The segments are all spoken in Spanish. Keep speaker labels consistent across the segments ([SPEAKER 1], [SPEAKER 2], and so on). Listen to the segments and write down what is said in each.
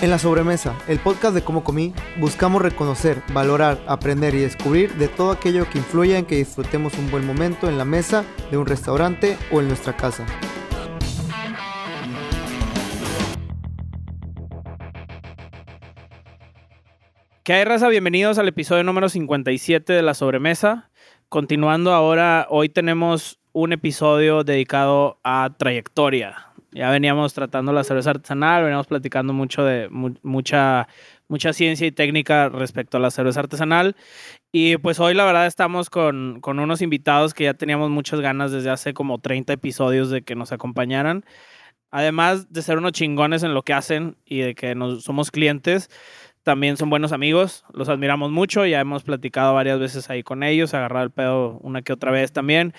[SPEAKER 1] En La Sobremesa, el podcast de Cómo Comí, buscamos reconocer, valorar, aprender y descubrir de todo aquello que influya en que disfrutemos un buen momento en la mesa de un restaurante o en nuestra casa.
[SPEAKER 2] ¿Qué hay, raza? Bienvenidos al episodio número 57 de La Sobremesa. Continuando ahora, hoy tenemos un episodio dedicado a trayectoria, ya veníamos tratando la cerveza artesanal, veníamos platicando mucho de mu mucha, mucha ciencia y técnica respecto a la cerveza artesanal. Y pues hoy la verdad estamos con, con unos invitados que ya teníamos muchas ganas desde hace como 30 episodios de que nos acompañaran. Además de ser unos chingones en lo que hacen y de que nos, somos clientes, también son buenos amigos, los admiramos mucho, ya hemos platicado varias veces ahí con ellos, agarrado el pedo una que otra vez también.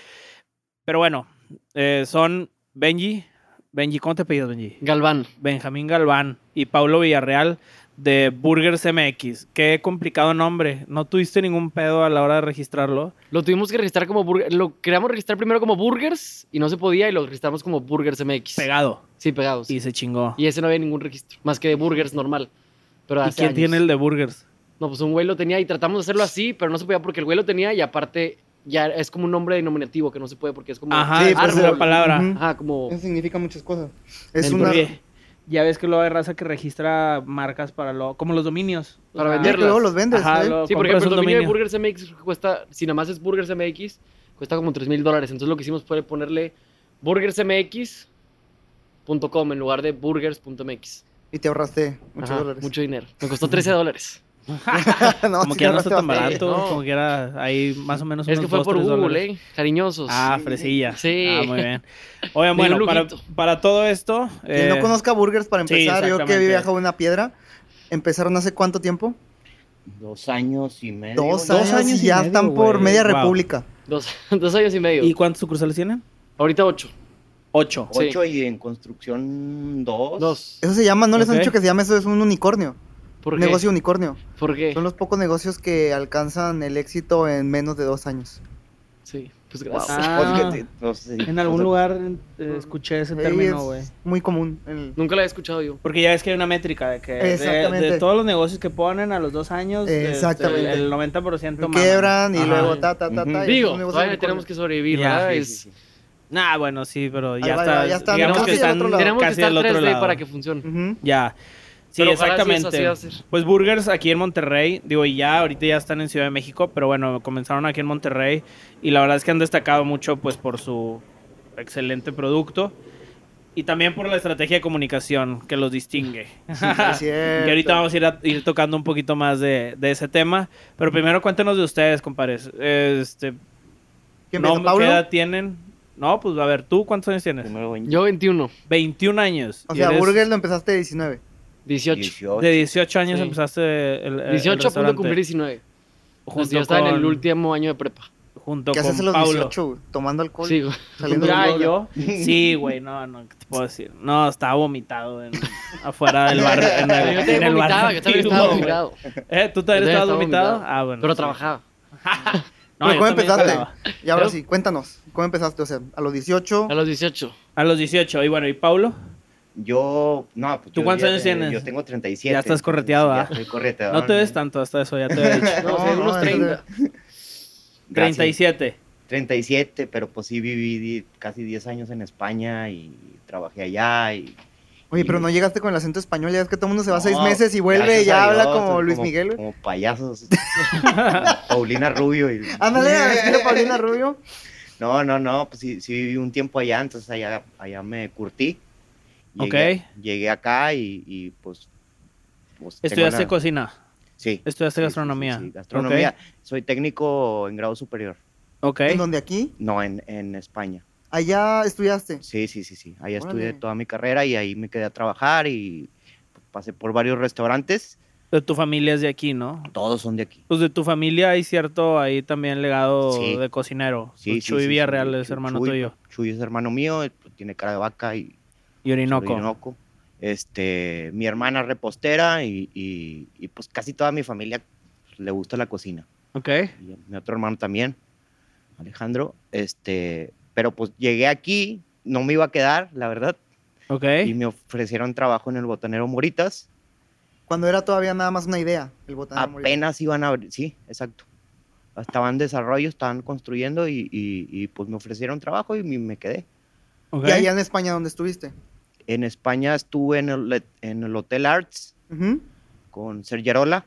[SPEAKER 2] Pero bueno, eh, son Benji, Benji, ¿cómo te pedías, Benji?
[SPEAKER 3] Galván.
[SPEAKER 2] Benjamín Galván y Paulo Villarreal de Burgers MX. Qué complicado nombre. ¿No tuviste ningún pedo a la hora de registrarlo?
[SPEAKER 3] Lo tuvimos que registrar como Burgers. Lo queríamos registrar primero como Burgers y no se podía y lo registramos como Burgers MX.
[SPEAKER 2] Pegado.
[SPEAKER 3] Sí, pegados.
[SPEAKER 2] Y se chingó.
[SPEAKER 3] Y ese no había ningún registro, más que de Burgers normal. Pero
[SPEAKER 2] ¿Y
[SPEAKER 3] hace
[SPEAKER 2] quién
[SPEAKER 3] años.
[SPEAKER 2] tiene el de Burgers?
[SPEAKER 3] No, pues un güey lo tenía y tratamos de hacerlo así, pero no se podía porque el güey lo tenía y aparte ya es como un nombre denominativo que no se puede porque es como
[SPEAKER 2] Ajá,
[SPEAKER 1] Sí,
[SPEAKER 2] es
[SPEAKER 1] pues,
[SPEAKER 2] la
[SPEAKER 1] árbol.
[SPEAKER 2] palabra.
[SPEAKER 1] Ujú.
[SPEAKER 3] Ajá, como
[SPEAKER 1] Eso significa muchas cosas. Es
[SPEAKER 2] El
[SPEAKER 1] una...
[SPEAKER 2] burger. Ya ves que luego hay raza que registra marcas para lo... Como los dominios.
[SPEAKER 3] Para
[SPEAKER 2] O sea,
[SPEAKER 1] Ya Ah, que
[SPEAKER 3] venderlas.
[SPEAKER 1] luego los vendes,
[SPEAKER 2] Ajá,
[SPEAKER 1] ¿eh?
[SPEAKER 2] lo-
[SPEAKER 3] Sí, porque
[SPEAKER 2] compras
[SPEAKER 3] el
[SPEAKER 2] un
[SPEAKER 3] dominio de
[SPEAKER 2] dominio.
[SPEAKER 3] Burgers MX cuesta, si nada más es Burgers MX, cuesta como 3 mil dólares. Entonces lo que hicimos fue ponerle burgersmx.com en lugar de burgers.mx.
[SPEAKER 1] Y te ahorraste muchos
[SPEAKER 3] Ajá,
[SPEAKER 1] dólares.
[SPEAKER 3] Mucho dinero. Me costó 13 dólares.
[SPEAKER 1] No,
[SPEAKER 2] Como
[SPEAKER 1] sí
[SPEAKER 2] que
[SPEAKER 1] te
[SPEAKER 2] ya no
[SPEAKER 1] ahorraste
[SPEAKER 2] está tan
[SPEAKER 1] bastante.
[SPEAKER 2] barato.
[SPEAKER 3] No.
[SPEAKER 2] Como que era ahí más o menos
[SPEAKER 3] Es que
[SPEAKER 2] unos
[SPEAKER 3] fue
[SPEAKER 2] dos,
[SPEAKER 3] por
[SPEAKER 2] tres
[SPEAKER 3] Google,
[SPEAKER 2] dólares.
[SPEAKER 3] ¿eh? Cariñosos.
[SPEAKER 2] Ah, fresilla.
[SPEAKER 3] Sí.
[SPEAKER 2] Ah, muy bien. Oigan,
[SPEAKER 3] Me dio
[SPEAKER 2] bueno,
[SPEAKER 3] un
[SPEAKER 2] para,
[SPEAKER 3] lujito.
[SPEAKER 2] para todo esto...
[SPEAKER 1] Quien no
[SPEAKER 2] eh,
[SPEAKER 1] conozca Burgers para
[SPEAKER 2] sí,
[SPEAKER 1] empezar, yo que
[SPEAKER 2] exactamente.
[SPEAKER 1] vivía bajo una piedra, empezaron hace cuánto tiempo?
[SPEAKER 4] Dos años y medio.
[SPEAKER 1] Dos,
[SPEAKER 4] güey.
[SPEAKER 1] años,
[SPEAKER 2] años
[SPEAKER 1] y
[SPEAKER 2] y
[SPEAKER 1] ya
[SPEAKER 2] medio,
[SPEAKER 1] están por
[SPEAKER 2] güey.
[SPEAKER 1] media
[SPEAKER 2] Wow.
[SPEAKER 1] república.
[SPEAKER 3] Dos, dos años y medio.
[SPEAKER 2] ¿Y cuántos sucursales tienen?
[SPEAKER 3] Ahorita ocho.
[SPEAKER 2] Ocho.
[SPEAKER 3] Sí.
[SPEAKER 4] Ocho y en construcción dos.
[SPEAKER 3] Dos.
[SPEAKER 1] Eso se llama, no les
[SPEAKER 2] Ok.
[SPEAKER 1] han dicho que se llama, eso es un unicornio.
[SPEAKER 3] ¿Por qué?
[SPEAKER 1] Negocio unicornio.
[SPEAKER 3] ¿Por qué?
[SPEAKER 1] Son los pocos negocios que alcanzan el éxito en menos de dos años.
[SPEAKER 3] Sí, pues
[SPEAKER 4] Wow.
[SPEAKER 3] gracias.
[SPEAKER 2] Ah.
[SPEAKER 4] Pues que te- no sé,
[SPEAKER 2] En
[SPEAKER 4] o
[SPEAKER 2] algún
[SPEAKER 4] sea,
[SPEAKER 2] lugar eh, escuché ese
[SPEAKER 1] Sí,
[SPEAKER 2] término,
[SPEAKER 1] es
[SPEAKER 2] güey.
[SPEAKER 1] Muy común. el-
[SPEAKER 3] Nunca la he escuchado yo.
[SPEAKER 2] Porque ya ves que hay una métrica de que de,
[SPEAKER 1] Exactamente.
[SPEAKER 2] de todos los negocios que ponen a los dos años, este,
[SPEAKER 1] Exactamente.
[SPEAKER 2] el 90% maman.
[SPEAKER 1] Quiebran y
[SPEAKER 2] Ajá.
[SPEAKER 1] luego ta, ta, ta, ta.
[SPEAKER 4] Ujú.
[SPEAKER 1] y es un
[SPEAKER 3] Digo,
[SPEAKER 1] negocio
[SPEAKER 3] todavía
[SPEAKER 1] unicornio.
[SPEAKER 3] tenemos que sobrevivir,
[SPEAKER 2] Ya,
[SPEAKER 3] ¿verdad?
[SPEAKER 4] sí,
[SPEAKER 3] Es-
[SPEAKER 4] sí, sí.
[SPEAKER 2] Nah, bueno, sí, pero ya
[SPEAKER 1] Ahí va,
[SPEAKER 2] está.
[SPEAKER 1] ya está,
[SPEAKER 2] digamos
[SPEAKER 3] tenemos
[SPEAKER 2] que
[SPEAKER 3] que
[SPEAKER 1] estar
[SPEAKER 2] están
[SPEAKER 1] del otro lado.
[SPEAKER 2] casi
[SPEAKER 3] Tenemos que estar
[SPEAKER 2] del otro
[SPEAKER 3] 3D
[SPEAKER 2] lado.
[SPEAKER 3] para que funcione.
[SPEAKER 1] Ujú.
[SPEAKER 2] Ya. Sí,
[SPEAKER 3] Pero ojalá sí,
[SPEAKER 2] exactamente.
[SPEAKER 3] eso sí va a ser.
[SPEAKER 2] Pues Burgers aquí en Monterrey, digo, y ya ahorita ya están en Ciudad de México, pero bueno, comenzaron aquí en Monterrey y la verdad es que han destacado mucho pues por su excelente producto y también por la estrategia de comunicación que los distingue.
[SPEAKER 1] Sí, es cierto.
[SPEAKER 2] Que ahorita vamos a ir, a- ir tocando un poquito más de, de ese tema, pero primero cuéntenos de ustedes, compadres. Este,
[SPEAKER 1] ¿Quién
[SPEAKER 2] no,
[SPEAKER 1] empieza, Pablo?
[SPEAKER 2] ¿Qué edad tienen? No, pues a ver, ¿tú cuántos años tienes?
[SPEAKER 4] Primero veinte,
[SPEAKER 3] Yo 21,
[SPEAKER 2] 21 años.
[SPEAKER 1] O
[SPEAKER 2] y
[SPEAKER 1] sea,
[SPEAKER 2] eres-
[SPEAKER 1] Burgers lo empezaste a 19.
[SPEAKER 3] 18.
[SPEAKER 4] dieciocho.
[SPEAKER 2] De 18 años
[SPEAKER 3] Sí.
[SPEAKER 2] empezaste el, el
[SPEAKER 3] 18 a punto de
[SPEAKER 2] restaurante.
[SPEAKER 3] cumplir 19. Pues
[SPEAKER 2] junto
[SPEAKER 3] yo estaba en el
[SPEAKER 2] con-
[SPEAKER 3] último año de prepa.
[SPEAKER 2] junto
[SPEAKER 1] ¿Qué
[SPEAKER 2] con
[SPEAKER 1] haces a los
[SPEAKER 2] Paulo.
[SPEAKER 1] 18? güey? Tomando alcohol.
[SPEAKER 3] Sí, güey.
[SPEAKER 1] Saliendo del
[SPEAKER 2] Ya,
[SPEAKER 1] doble.
[SPEAKER 2] yo. Sí, güey, no, no, ¿qué te puedo decir? No, estaba vomitado en- afuera del bar. En el,
[SPEAKER 3] Yo también
[SPEAKER 2] en el bar
[SPEAKER 3] vomitaba, yo también
[SPEAKER 2] antiguo,
[SPEAKER 3] estaba
[SPEAKER 2] güey.
[SPEAKER 3] obligado.
[SPEAKER 2] ¿Eh? ¿Tú
[SPEAKER 3] Yo
[SPEAKER 2] también
[SPEAKER 3] también
[SPEAKER 2] estabas
[SPEAKER 3] estaba
[SPEAKER 2] vomitado?
[SPEAKER 3] vomitado.
[SPEAKER 2] Ah, bueno.
[SPEAKER 3] Pero
[SPEAKER 2] sí.
[SPEAKER 3] trabajaba.
[SPEAKER 2] No,
[SPEAKER 1] Pero
[SPEAKER 2] yo
[SPEAKER 1] ¿cómo
[SPEAKER 2] también
[SPEAKER 1] empezaste?
[SPEAKER 2] trabajaba.
[SPEAKER 1] Y ahora
[SPEAKER 3] Pero-
[SPEAKER 1] sí, cuéntanos, ¿cómo empezaste? O sea, a los 18,
[SPEAKER 3] A los 18.
[SPEAKER 2] A los 18. Y bueno, ¿y Paulo?
[SPEAKER 4] Yo, no, pues
[SPEAKER 2] ¿Tú
[SPEAKER 4] yo
[SPEAKER 2] cuántos
[SPEAKER 4] ya-
[SPEAKER 2] años tienes?
[SPEAKER 4] Yo tengo 37.
[SPEAKER 2] Ya estás correteado,
[SPEAKER 4] Ya
[SPEAKER 2] ¿ah?
[SPEAKER 4] estoy correteado.
[SPEAKER 2] No te ves tanto hasta eso, ya te he dicho.
[SPEAKER 3] No,
[SPEAKER 1] No,
[SPEAKER 3] o sea,
[SPEAKER 1] no,
[SPEAKER 3] unos
[SPEAKER 1] es
[SPEAKER 3] 30.
[SPEAKER 2] 37.
[SPEAKER 4] 37, pero pues sí viví di- casi 10 años en España y trabajé allá y...
[SPEAKER 1] oye, pero
[SPEAKER 4] y-
[SPEAKER 1] no llegaste con el acento español, ya es que todo el mundo se va
[SPEAKER 4] No,
[SPEAKER 1] seis meses y vuelve
[SPEAKER 4] gracias
[SPEAKER 1] y ya
[SPEAKER 4] a
[SPEAKER 1] habla
[SPEAKER 4] Dios,
[SPEAKER 1] como Luis Miguel. güey.
[SPEAKER 4] Como payasos. Paulina Rubio y...
[SPEAKER 1] Ándale, a ver, ¿quién Paulina Rubio?
[SPEAKER 4] No, no, no, pues sí, sí viví un tiempo allá, entonces allá, allá me curtí. Llegué acá y, y, pues... pues, tengo
[SPEAKER 2] Estudiaste
[SPEAKER 4] una-
[SPEAKER 2] cocina.
[SPEAKER 4] Sí.
[SPEAKER 2] Estudiaste
[SPEAKER 4] sí,
[SPEAKER 2] gastronomía.
[SPEAKER 4] sí, sí, sí, gastronomía. Soy técnico en grado superior.
[SPEAKER 2] Ok.
[SPEAKER 1] ¿En
[SPEAKER 2] ok.
[SPEAKER 1] donde aquí?
[SPEAKER 4] No, en, en España.
[SPEAKER 1] Allá estudiaste.
[SPEAKER 4] Sí, sí, sí, sí. Ahí
[SPEAKER 1] Órale.
[SPEAKER 4] estudié toda mi carrera y ahí me quedé a trabajar y pasé por varios restaurantes.
[SPEAKER 2] Pero tu familia es de aquí, ¿no?
[SPEAKER 4] Todos son de aquí.
[SPEAKER 2] Pues de tu familia hay cierto ahí también legado
[SPEAKER 4] Sí.
[SPEAKER 2] de cocinero.
[SPEAKER 4] Sí,
[SPEAKER 2] Sí,
[SPEAKER 4] sí,
[SPEAKER 2] Chuy
[SPEAKER 4] sí, sí,
[SPEAKER 2] Villarreal
[SPEAKER 4] Chu-
[SPEAKER 2] es hermano
[SPEAKER 4] Chuy,
[SPEAKER 2] tuyo.
[SPEAKER 4] Chuy es hermano mío, él, pues, tiene cara de vaca y
[SPEAKER 2] Y Orinoco.
[SPEAKER 4] Orinoco. Este, mi hermana repostera y, y- y, pues casi toda mi familia le gusta la cocina.
[SPEAKER 2] Ok.
[SPEAKER 4] Y mi otro hermano también, Alejandro. Este, pero pues llegué aquí, no me iba a quedar, la verdad.
[SPEAKER 2] Ok.
[SPEAKER 4] y me ofrecieron trabajo en el botanero Moritas
[SPEAKER 5] Cuando era todavía nada más una idea, el Botanero Morelia.
[SPEAKER 4] Apenas iban a abrir, sí, exacto. Estaban en desarrollo, estaban construyendo y, y- y, pues me ofrecieron trabajo y me- me quedé.
[SPEAKER 2] Ok.
[SPEAKER 5] Y allá en España, donde estuviste?
[SPEAKER 4] En España estuve en el, en el Hotel Arts
[SPEAKER 5] Ujú.
[SPEAKER 4] con Sergierola.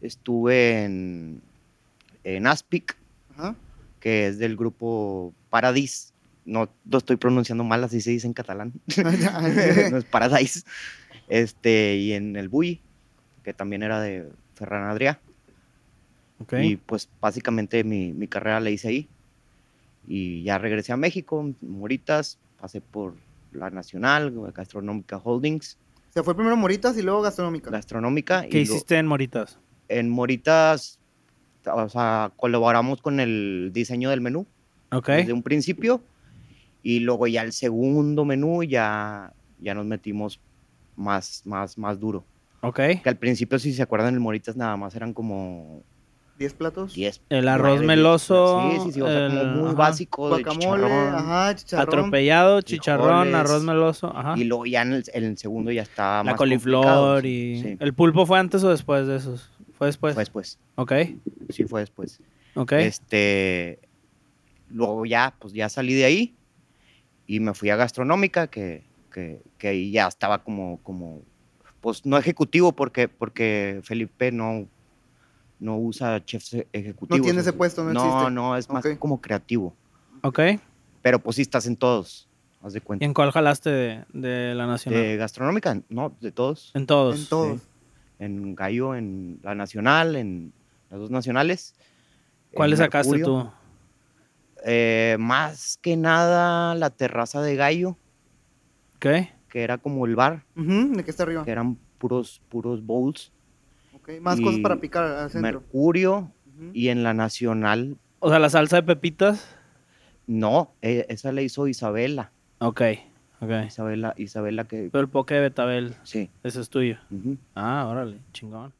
[SPEAKER 4] Estuve en, en Aspic,
[SPEAKER 5] Ajá.
[SPEAKER 4] que es del grupo Paradis. No, lo estoy pronunciando mal, así se dice en catalán. no es Paradise. Este, y en el Bulli, que también era de Ferran Adrià.
[SPEAKER 2] Ok.
[SPEAKER 4] Y pues básicamente mi, mi carrera la hice ahí. Y ya regresé a México, Moritas, pasé por la Nacional, Gastronómica Holdings,
[SPEAKER 5] Se fue primero Moritas y luego Gastronómica.
[SPEAKER 4] Gastronómica.
[SPEAKER 2] ¿Qué
[SPEAKER 4] y lo-
[SPEAKER 2] hiciste en Moritas?
[SPEAKER 4] en Moritas, o sea, colaboramos con el diseño del menú
[SPEAKER 2] Ok.
[SPEAKER 4] desde Pues un principio. Y luego ya el segundo menú ya, ya nos metimos más, más, más duro.
[SPEAKER 2] Ok.
[SPEAKER 4] Que al principio, si se acuerdan, el Moritas nada más eran como
[SPEAKER 5] 10 platos.
[SPEAKER 4] 10.
[SPEAKER 2] El arroz
[SPEAKER 4] nueve,
[SPEAKER 2] meloso.
[SPEAKER 4] Sí, sí, sí, o sea, como
[SPEAKER 2] el-
[SPEAKER 4] muy
[SPEAKER 2] ajá.
[SPEAKER 4] básico. de
[SPEAKER 5] Guacamole,
[SPEAKER 4] chicharrón.
[SPEAKER 5] ajá, chicharrón.
[SPEAKER 2] Atropellado, chicharrón,
[SPEAKER 4] frijoles,
[SPEAKER 2] arroz meloso. Ajá.
[SPEAKER 4] Y luego ya en el, en el segundo ya estaba
[SPEAKER 2] La
[SPEAKER 4] más complicado,
[SPEAKER 2] coliflor
[SPEAKER 4] sí,
[SPEAKER 2] y...
[SPEAKER 4] sí,
[SPEAKER 2] ¿El pues. pulpo fue antes o después de esos? Fue después.
[SPEAKER 4] Fue después.
[SPEAKER 2] Ok,
[SPEAKER 4] Sí, fue después.
[SPEAKER 2] ok.
[SPEAKER 4] Este, luego ya, pues ya salí de ahí y me fui a Gastronómica, que, que, que ahí ya estaba como, como, pues no ejecutivo, porque, porque Felipe no, no usa chefs e- ejecutivos.
[SPEAKER 5] tiene ese
[SPEAKER 4] o sea,
[SPEAKER 5] puesto, no
[SPEAKER 4] No,
[SPEAKER 5] existe.
[SPEAKER 4] no, es más
[SPEAKER 5] Ok.
[SPEAKER 4] como creativo.
[SPEAKER 2] Ok.
[SPEAKER 4] Pero pues sí estás en todos, haz de
[SPEAKER 2] ¿Y
[SPEAKER 4] cuenta.
[SPEAKER 2] en cuál jalaste de, de la Nacional?
[SPEAKER 4] De Gastronómica, no, de todos.
[SPEAKER 2] En todos.
[SPEAKER 5] En todos.
[SPEAKER 4] en Gallo, en la Nacional, en las dos nacionales.
[SPEAKER 2] ¿Cuál le
[SPEAKER 4] en
[SPEAKER 2] sacaste
[SPEAKER 4] Mercurio.
[SPEAKER 2] tú?
[SPEAKER 4] Eh, más que nada la terraza de Gallo,
[SPEAKER 2] Ok.
[SPEAKER 4] que era como el bar,
[SPEAKER 5] Ujú, ¿De qué está arriba?
[SPEAKER 4] que eran puros, puros bowls.
[SPEAKER 5] Ok, Más cosas
[SPEAKER 4] Y
[SPEAKER 5] para picar al centro.
[SPEAKER 4] Mercurio
[SPEAKER 5] Ujú.
[SPEAKER 4] y en la Nacional,
[SPEAKER 2] O sea, la salsa de pepitas.
[SPEAKER 4] no, eh, esa la hizo Isabela.
[SPEAKER 2] Ok, ok.
[SPEAKER 4] Isabela, Isabela que,
[SPEAKER 2] Pero el poke de betabel,
[SPEAKER 4] sí.
[SPEAKER 2] ese es tuyo.
[SPEAKER 4] ujú.
[SPEAKER 2] Ah, órale, chingón.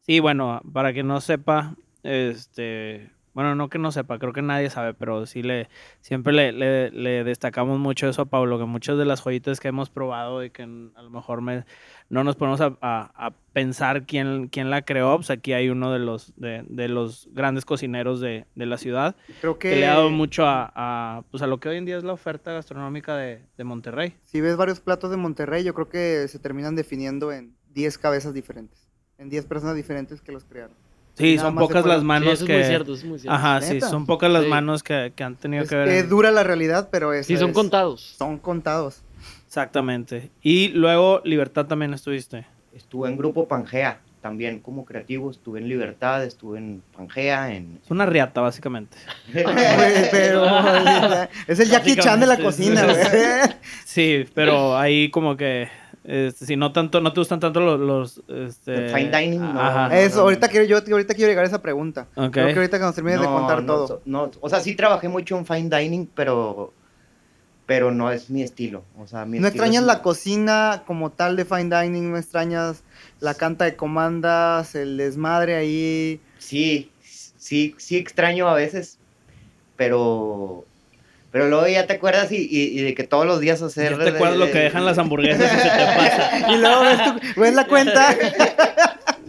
[SPEAKER 2] Sí, bueno, para que no sepa, este, bueno, no que no sepa, creo que nadie sabe, pero sí le, siempre le, le- le destacamos mucho eso a Pablo, que muchas de las joyitas que hemos probado y que n- a lo mejor me- no nos ponemos a, a- a pensar quién, quién la creó, pues aquí hay uno de los, de, de los grandes cocineros de, de la ciudad,
[SPEAKER 5] Creo que,
[SPEAKER 2] que le ha dado mucho a, a, pues a lo que hoy en día es la oferta gastronómica de, de Monterrey.
[SPEAKER 5] si ves varios platos de Monterrey, yo creo que se terminan definiendo en 10 cabezas diferentes. En 10 personas diferentes que los crearon.
[SPEAKER 2] Sí,
[SPEAKER 5] Nada
[SPEAKER 2] son
[SPEAKER 5] más se
[SPEAKER 2] pocas
[SPEAKER 5] fueron.
[SPEAKER 2] las manos
[SPEAKER 3] eso
[SPEAKER 2] que...
[SPEAKER 3] es muy cierto, eso es muy cierto.
[SPEAKER 2] Ajá,
[SPEAKER 5] Neta.
[SPEAKER 2] sí, son pocas las
[SPEAKER 3] Sí.
[SPEAKER 2] manos que, que han tenido
[SPEAKER 5] Es,
[SPEAKER 2] que ver.
[SPEAKER 5] es
[SPEAKER 2] en-
[SPEAKER 5] dura la realidad, pero es...
[SPEAKER 3] Sí, son
[SPEAKER 5] es-
[SPEAKER 3] contados.
[SPEAKER 5] Pues, Son contados.
[SPEAKER 2] Exactamente. Y luego Libertad también estuviste.
[SPEAKER 4] Estuve en Grupo Pangea, también como creativo, estuve en Libertad, estuve en Pangea, en...
[SPEAKER 2] Es una riata, básicamente.
[SPEAKER 5] Güey, pero es el Jackie Chan de la cocina, güey.
[SPEAKER 2] Sí, pero ahí como que. este, si no tanto, no te gustan tanto los. los, este,
[SPEAKER 4] El fine dining, no.
[SPEAKER 2] Ajá.
[SPEAKER 5] Eso, ahorita quiero, yo, ahorita quiero llegar a esa pregunta.
[SPEAKER 2] Ok.
[SPEAKER 5] Eh, Creo que ahorita que nos termines de contar
[SPEAKER 4] no,
[SPEAKER 5] todo.
[SPEAKER 4] so- No, o sea, sí trabajé mucho en fine dining, pero pero no es mi estilo. O sea, mi
[SPEAKER 5] ¿No
[SPEAKER 4] estilo
[SPEAKER 5] extrañas
[SPEAKER 4] es-
[SPEAKER 5] la cocina como tal de fine dining? ¿No extrañas la canta de comandas, el desmadre ahí?
[SPEAKER 4] Sí, sí, sí extraño a veces, pero pero luego ya te acuerdas y, y- y de que todos los días hacer.
[SPEAKER 2] Ya te acuerdas lo que dejan las hamburguesas y se te pasa.
[SPEAKER 5] Y luego ves, tu- ves la cuenta.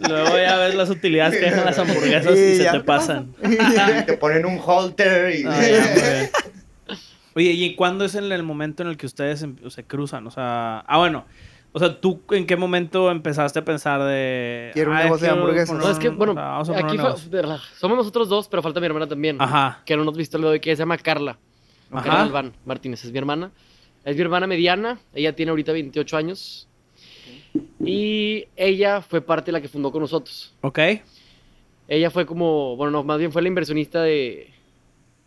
[SPEAKER 2] Luego ya ves las utilidades que dejan las hamburguesas
[SPEAKER 5] Sí,
[SPEAKER 2] y se
[SPEAKER 5] ya
[SPEAKER 2] te
[SPEAKER 5] te
[SPEAKER 2] pasan.
[SPEAKER 4] Y te ponen un halter y.
[SPEAKER 2] Ah, ya, muy bien. Oye, ¿y cuándo es el, el momento en el que ustedes em- se cruzan? O sea, ah, bueno. O sea, ¿tú en qué momento empezaste a pensar de...
[SPEAKER 5] Quiero un
[SPEAKER 2] "Ay,
[SPEAKER 5] negocio de
[SPEAKER 2] quiero
[SPEAKER 5] hamburguesas"?
[SPEAKER 2] poner
[SPEAKER 3] No, es que,
[SPEAKER 2] un-
[SPEAKER 3] bueno,
[SPEAKER 2] o sea, vamos a poner
[SPEAKER 3] aquí
[SPEAKER 2] un
[SPEAKER 3] fa-
[SPEAKER 2] negocio"?
[SPEAKER 3] de verdad, somos nosotros dos, pero falta mi hermana también.
[SPEAKER 2] Ajá.
[SPEAKER 3] Que no nos viste el día de hoy, que se llama Carla.
[SPEAKER 2] Ajá.
[SPEAKER 3] Carla Albán Martínez, es mi hermana. Es mi hermana mediana, ella tiene ahorita 28 años. Y ella fue parte de la que fundó con nosotros.
[SPEAKER 2] Ok.
[SPEAKER 3] Ella fue como, bueno, no, más bien fue la inversionista de...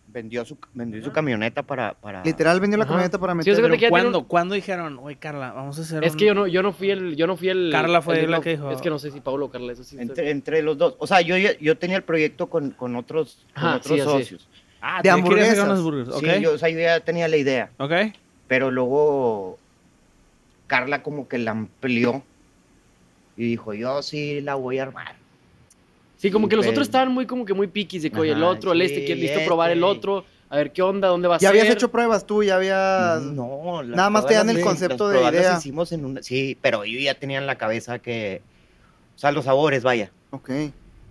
[SPEAKER 4] Vendió su, vendió su camioneta para. para
[SPEAKER 5] Literal vendió la
[SPEAKER 3] Ajá.
[SPEAKER 5] camioneta para
[SPEAKER 3] Sí,
[SPEAKER 5] meter.
[SPEAKER 3] yo creo
[SPEAKER 2] Pero
[SPEAKER 3] que ya tiene
[SPEAKER 2] ¿cuándo,
[SPEAKER 3] un-
[SPEAKER 2] ¿cuándo dijeron, oye, Carla, vamos a hacer
[SPEAKER 3] Es
[SPEAKER 2] un-
[SPEAKER 3] que yo no, yo no fui el, yo no fui el...
[SPEAKER 2] Carla fue
[SPEAKER 3] el-
[SPEAKER 2] la
[SPEAKER 3] no,
[SPEAKER 2] que dijo-
[SPEAKER 3] Es que no sé si Pablo o Carla, eso sí.
[SPEAKER 4] Entre, entre los dos. O sea, yo, yo, yo tenía el proyecto con, con otros, con
[SPEAKER 3] Ajá,
[SPEAKER 4] otros
[SPEAKER 3] sí, así.
[SPEAKER 4] socios.
[SPEAKER 2] Ah,
[SPEAKER 5] de
[SPEAKER 2] tú ya querías hacer unas
[SPEAKER 5] hamburguesas.
[SPEAKER 2] burgers,
[SPEAKER 4] Sí,
[SPEAKER 2] ok.
[SPEAKER 4] yo, o sea, yo ya tenía la idea.
[SPEAKER 2] Ok.
[SPEAKER 4] pero luego Carla como que la amplió y dijo, yo sí la voy a armar.
[SPEAKER 3] Sí, como que los
[SPEAKER 4] Ven.
[SPEAKER 3] otros estaban muy, como que muy piquis de que, oye, el
[SPEAKER 4] Ajá,
[SPEAKER 3] otro, el este,
[SPEAKER 4] sí,
[SPEAKER 3] que listo
[SPEAKER 4] este.
[SPEAKER 3] probar el otro, a ver qué onda, dónde va a
[SPEAKER 5] Ya
[SPEAKER 3] ser.
[SPEAKER 5] habías hecho pruebas tú, ya habías.
[SPEAKER 4] No, las
[SPEAKER 5] Nada más te
[SPEAKER 4] pruebas
[SPEAKER 5] dan el
[SPEAKER 4] las-
[SPEAKER 5] concepto
[SPEAKER 4] las
[SPEAKER 5] de
[SPEAKER 4] pruebas las
[SPEAKER 5] idea.
[SPEAKER 4] hicimos en una... Sí, pero yo ya tenía en la cabeza que, O sea, los sabores, vaya.
[SPEAKER 5] Ok.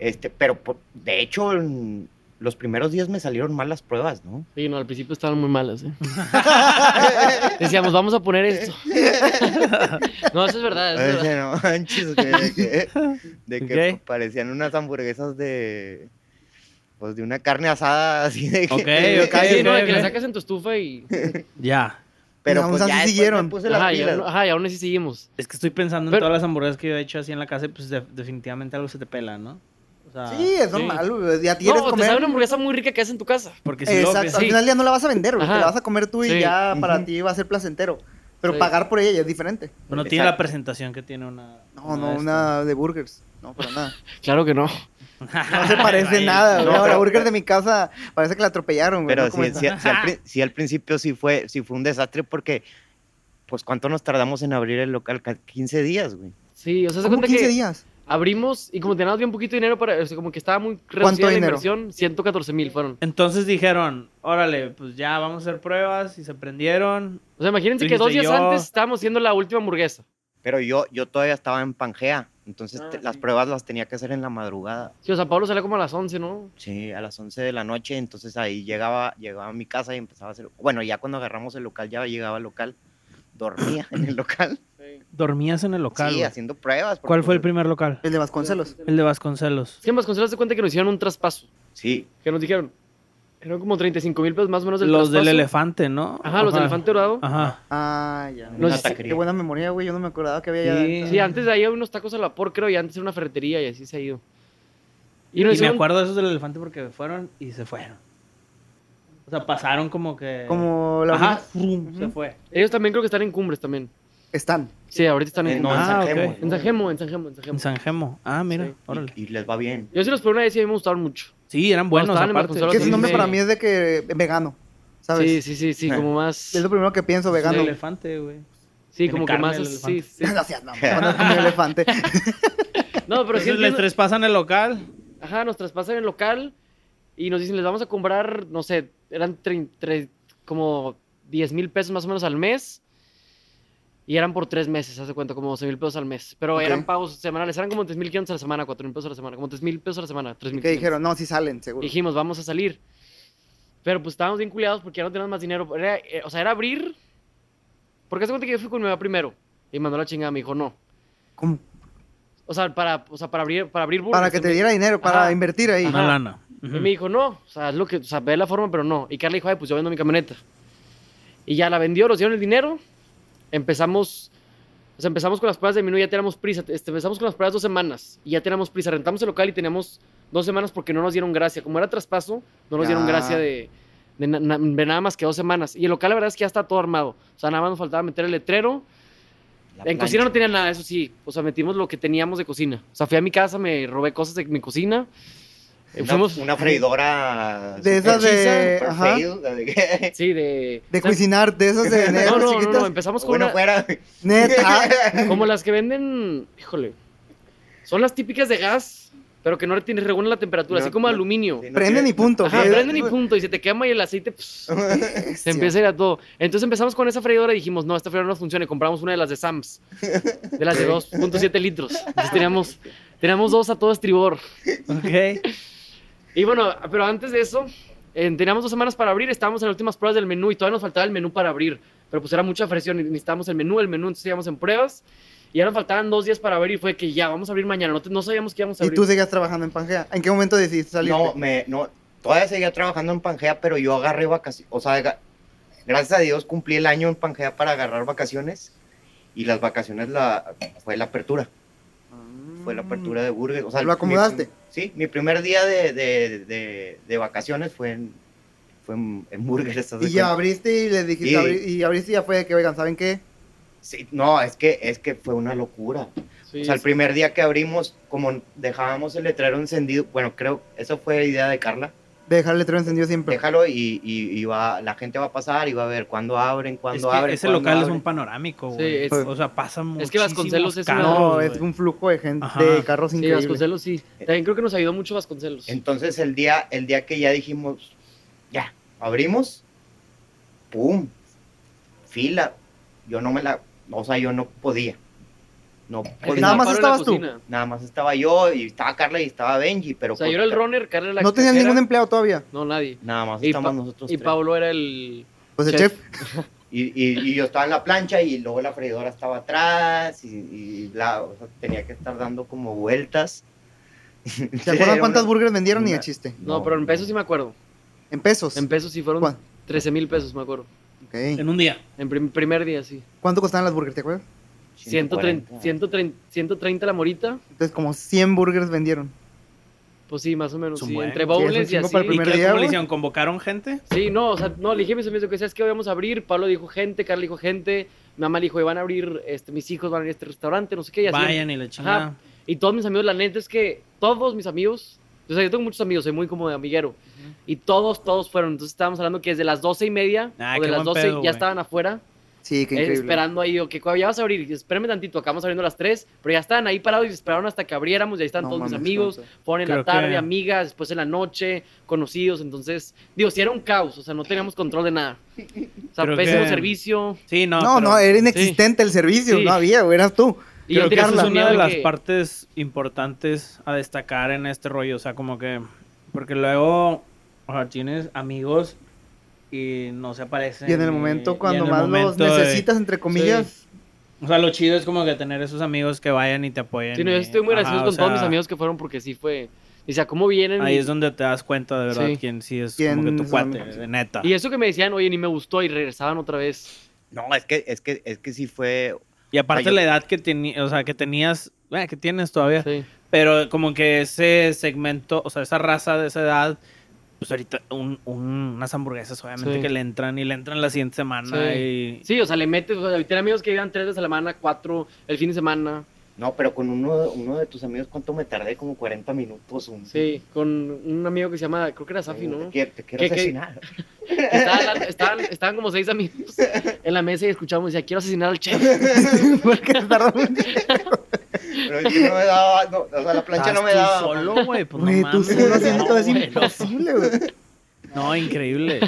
[SPEAKER 4] Este, pero por- de hecho, en los primeros días me salieron mal las pruebas, ¿no?
[SPEAKER 3] Sí, no, al principio estaban muy malas, ¿eh? Decíamos, vamos a poner esto. no, eso
[SPEAKER 2] Ah,
[SPEAKER 3] es verdad, eso es verdad.
[SPEAKER 4] Oye, no manches, güey, de que, de que
[SPEAKER 2] Ok.
[SPEAKER 4] pa- parecían unas hamburguesas de. Pues de una carne asada así de que.
[SPEAKER 2] Ok,
[SPEAKER 4] de
[SPEAKER 2] ok,
[SPEAKER 4] calle,
[SPEAKER 3] Sí, no, de que
[SPEAKER 2] ok.
[SPEAKER 3] la sacas en tu estufa y...
[SPEAKER 2] Ya.
[SPEAKER 5] Y
[SPEAKER 4] Pero
[SPEAKER 5] aún
[SPEAKER 4] pues
[SPEAKER 5] así
[SPEAKER 4] ya después
[SPEAKER 5] siguieron.
[SPEAKER 4] me puse las
[SPEAKER 3] Ajá, y,
[SPEAKER 4] pilas.
[SPEAKER 3] aún- ajá, y aún así seguimos.
[SPEAKER 2] Es que estoy pensando en
[SPEAKER 3] Pero-
[SPEAKER 2] todas las hamburguesas que yo he hecho así en la casa y pues de- definitivamente algo se te pela, ¿no? O sea,
[SPEAKER 5] Sí, es
[SPEAKER 3] sí.
[SPEAKER 5] normal, güey, ya
[SPEAKER 3] No,
[SPEAKER 5] tienes
[SPEAKER 3] o te
[SPEAKER 5] comer.
[SPEAKER 3] sabe una hamburguesa muy rica que haces en tu casa.
[SPEAKER 2] porque si lo
[SPEAKER 5] Exacto,
[SPEAKER 2] piensas-
[SPEAKER 5] al
[SPEAKER 3] sí.
[SPEAKER 5] final del día no la vas a vender, güey, te
[SPEAKER 3] Ajá.
[SPEAKER 5] la vas a comer tú y
[SPEAKER 3] Sí.
[SPEAKER 5] ya para
[SPEAKER 4] Ujú.
[SPEAKER 5] ti va a ser placentero. Pero
[SPEAKER 3] Sí.
[SPEAKER 5] pagar por ella ya es diferente.
[SPEAKER 2] no tiene la
[SPEAKER 4] Exacto.
[SPEAKER 2] presentación que tiene una.
[SPEAKER 5] No, no,
[SPEAKER 2] de
[SPEAKER 5] una de burgers. No, para nada.
[SPEAKER 3] Claro que no.
[SPEAKER 2] estas.
[SPEAKER 5] No se parece
[SPEAKER 2] Ay,
[SPEAKER 5] nada,
[SPEAKER 4] No,
[SPEAKER 5] güey. Ahora
[SPEAKER 4] pero-
[SPEAKER 5] burger de mi casa parece que la atropellaron, güey.
[SPEAKER 4] Pero
[SPEAKER 5] ¿no? Como
[SPEAKER 4] sí,
[SPEAKER 5] esa.
[SPEAKER 4] sí- sí al, pri- sí al principio sí fue, sí fue un desastre porque, pues, ¿cuánto nos tardamos en abrir el local? Ca- 15 días, güey.
[SPEAKER 3] Sí, o sea, se
[SPEAKER 5] ¿Cómo
[SPEAKER 3] cuenta
[SPEAKER 5] 15
[SPEAKER 3] que
[SPEAKER 5] días?
[SPEAKER 3] abrimos y como teníamos bien poquito dinero para... O sea, como que estaba muy
[SPEAKER 5] ¿Cuánto
[SPEAKER 3] reducida la
[SPEAKER 5] dinero?
[SPEAKER 3] inversión, 114 mil fueron.
[SPEAKER 2] Entonces dijeron, órale, pues ya vamos a hacer pruebas y se prendieron.
[SPEAKER 3] O sea, imagínense que
[SPEAKER 2] Dijiste,
[SPEAKER 3] dos días
[SPEAKER 2] yo-
[SPEAKER 3] antes estábamos haciendo la última hamburguesa.
[SPEAKER 4] Pero yo, yo todavía estaba en Pangea, entonces
[SPEAKER 3] Ah,
[SPEAKER 4] te-
[SPEAKER 3] sí.
[SPEAKER 4] las pruebas las tenía que hacer en la madrugada.
[SPEAKER 3] Sí, o sea, Pablo salió como a las 11, ¿no?
[SPEAKER 4] Sí, a las 11 de la noche, entonces ahí llegaba, llegaba a mi casa y empezaba a hacer... Bueno, ya cuando agarramos el local, ya llegaba al local, dormía en el local,
[SPEAKER 2] Dormías en el local.
[SPEAKER 4] sí,
[SPEAKER 2] güey.
[SPEAKER 4] haciendo pruebas. porque,
[SPEAKER 2] ¿Cuál fue el
[SPEAKER 4] pues,
[SPEAKER 2] primer local?
[SPEAKER 5] El de Vasconcelos.
[SPEAKER 2] El de Vasconcelos.
[SPEAKER 3] Es que en Vasconcelos se cuenta que nos hicieron un traspaso.
[SPEAKER 4] Sí,
[SPEAKER 3] Que nos dijeron, eran como 35 mil pesos más o menos del
[SPEAKER 2] Los del
[SPEAKER 3] traspaso.
[SPEAKER 2] elefante, ¿no?
[SPEAKER 3] Ajá, los del elefante dorado.
[SPEAKER 2] Ajá.
[SPEAKER 5] Ah, ya.
[SPEAKER 4] Una
[SPEAKER 5] No, sí,
[SPEAKER 4] taquería.
[SPEAKER 5] Qué buena memoria, güey. Yo no me acordaba que había ya.
[SPEAKER 2] Sí.
[SPEAKER 3] Sí, antes de ahí había unos tacos al vapor, creo, y antes era una ferretería y así se ha ido. Y, nos
[SPEAKER 2] Y me
[SPEAKER 3] hicieron-
[SPEAKER 2] acuerdo de esos del elefante porque fueron y se fueron. O sea, pasaron como que.
[SPEAKER 5] Como la
[SPEAKER 2] Ajá,
[SPEAKER 5] orina-
[SPEAKER 2] frum, se
[SPEAKER 5] Ujú.
[SPEAKER 2] fue.
[SPEAKER 3] Ellos también creo que están en cumbres también.
[SPEAKER 5] Están.
[SPEAKER 3] Sí, ahorita están en
[SPEAKER 4] eh, no,
[SPEAKER 3] cumbres.
[SPEAKER 4] en San
[SPEAKER 2] Ah,
[SPEAKER 4] Gemo,
[SPEAKER 2] ok.
[SPEAKER 4] ¿no?
[SPEAKER 3] En San Gemo, en San Gemo, en San Gemo.
[SPEAKER 2] En San Gemo. Ah, mira,
[SPEAKER 3] Sí.
[SPEAKER 2] órale.
[SPEAKER 4] Y, y les va bien.
[SPEAKER 3] Yo sí los probé una vez y a mí me gustaron mucho.
[SPEAKER 2] Sí, eran buenos
[SPEAKER 3] estaban en
[SPEAKER 2] aparte.
[SPEAKER 3] Vasconcelos
[SPEAKER 5] Que ese
[SPEAKER 3] sí
[SPEAKER 5] nombre
[SPEAKER 3] me-
[SPEAKER 5] para mí es de que vegano, ¿sabes?
[SPEAKER 3] Sí, sí, sí, sí,
[SPEAKER 4] Eh.
[SPEAKER 3] como más...
[SPEAKER 5] Es lo primero que pienso,
[SPEAKER 2] El
[SPEAKER 5] vegano.
[SPEAKER 2] elefante, güey.
[SPEAKER 3] Sí,
[SPEAKER 2] Tiene
[SPEAKER 3] como que
[SPEAKER 2] carne
[SPEAKER 3] más...
[SPEAKER 2] el
[SPEAKER 3] es- Sí, sí.
[SPEAKER 5] No seas, no, cuando es como un elefante.
[SPEAKER 3] No, pero
[SPEAKER 2] Entonces les
[SPEAKER 3] sí entiendo-
[SPEAKER 2] traspasan el local.
[SPEAKER 3] Ajá, nos traspasan el local y nos dicen, les vamos a comprar, no sé, eran trein- tre- como 10 mil pesos más o menos al mes. Y eran por tres meses, hace cuenta, como 12 mil pesos al mes. Pero
[SPEAKER 5] Ok.
[SPEAKER 3] eran pagos semanales, eran como 3 mil a la semana, 4 mil pesos a la semana, como 3 mil pesos a la semana, 3
[SPEAKER 5] Y
[SPEAKER 3] mil
[SPEAKER 5] que dijeron, no, sí salen, seguro.
[SPEAKER 3] Dijimos, vamos a salir. Pero pues estábamos bien culiados porque ya no teníamos más dinero. Era, eh, o sea, era abrir. Porque hace cuenta que yo fui con mi mamá primero. Y me mandó la chingada, me dijo, no.
[SPEAKER 5] ¿Cómo?
[SPEAKER 3] O sea, para, o sea, para abrir, para abrir
[SPEAKER 5] Para
[SPEAKER 3] burgers,
[SPEAKER 5] que te
[SPEAKER 3] me-
[SPEAKER 5] diera dinero, para
[SPEAKER 3] Ajá.
[SPEAKER 5] invertir ahí.
[SPEAKER 3] Ajá.
[SPEAKER 2] Una lana.
[SPEAKER 3] y
[SPEAKER 2] Ujú.
[SPEAKER 3] me dijo, no, o sea, es lo que, o sea, ve la forma, pero no. Y Carla dijo, ay, pues yo vendo mi camioneta. Y ya la vendió, nos dieron el dinero. Empezamos, o sea, empezamos con las pruebas de menú y ya teníamos prisa. Este, empezamos con las pruebas dos semanas y ya teníamos prisa. Rentamos el local y teníamos dos semanas porque no nos dieron gracia. Como era traspaso, no nos dieron
[SPEAKER 5] Ya.
[SPEAKER 3] gracia de, de na- na- de nada más que dos semanas. Y el local, la verdad es que ya está todo armado. O sea, nada más nos faltaba meter el letrero.
[SPEAKER 4] La
[SPEAKER 3] en cocina no
[SPEAKER 4] plancha.
[SPEAKER 3] tenía nada, eso sí. O sea, metimos lo que teníamos de cocina. O sea, fui a mi casa, me robé cosas de mi cocina. Eh,
[SPEAKER 4] Una,
[SPEAKER 3] fuimos-
[SPEAKER 4] una freidora...
[SPEAKER 5] De esas de-
[SPEAKER 4] superhechiza, super
[SPEAKER 5] ajá.
[SPEAKER 4] fail, de que-
[SPEAKER 3] Sí, de.
[SPEAKER 5] De
[SPEAKER 3] o sea,
[SPEAKER 5] cocinar, de esas de
[SPEAKER 3] No,
[SPEAKER 5] negras
[SPEAKER 3] no, no,
[SPEAKER 5] chiquitas.
[SPEAKER 3] no, empezamos con
[SPEAKER 4] Bueno,
[SPEAKER 3] una-
[SPEAKER 4] fuera.
[SPEAKER 5] Neta. ah,
[SPEAKER 3] como las que venden, híjole, son las típicas de gas, pero que no tienen regulan la temperatura,
[SPEAKER 4] No,
[SPEAKER 3] así como
[SPEAKER 4] no,
[SPEAKER 3] aluminio.
[SPEAKER 4] sí, no
[SPEAKER 5] Prenden
[SPEAKER 4] tiene-
[SPEAKER 5] y punto.
[SPEAKER 3] Ajá,
[SPEAKER 5] güey.
[SPEAKER 3] prenden y punto, y se te quema y el aceite pues, se empieza a ir a todo. Entonces empezamos con esa freidora y dijimos, no, esta freidora no funciona, y compramos una de las de Sams, de las de 2.7 litros. Entonces teníamos, teníamos dos a todo estribor.
[SPEAKER 2] Ok.
[SPEAKER 3] Y bueno, pero antes de eso, eh, teníamos dos semanas para abrir, estábamos en las últimas pruebas del menú y todavía nos faltaba el menú para abrir. Pero pues era mucha presión y necesitábamos el menú, el menú, entonces íbamos en pruebas. Y ya nos faltaban dos días para abrir y fue que ya, vamos a abrir mañana. No, te- no sabíamos que íbamos a
[SPEAKER 5] Y
[SPEAKER 3] abrir.
[SPEAKER 5] tú seguías trabajando en Pangea. ¿En qué momento decidiste salir?
[SPEAKER 4] No, me, no, todavía seguía trabajando en Pangea, pero yo agarré vacaciones, o sea, ga- gracias a Dios cumplí el año en Pangea para agarrar vacaciones y las vacaciones la, fue la apertura, fue la apertura de Burger. O sea,
[SPEAKER 5] Mm. ¿Lo
[SPEAKER 4] mi-
[SPEAKER 5] acomodaste?
[SPEAKER 4] sí, mi primer día de, de- de- de vacaciones fue en, fue en, en Burger. ¿estás de
[SPEAKER 5] Y ya
[SPEAKER 4] acuerdo?
[SPEAKER 5] abriste y les dijiste,
[SPEAKER 4] Y-
[SPEAKER 5] abri- y abriste y ya fue de que, oigan, ¿saben qué?
[SPEAKER 4] Sí, no, es que, es que fue una locura.
[SPEAKER 3] Sí,
[SPEAKER 4] O sea, el
[SPEAKER 3] sí.
[SPEAKER 4] primer día que abrimos, como dejábamos el letrero encendido, bueno, creo, eso fue idea de Carla.
[SPEAKER 5] De dejar el letrero encendido siempre.
[SPEAKER 4] déjalo y, y- y va, la gente va a pasar y va a ver cuándo abren, cuándo
[SPEAKER 2] Es que
[SPEAKER 4] abren.
[SPEAKER 2] ese
[SPEAKER 4] cuándo
[SPEAKER 2] local es
[SPEAKER 4] abren.
[SPEAKER 2] un panorámico,
[SPEAKER 3] Sí,
[SPEAKER 2] güey.
[SPEAKER 3] es-
[SPEAKER 2] o sea, pasa
[SPEAKER 3] es que Vasconcelos es una-
[SPEAKER 5] No,
[SPEAKER 3] Carros,
[SPEAKER 5] es un flujo de gente,
[SPEAKER 2] Ajá.
[SPEAKER 5] de carros
[SPEAKER 3] Sí,
[SPEAKER 5] increíble. Eh,
[SPEAKER 3] Vasconcelos sí. También creo que nos ayudó mucho Vasconcelos.
[SPEAKER 4] Entonces el día, el día que ya dijimos, ya, abrimos, ¡pum! Fila. Yo no me la, o sea, yo no podía. No,
[SPEAKER 3] El
[SPEAKER 4] pues
[SPEAKER 3] que
[SPEAKER 4] nada
[SPEAKER 5] nada
[SPEAKER 3] se
[SPEAKER 5] más
[SPEAKER 4] más,
[SPEAKER 3] paró en
[SPEAKER 5] estabas
[SPEAKER 3] la
[SPEAKER 5] tú.
[SPEAKER 3] cocina.
[SPEAKER 4] nada más estaba yo y estaba Carla y estaba Benji, pero
[SPEAKER 3] O sea,
[SPEAKER 4] pues,
[SPEAKER 3] yo era el runner, Carla era la
[SPEAKER 5] No tenías
[SPEAKER 3] cajera.
[SPEAKER 5] ningún em-? empleado todavía.
[SPEAKER 3] No, nadie.
[SPEAKER 4] nada más
[SPEAKER 3] Y
[SPEAKER 4] estamos
[SPEAKER 3] Pa-
[SPEAKER 4] nosotros
[SPEAKER 3] Y
[SPEAKER 4] tres.
[SPEAKER 3] Pablo era el...
[SPEAKER 5] Pues el
[SPEAKER 3] Chef.
[SPEAKER 5] chef.
[SPEAKER 4] Y, y- y yo estaba en la plancha y luego la freidora estaba atrás y, y la, o sea, tenía que estar dando como vueltas.
[SPEAKER 5] ¿Se acuerdan cuántas burgers vendieron? Ni
[SPEAKER 4] una-
[SPEAKER 5] de chiste.
[SPEAKER 3] No, pero en pesos sí me acuerdo.
[SPEAKER 5] En pesos.
[SPEAKER 3] En pesos sí fueron
[SPEAKER 5] ¿Cuál?
[SPEAKER 3] 13 mil pesos, me acuerdo.
[SPEAKER 5] Ok.
[SPEAKER 2] En un día.
[SPEAKER 3] En prim- primer día, sí.
[SPEAKER 5] ¿Cuánto costaban las burgers, te acuerdas?
[SPEAKER 3] 130, 130, 130 la morita,
[SPEAKER 5] Entonces, como 100 burgers vendieron.
[SPEAKER 3] pues sí, más o menos.
[SPEAKER 2] Es un
[SPEAKER 3] Sí,
[SPEAKER 2] buen,
[SPEAKER 3] entre
[SPEAKER 2] güey.
[SPEAKER 5] Sí, es un
[SPEAKER 3] bowls y
[SPEAKER 5] chingo
[SPEAKER 3] así.
[SPEAKER 5] para el
[SPEAKER 2] ¿Y
[SPEAKER 5] primer
[SPEAKER 2] qué,
[SPEAKER 5] día,
[SPEAKER 2] cómo le
[SPEAKER 5] güey.
[SPEAKER 2] hicieron? ¿Convocaron gente?
[SPEAKER 3] Sí, no, o sea, no, le dije a mis amigos que sabes que vamos a abrir, Pablo dijo gente, Carla dijo gente, mi mamá le dijo, "Y van a abrir, este, mis hijos van a ir a este restaurante, no sé qué, y así.
[SPEAKER 2] Vayan y la chingada.
[SPEAKER 3] Y todos mis amigos, la neta es que todos mis amigos, o sea, yo tengo muchos amigos, soy muy como de amiguero, y todos, todos fueron, entonces estábamos hablando que desde las doce y media,
[SPEAKER 2] Ah,
[SPEAKER 3] o de
[SPEAKER 2] qué
[SPEAKER 3] las
[SPEAKER 2] buen
[SPEAKER 3] 12
[SPEAKER 2] pedo,
[SPEAKER 3] ya
[SPEAKER 2] güey.
[SPEAKER 3] estaban afuera,
[SPEAKER 5] Sí, qué
[SPEAKER 3] eh,
[SPEAKER 5] increíble.
[SPEAKER 3] esperando ahí, o que cuando ya vas a abrir, espérame tantito, acabamos abriendo a las 3, pero ya estaban ahí parados y esperaron hasta que abriéramos, y ahí están
[SPEAKER 5] No
[SPEAKER 3] todos mis
[SPEAKER 5] mames,
[SPEAKER 3] amigos,
[SPEAKER 5] tonto.
[SPEAKER 3] fueron en la
[SPEAKER 2] Creo
[SPEAKER 3] tarde,
[SPEAKER 2] que-
[SPEAKER 3] amigas, después en la noche, conocidos, entonces, digo, si era un caos, o sea, no teníamos control de nada. O sea,
[SPEAKER 2] Creo
[SPEAKER 3] pésimo
[SPEAKER 2] que-
[SPEAKER 3] servicio,
[SPEAKER 2] Sí, no.
[SPEAKER 5] No,
[SPEAKER 2] pero-
[SPEAKER 5] no, era inexistente el servicio.
[SPEAKER 3] Sí.
[SPEAKER 5] No había, güey, eras tú.
[SPEAKER 3] y
[SPEAKER 2] creo
[SPEAKER 3] yo
[SPEAKER 2] que
[SPEAKER 3] tenía
[SPEAKER 2] esa es
[SPEAKER 3] mucho
[SPEAKER 2] una
[SPEAKER 3] miedo
[SPEAKER 2] de
[SPEAKER 3] de
[SPEAKER 2] las
[SPEAKER 3] que-
[SPEAKER 2] partes importantes a destacar en este rollo. O sea, como que. Porque luego. O sea, tienes amigos y no se aparecen.
[SPEAKER 5] Y en el
[SPEAKER 2] y
[SPEAKER 5] momento,
[SPEAKER 2] en
[SPEAKER 5] cuando
[SPEAKER 2] el
[SPEAKER 5] más
[SPEAKER 2] momento de-
[SPEAKER 5] los necesitas, entre comillas,
[SPEAKER 2] O sea, lo chido es como que tener esos amigos que vayan y te apoyen.
[SPEAKER 3] Sí, no,
[SPEAKER 2] y-
[SPEAKER 3] yo estoy muy
[SPEAKER 2] ajá,
[SPEAKER 3] gracioso
[SPEAKER 2] o
[SPEAKER 3] con todos
[SPEAKER 2] sea,
[SPEAKER 3] mis amigos que fueron porque sí fue. O sea, ¿cómo vienen?
[SPEAKER 2] Ahí
[SPEAKER 3] Y-
[SPEAKER 2] es donde te das cuenta de verdad
[SPEAKER 3] Sí.
[SPEAKER 2] quién sí es
[SPEAKER 5] ¿Quién
[SPEAKER 2] como que tu
[SPEAKER 5] es
[SPEAKER 2] cuate,
[SPEAKER 5] amigo?
[SPEAKER 2] de neta.
[SPEAKER 3] Y eso que me decían, oye, ni me gustó y regresaban otra vez.
[SPEAKER 4] No, es que, es que, es que sí fue.
[SPEAKER 2] Y aparte
[SPEAKER 4] Ay, yo-
[SPEAKER 2] la edad que, teni- o sea, que tenías, bueno, que tienes todavía,
[SPEAKER 3] Sí.
[SPEAKER 2] pero como que ese segmento, o sea, esa raza de esa edad, pues ahorita un- un- unas hamburguesas obviamente
[SPEAKER 3] Sí.
[SPEAKER 2] que le entran y le entran la siguiente semana y...
[SPEAKER 3] Sí, o sea, le metes, o sea, tenía amigos que iban tres de semana, cuatro, el fin de semana.
[SPEAKER 4] No, pero con uno, uno de tus amigos, ¿cuánto me tardé? Como 40 minutos. Un,
[SPEAKER 3] Sí, con un amigo que se llama, creo que era Safi,
[SPEAKER 4] Te
[SPEAKER 3] ¿no?
[SPEAKER 4] quiero, te quiero
[SPEAKER 3] ¿Qué, qué?
[SPEAKER 4] asesinar.
[SPEAKER 3] Que estaba hablando- Estaban, estaban como seis amigos en la mesa y escuchamos, decía, quiero asesinar al chef.
[SPEAKER 5] porque tardaron-
[SPEAKER 4] Pero es que no me daba. no, o sea, la plancha no me
[SPEAKER 2] ¿Estás
[SPEAKER 4] daba.
[SPEAKER 2] tú solo, güey, pues
[SPEAKER 5] Güey,
[SPEAKER 2] no
[SPEAKER 5] tú
[SPEAKER 2] mames.
[SPEAKER 5] solo haciendo
[SPEAKER 2] No,
[SPEAKER 5] todo es
[SPEAKER 2] güey, no.
[SPEAKER 5] imposible, güey.
[SPEAKER 2] No, increíble.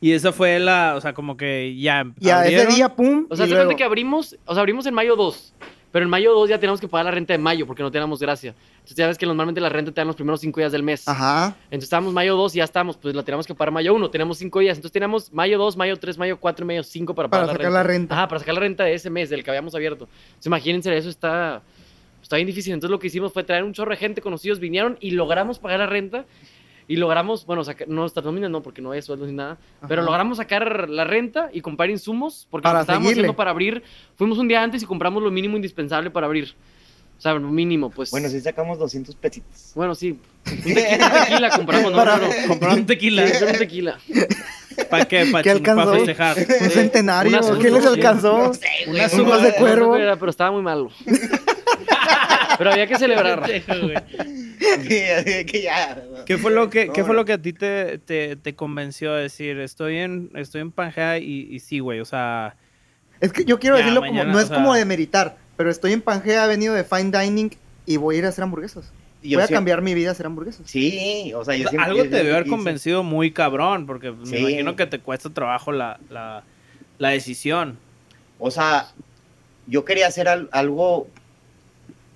[SPEAKER 2] Y esa fue la, o sea, como que ya.
[SPEAKER 5] Ya, ese
[SPEAKER 2] abrieron.
[SPEAKER 5] día, pum.
[SPEAKER 3] O sea,
[SPEAKER 5] y
[SPEAKER 3] se
[SPEAKER 5] luego-
[SPEAKER 3] cuenta que abrimos, o sea, abrimos en mayo 2, pero en mayo 2 ya tenemos que pagar la renta de mayo porque no teníamos gracia. Entonces ya ves que normalmente la renta te dan los primeros cinco días del mes.
[SPEAKER 5] Ajá.
[SPEAKER 3] Entonces estábamos mayo 2 y ya estábamos, pues la teníamos que pagar mayo 1, tenemos 5 días. Entonces teníamos mayo 2, mayo 3, mayo 4 y mayo 5 para
[SPEAKER 5] Para
[SPEAKER 3] pagar
[SPEAKER 5] sacar
[SPEAKER 3] la
[SPEAKER 5] la
[SPEAKER 3] renta.
[SPEAKER 5] renta.
[SPEAKER 3] Ajá, para sacar la renta de ese mes, del que habíamos abierto. Entonces imagínense, eso está, está bien difícil. Entonces lo que hicimos fue traer un chorro de gente, conocidos vinieron y logramos pagar la renta. Y logramos, bueno, sacar, no nuestras nóminas no, porque no hay sueldos ni nada, Ah, pero
[SPEAKER 5] Ajá.
[SPEAKER 3] logramos sacar la renta y comprar insumos, porque lo
[SPEAKER 5] Para
[SPEAKER 3] que estábamos
[SPEAKER 5] seguirle.
[SPEAKER 3] haciendo para abrir, fuimos un día antes y compramos lo mínimo indispensable para abrir. O sea, lo mínimo, pues.
[SPEAKER 4] Bueno, sí sacamos 200 pesitos.
[SPEAKER 3] Bueno, sí. Un tequila, un tequila compramos, no,
[SPEAKER 5] Para-
[SPEAKER 3] pero-
[SPEAKER 2] Compraron tequila.
[SPEAKER 3] Sí, un tequila.
[SPEAKER 2] ¿Para qué? ¿Para
[SPEAKER 5] ¿Qué alcanzó?
[SPEAKER 2] festejar.
[SPEAKER 5] Un
[SPEAKER 3] Sí,
[SPEAKER 5] centenario.
[SPEAKER 3] unas
[SPEAKER 5] ¿Qué les
[SPEAKER 3] uvas,
[SPEAKER 5] alcanzó?
[SPEAKER 2] Unas
[SPEAKER 5] Un
[SPEAKER 2] uvas
[SPEAKER 5] gol de
[SPEAKER 2] de-
[SPEAKER 5] cuervo.
[SPEAKER 3] No sé qué era, pero estaba muy malo. pero había que celebrar.
[SPEAKER 4] Sí, así de que ya.
[SPEAKER 2] ¿Qué fue lo que,
[SPEAKER 4] No,
[SPEAKER 2] qué fue
[SPEAKER 4] no.
[SPEAKER 2] lo que a ti te, te, te convenció a decir, estoy en, estoy en Pangea y, y sí, güey, o sea,
[SPEAKER 5] Es que yo quiero
[SPEAKER 2] Ya,
[SPEAKER 5] decirlo
[SPEAKER 2] mañana,
[SPEAKER 5] como, no
[SPEAKER 2] o
[SPEAKER 5] es
[SPEAKER 2] sea-
[SPEAKER 5] como de meritar, pero estoy en Pangea, he venido de Fine Dining y voy a ir a hacer hamburguesas.
[SPEAKER 4] Y yo
[SPEAKER 5] voy a
[SPEAKER 4] sí-
[SPEAKER 5] cambiar mi vida a hacer hamburguesas.
[SPEAKER 4] Sí, o sea, yo
[SPEAKER 2] o sea,
[SPEAKER 4] siempre-
[SPEAKER 2] algo
[SPEAKER 4] yo
[SPEAKER 2] te debió
[SPEAKER 4] siempre
[SPEAKER 2] haber
[SPEAKER 4] quise.
[SPEAKER 2] convencido muy cabrón, porque me
[SPEAKER 4] Sí.
[SPEAKER 2] imagino que te cuesta trabajo la, la, la decisión.
[SPEAKER 4] O sea, yo quería hacer al- algo,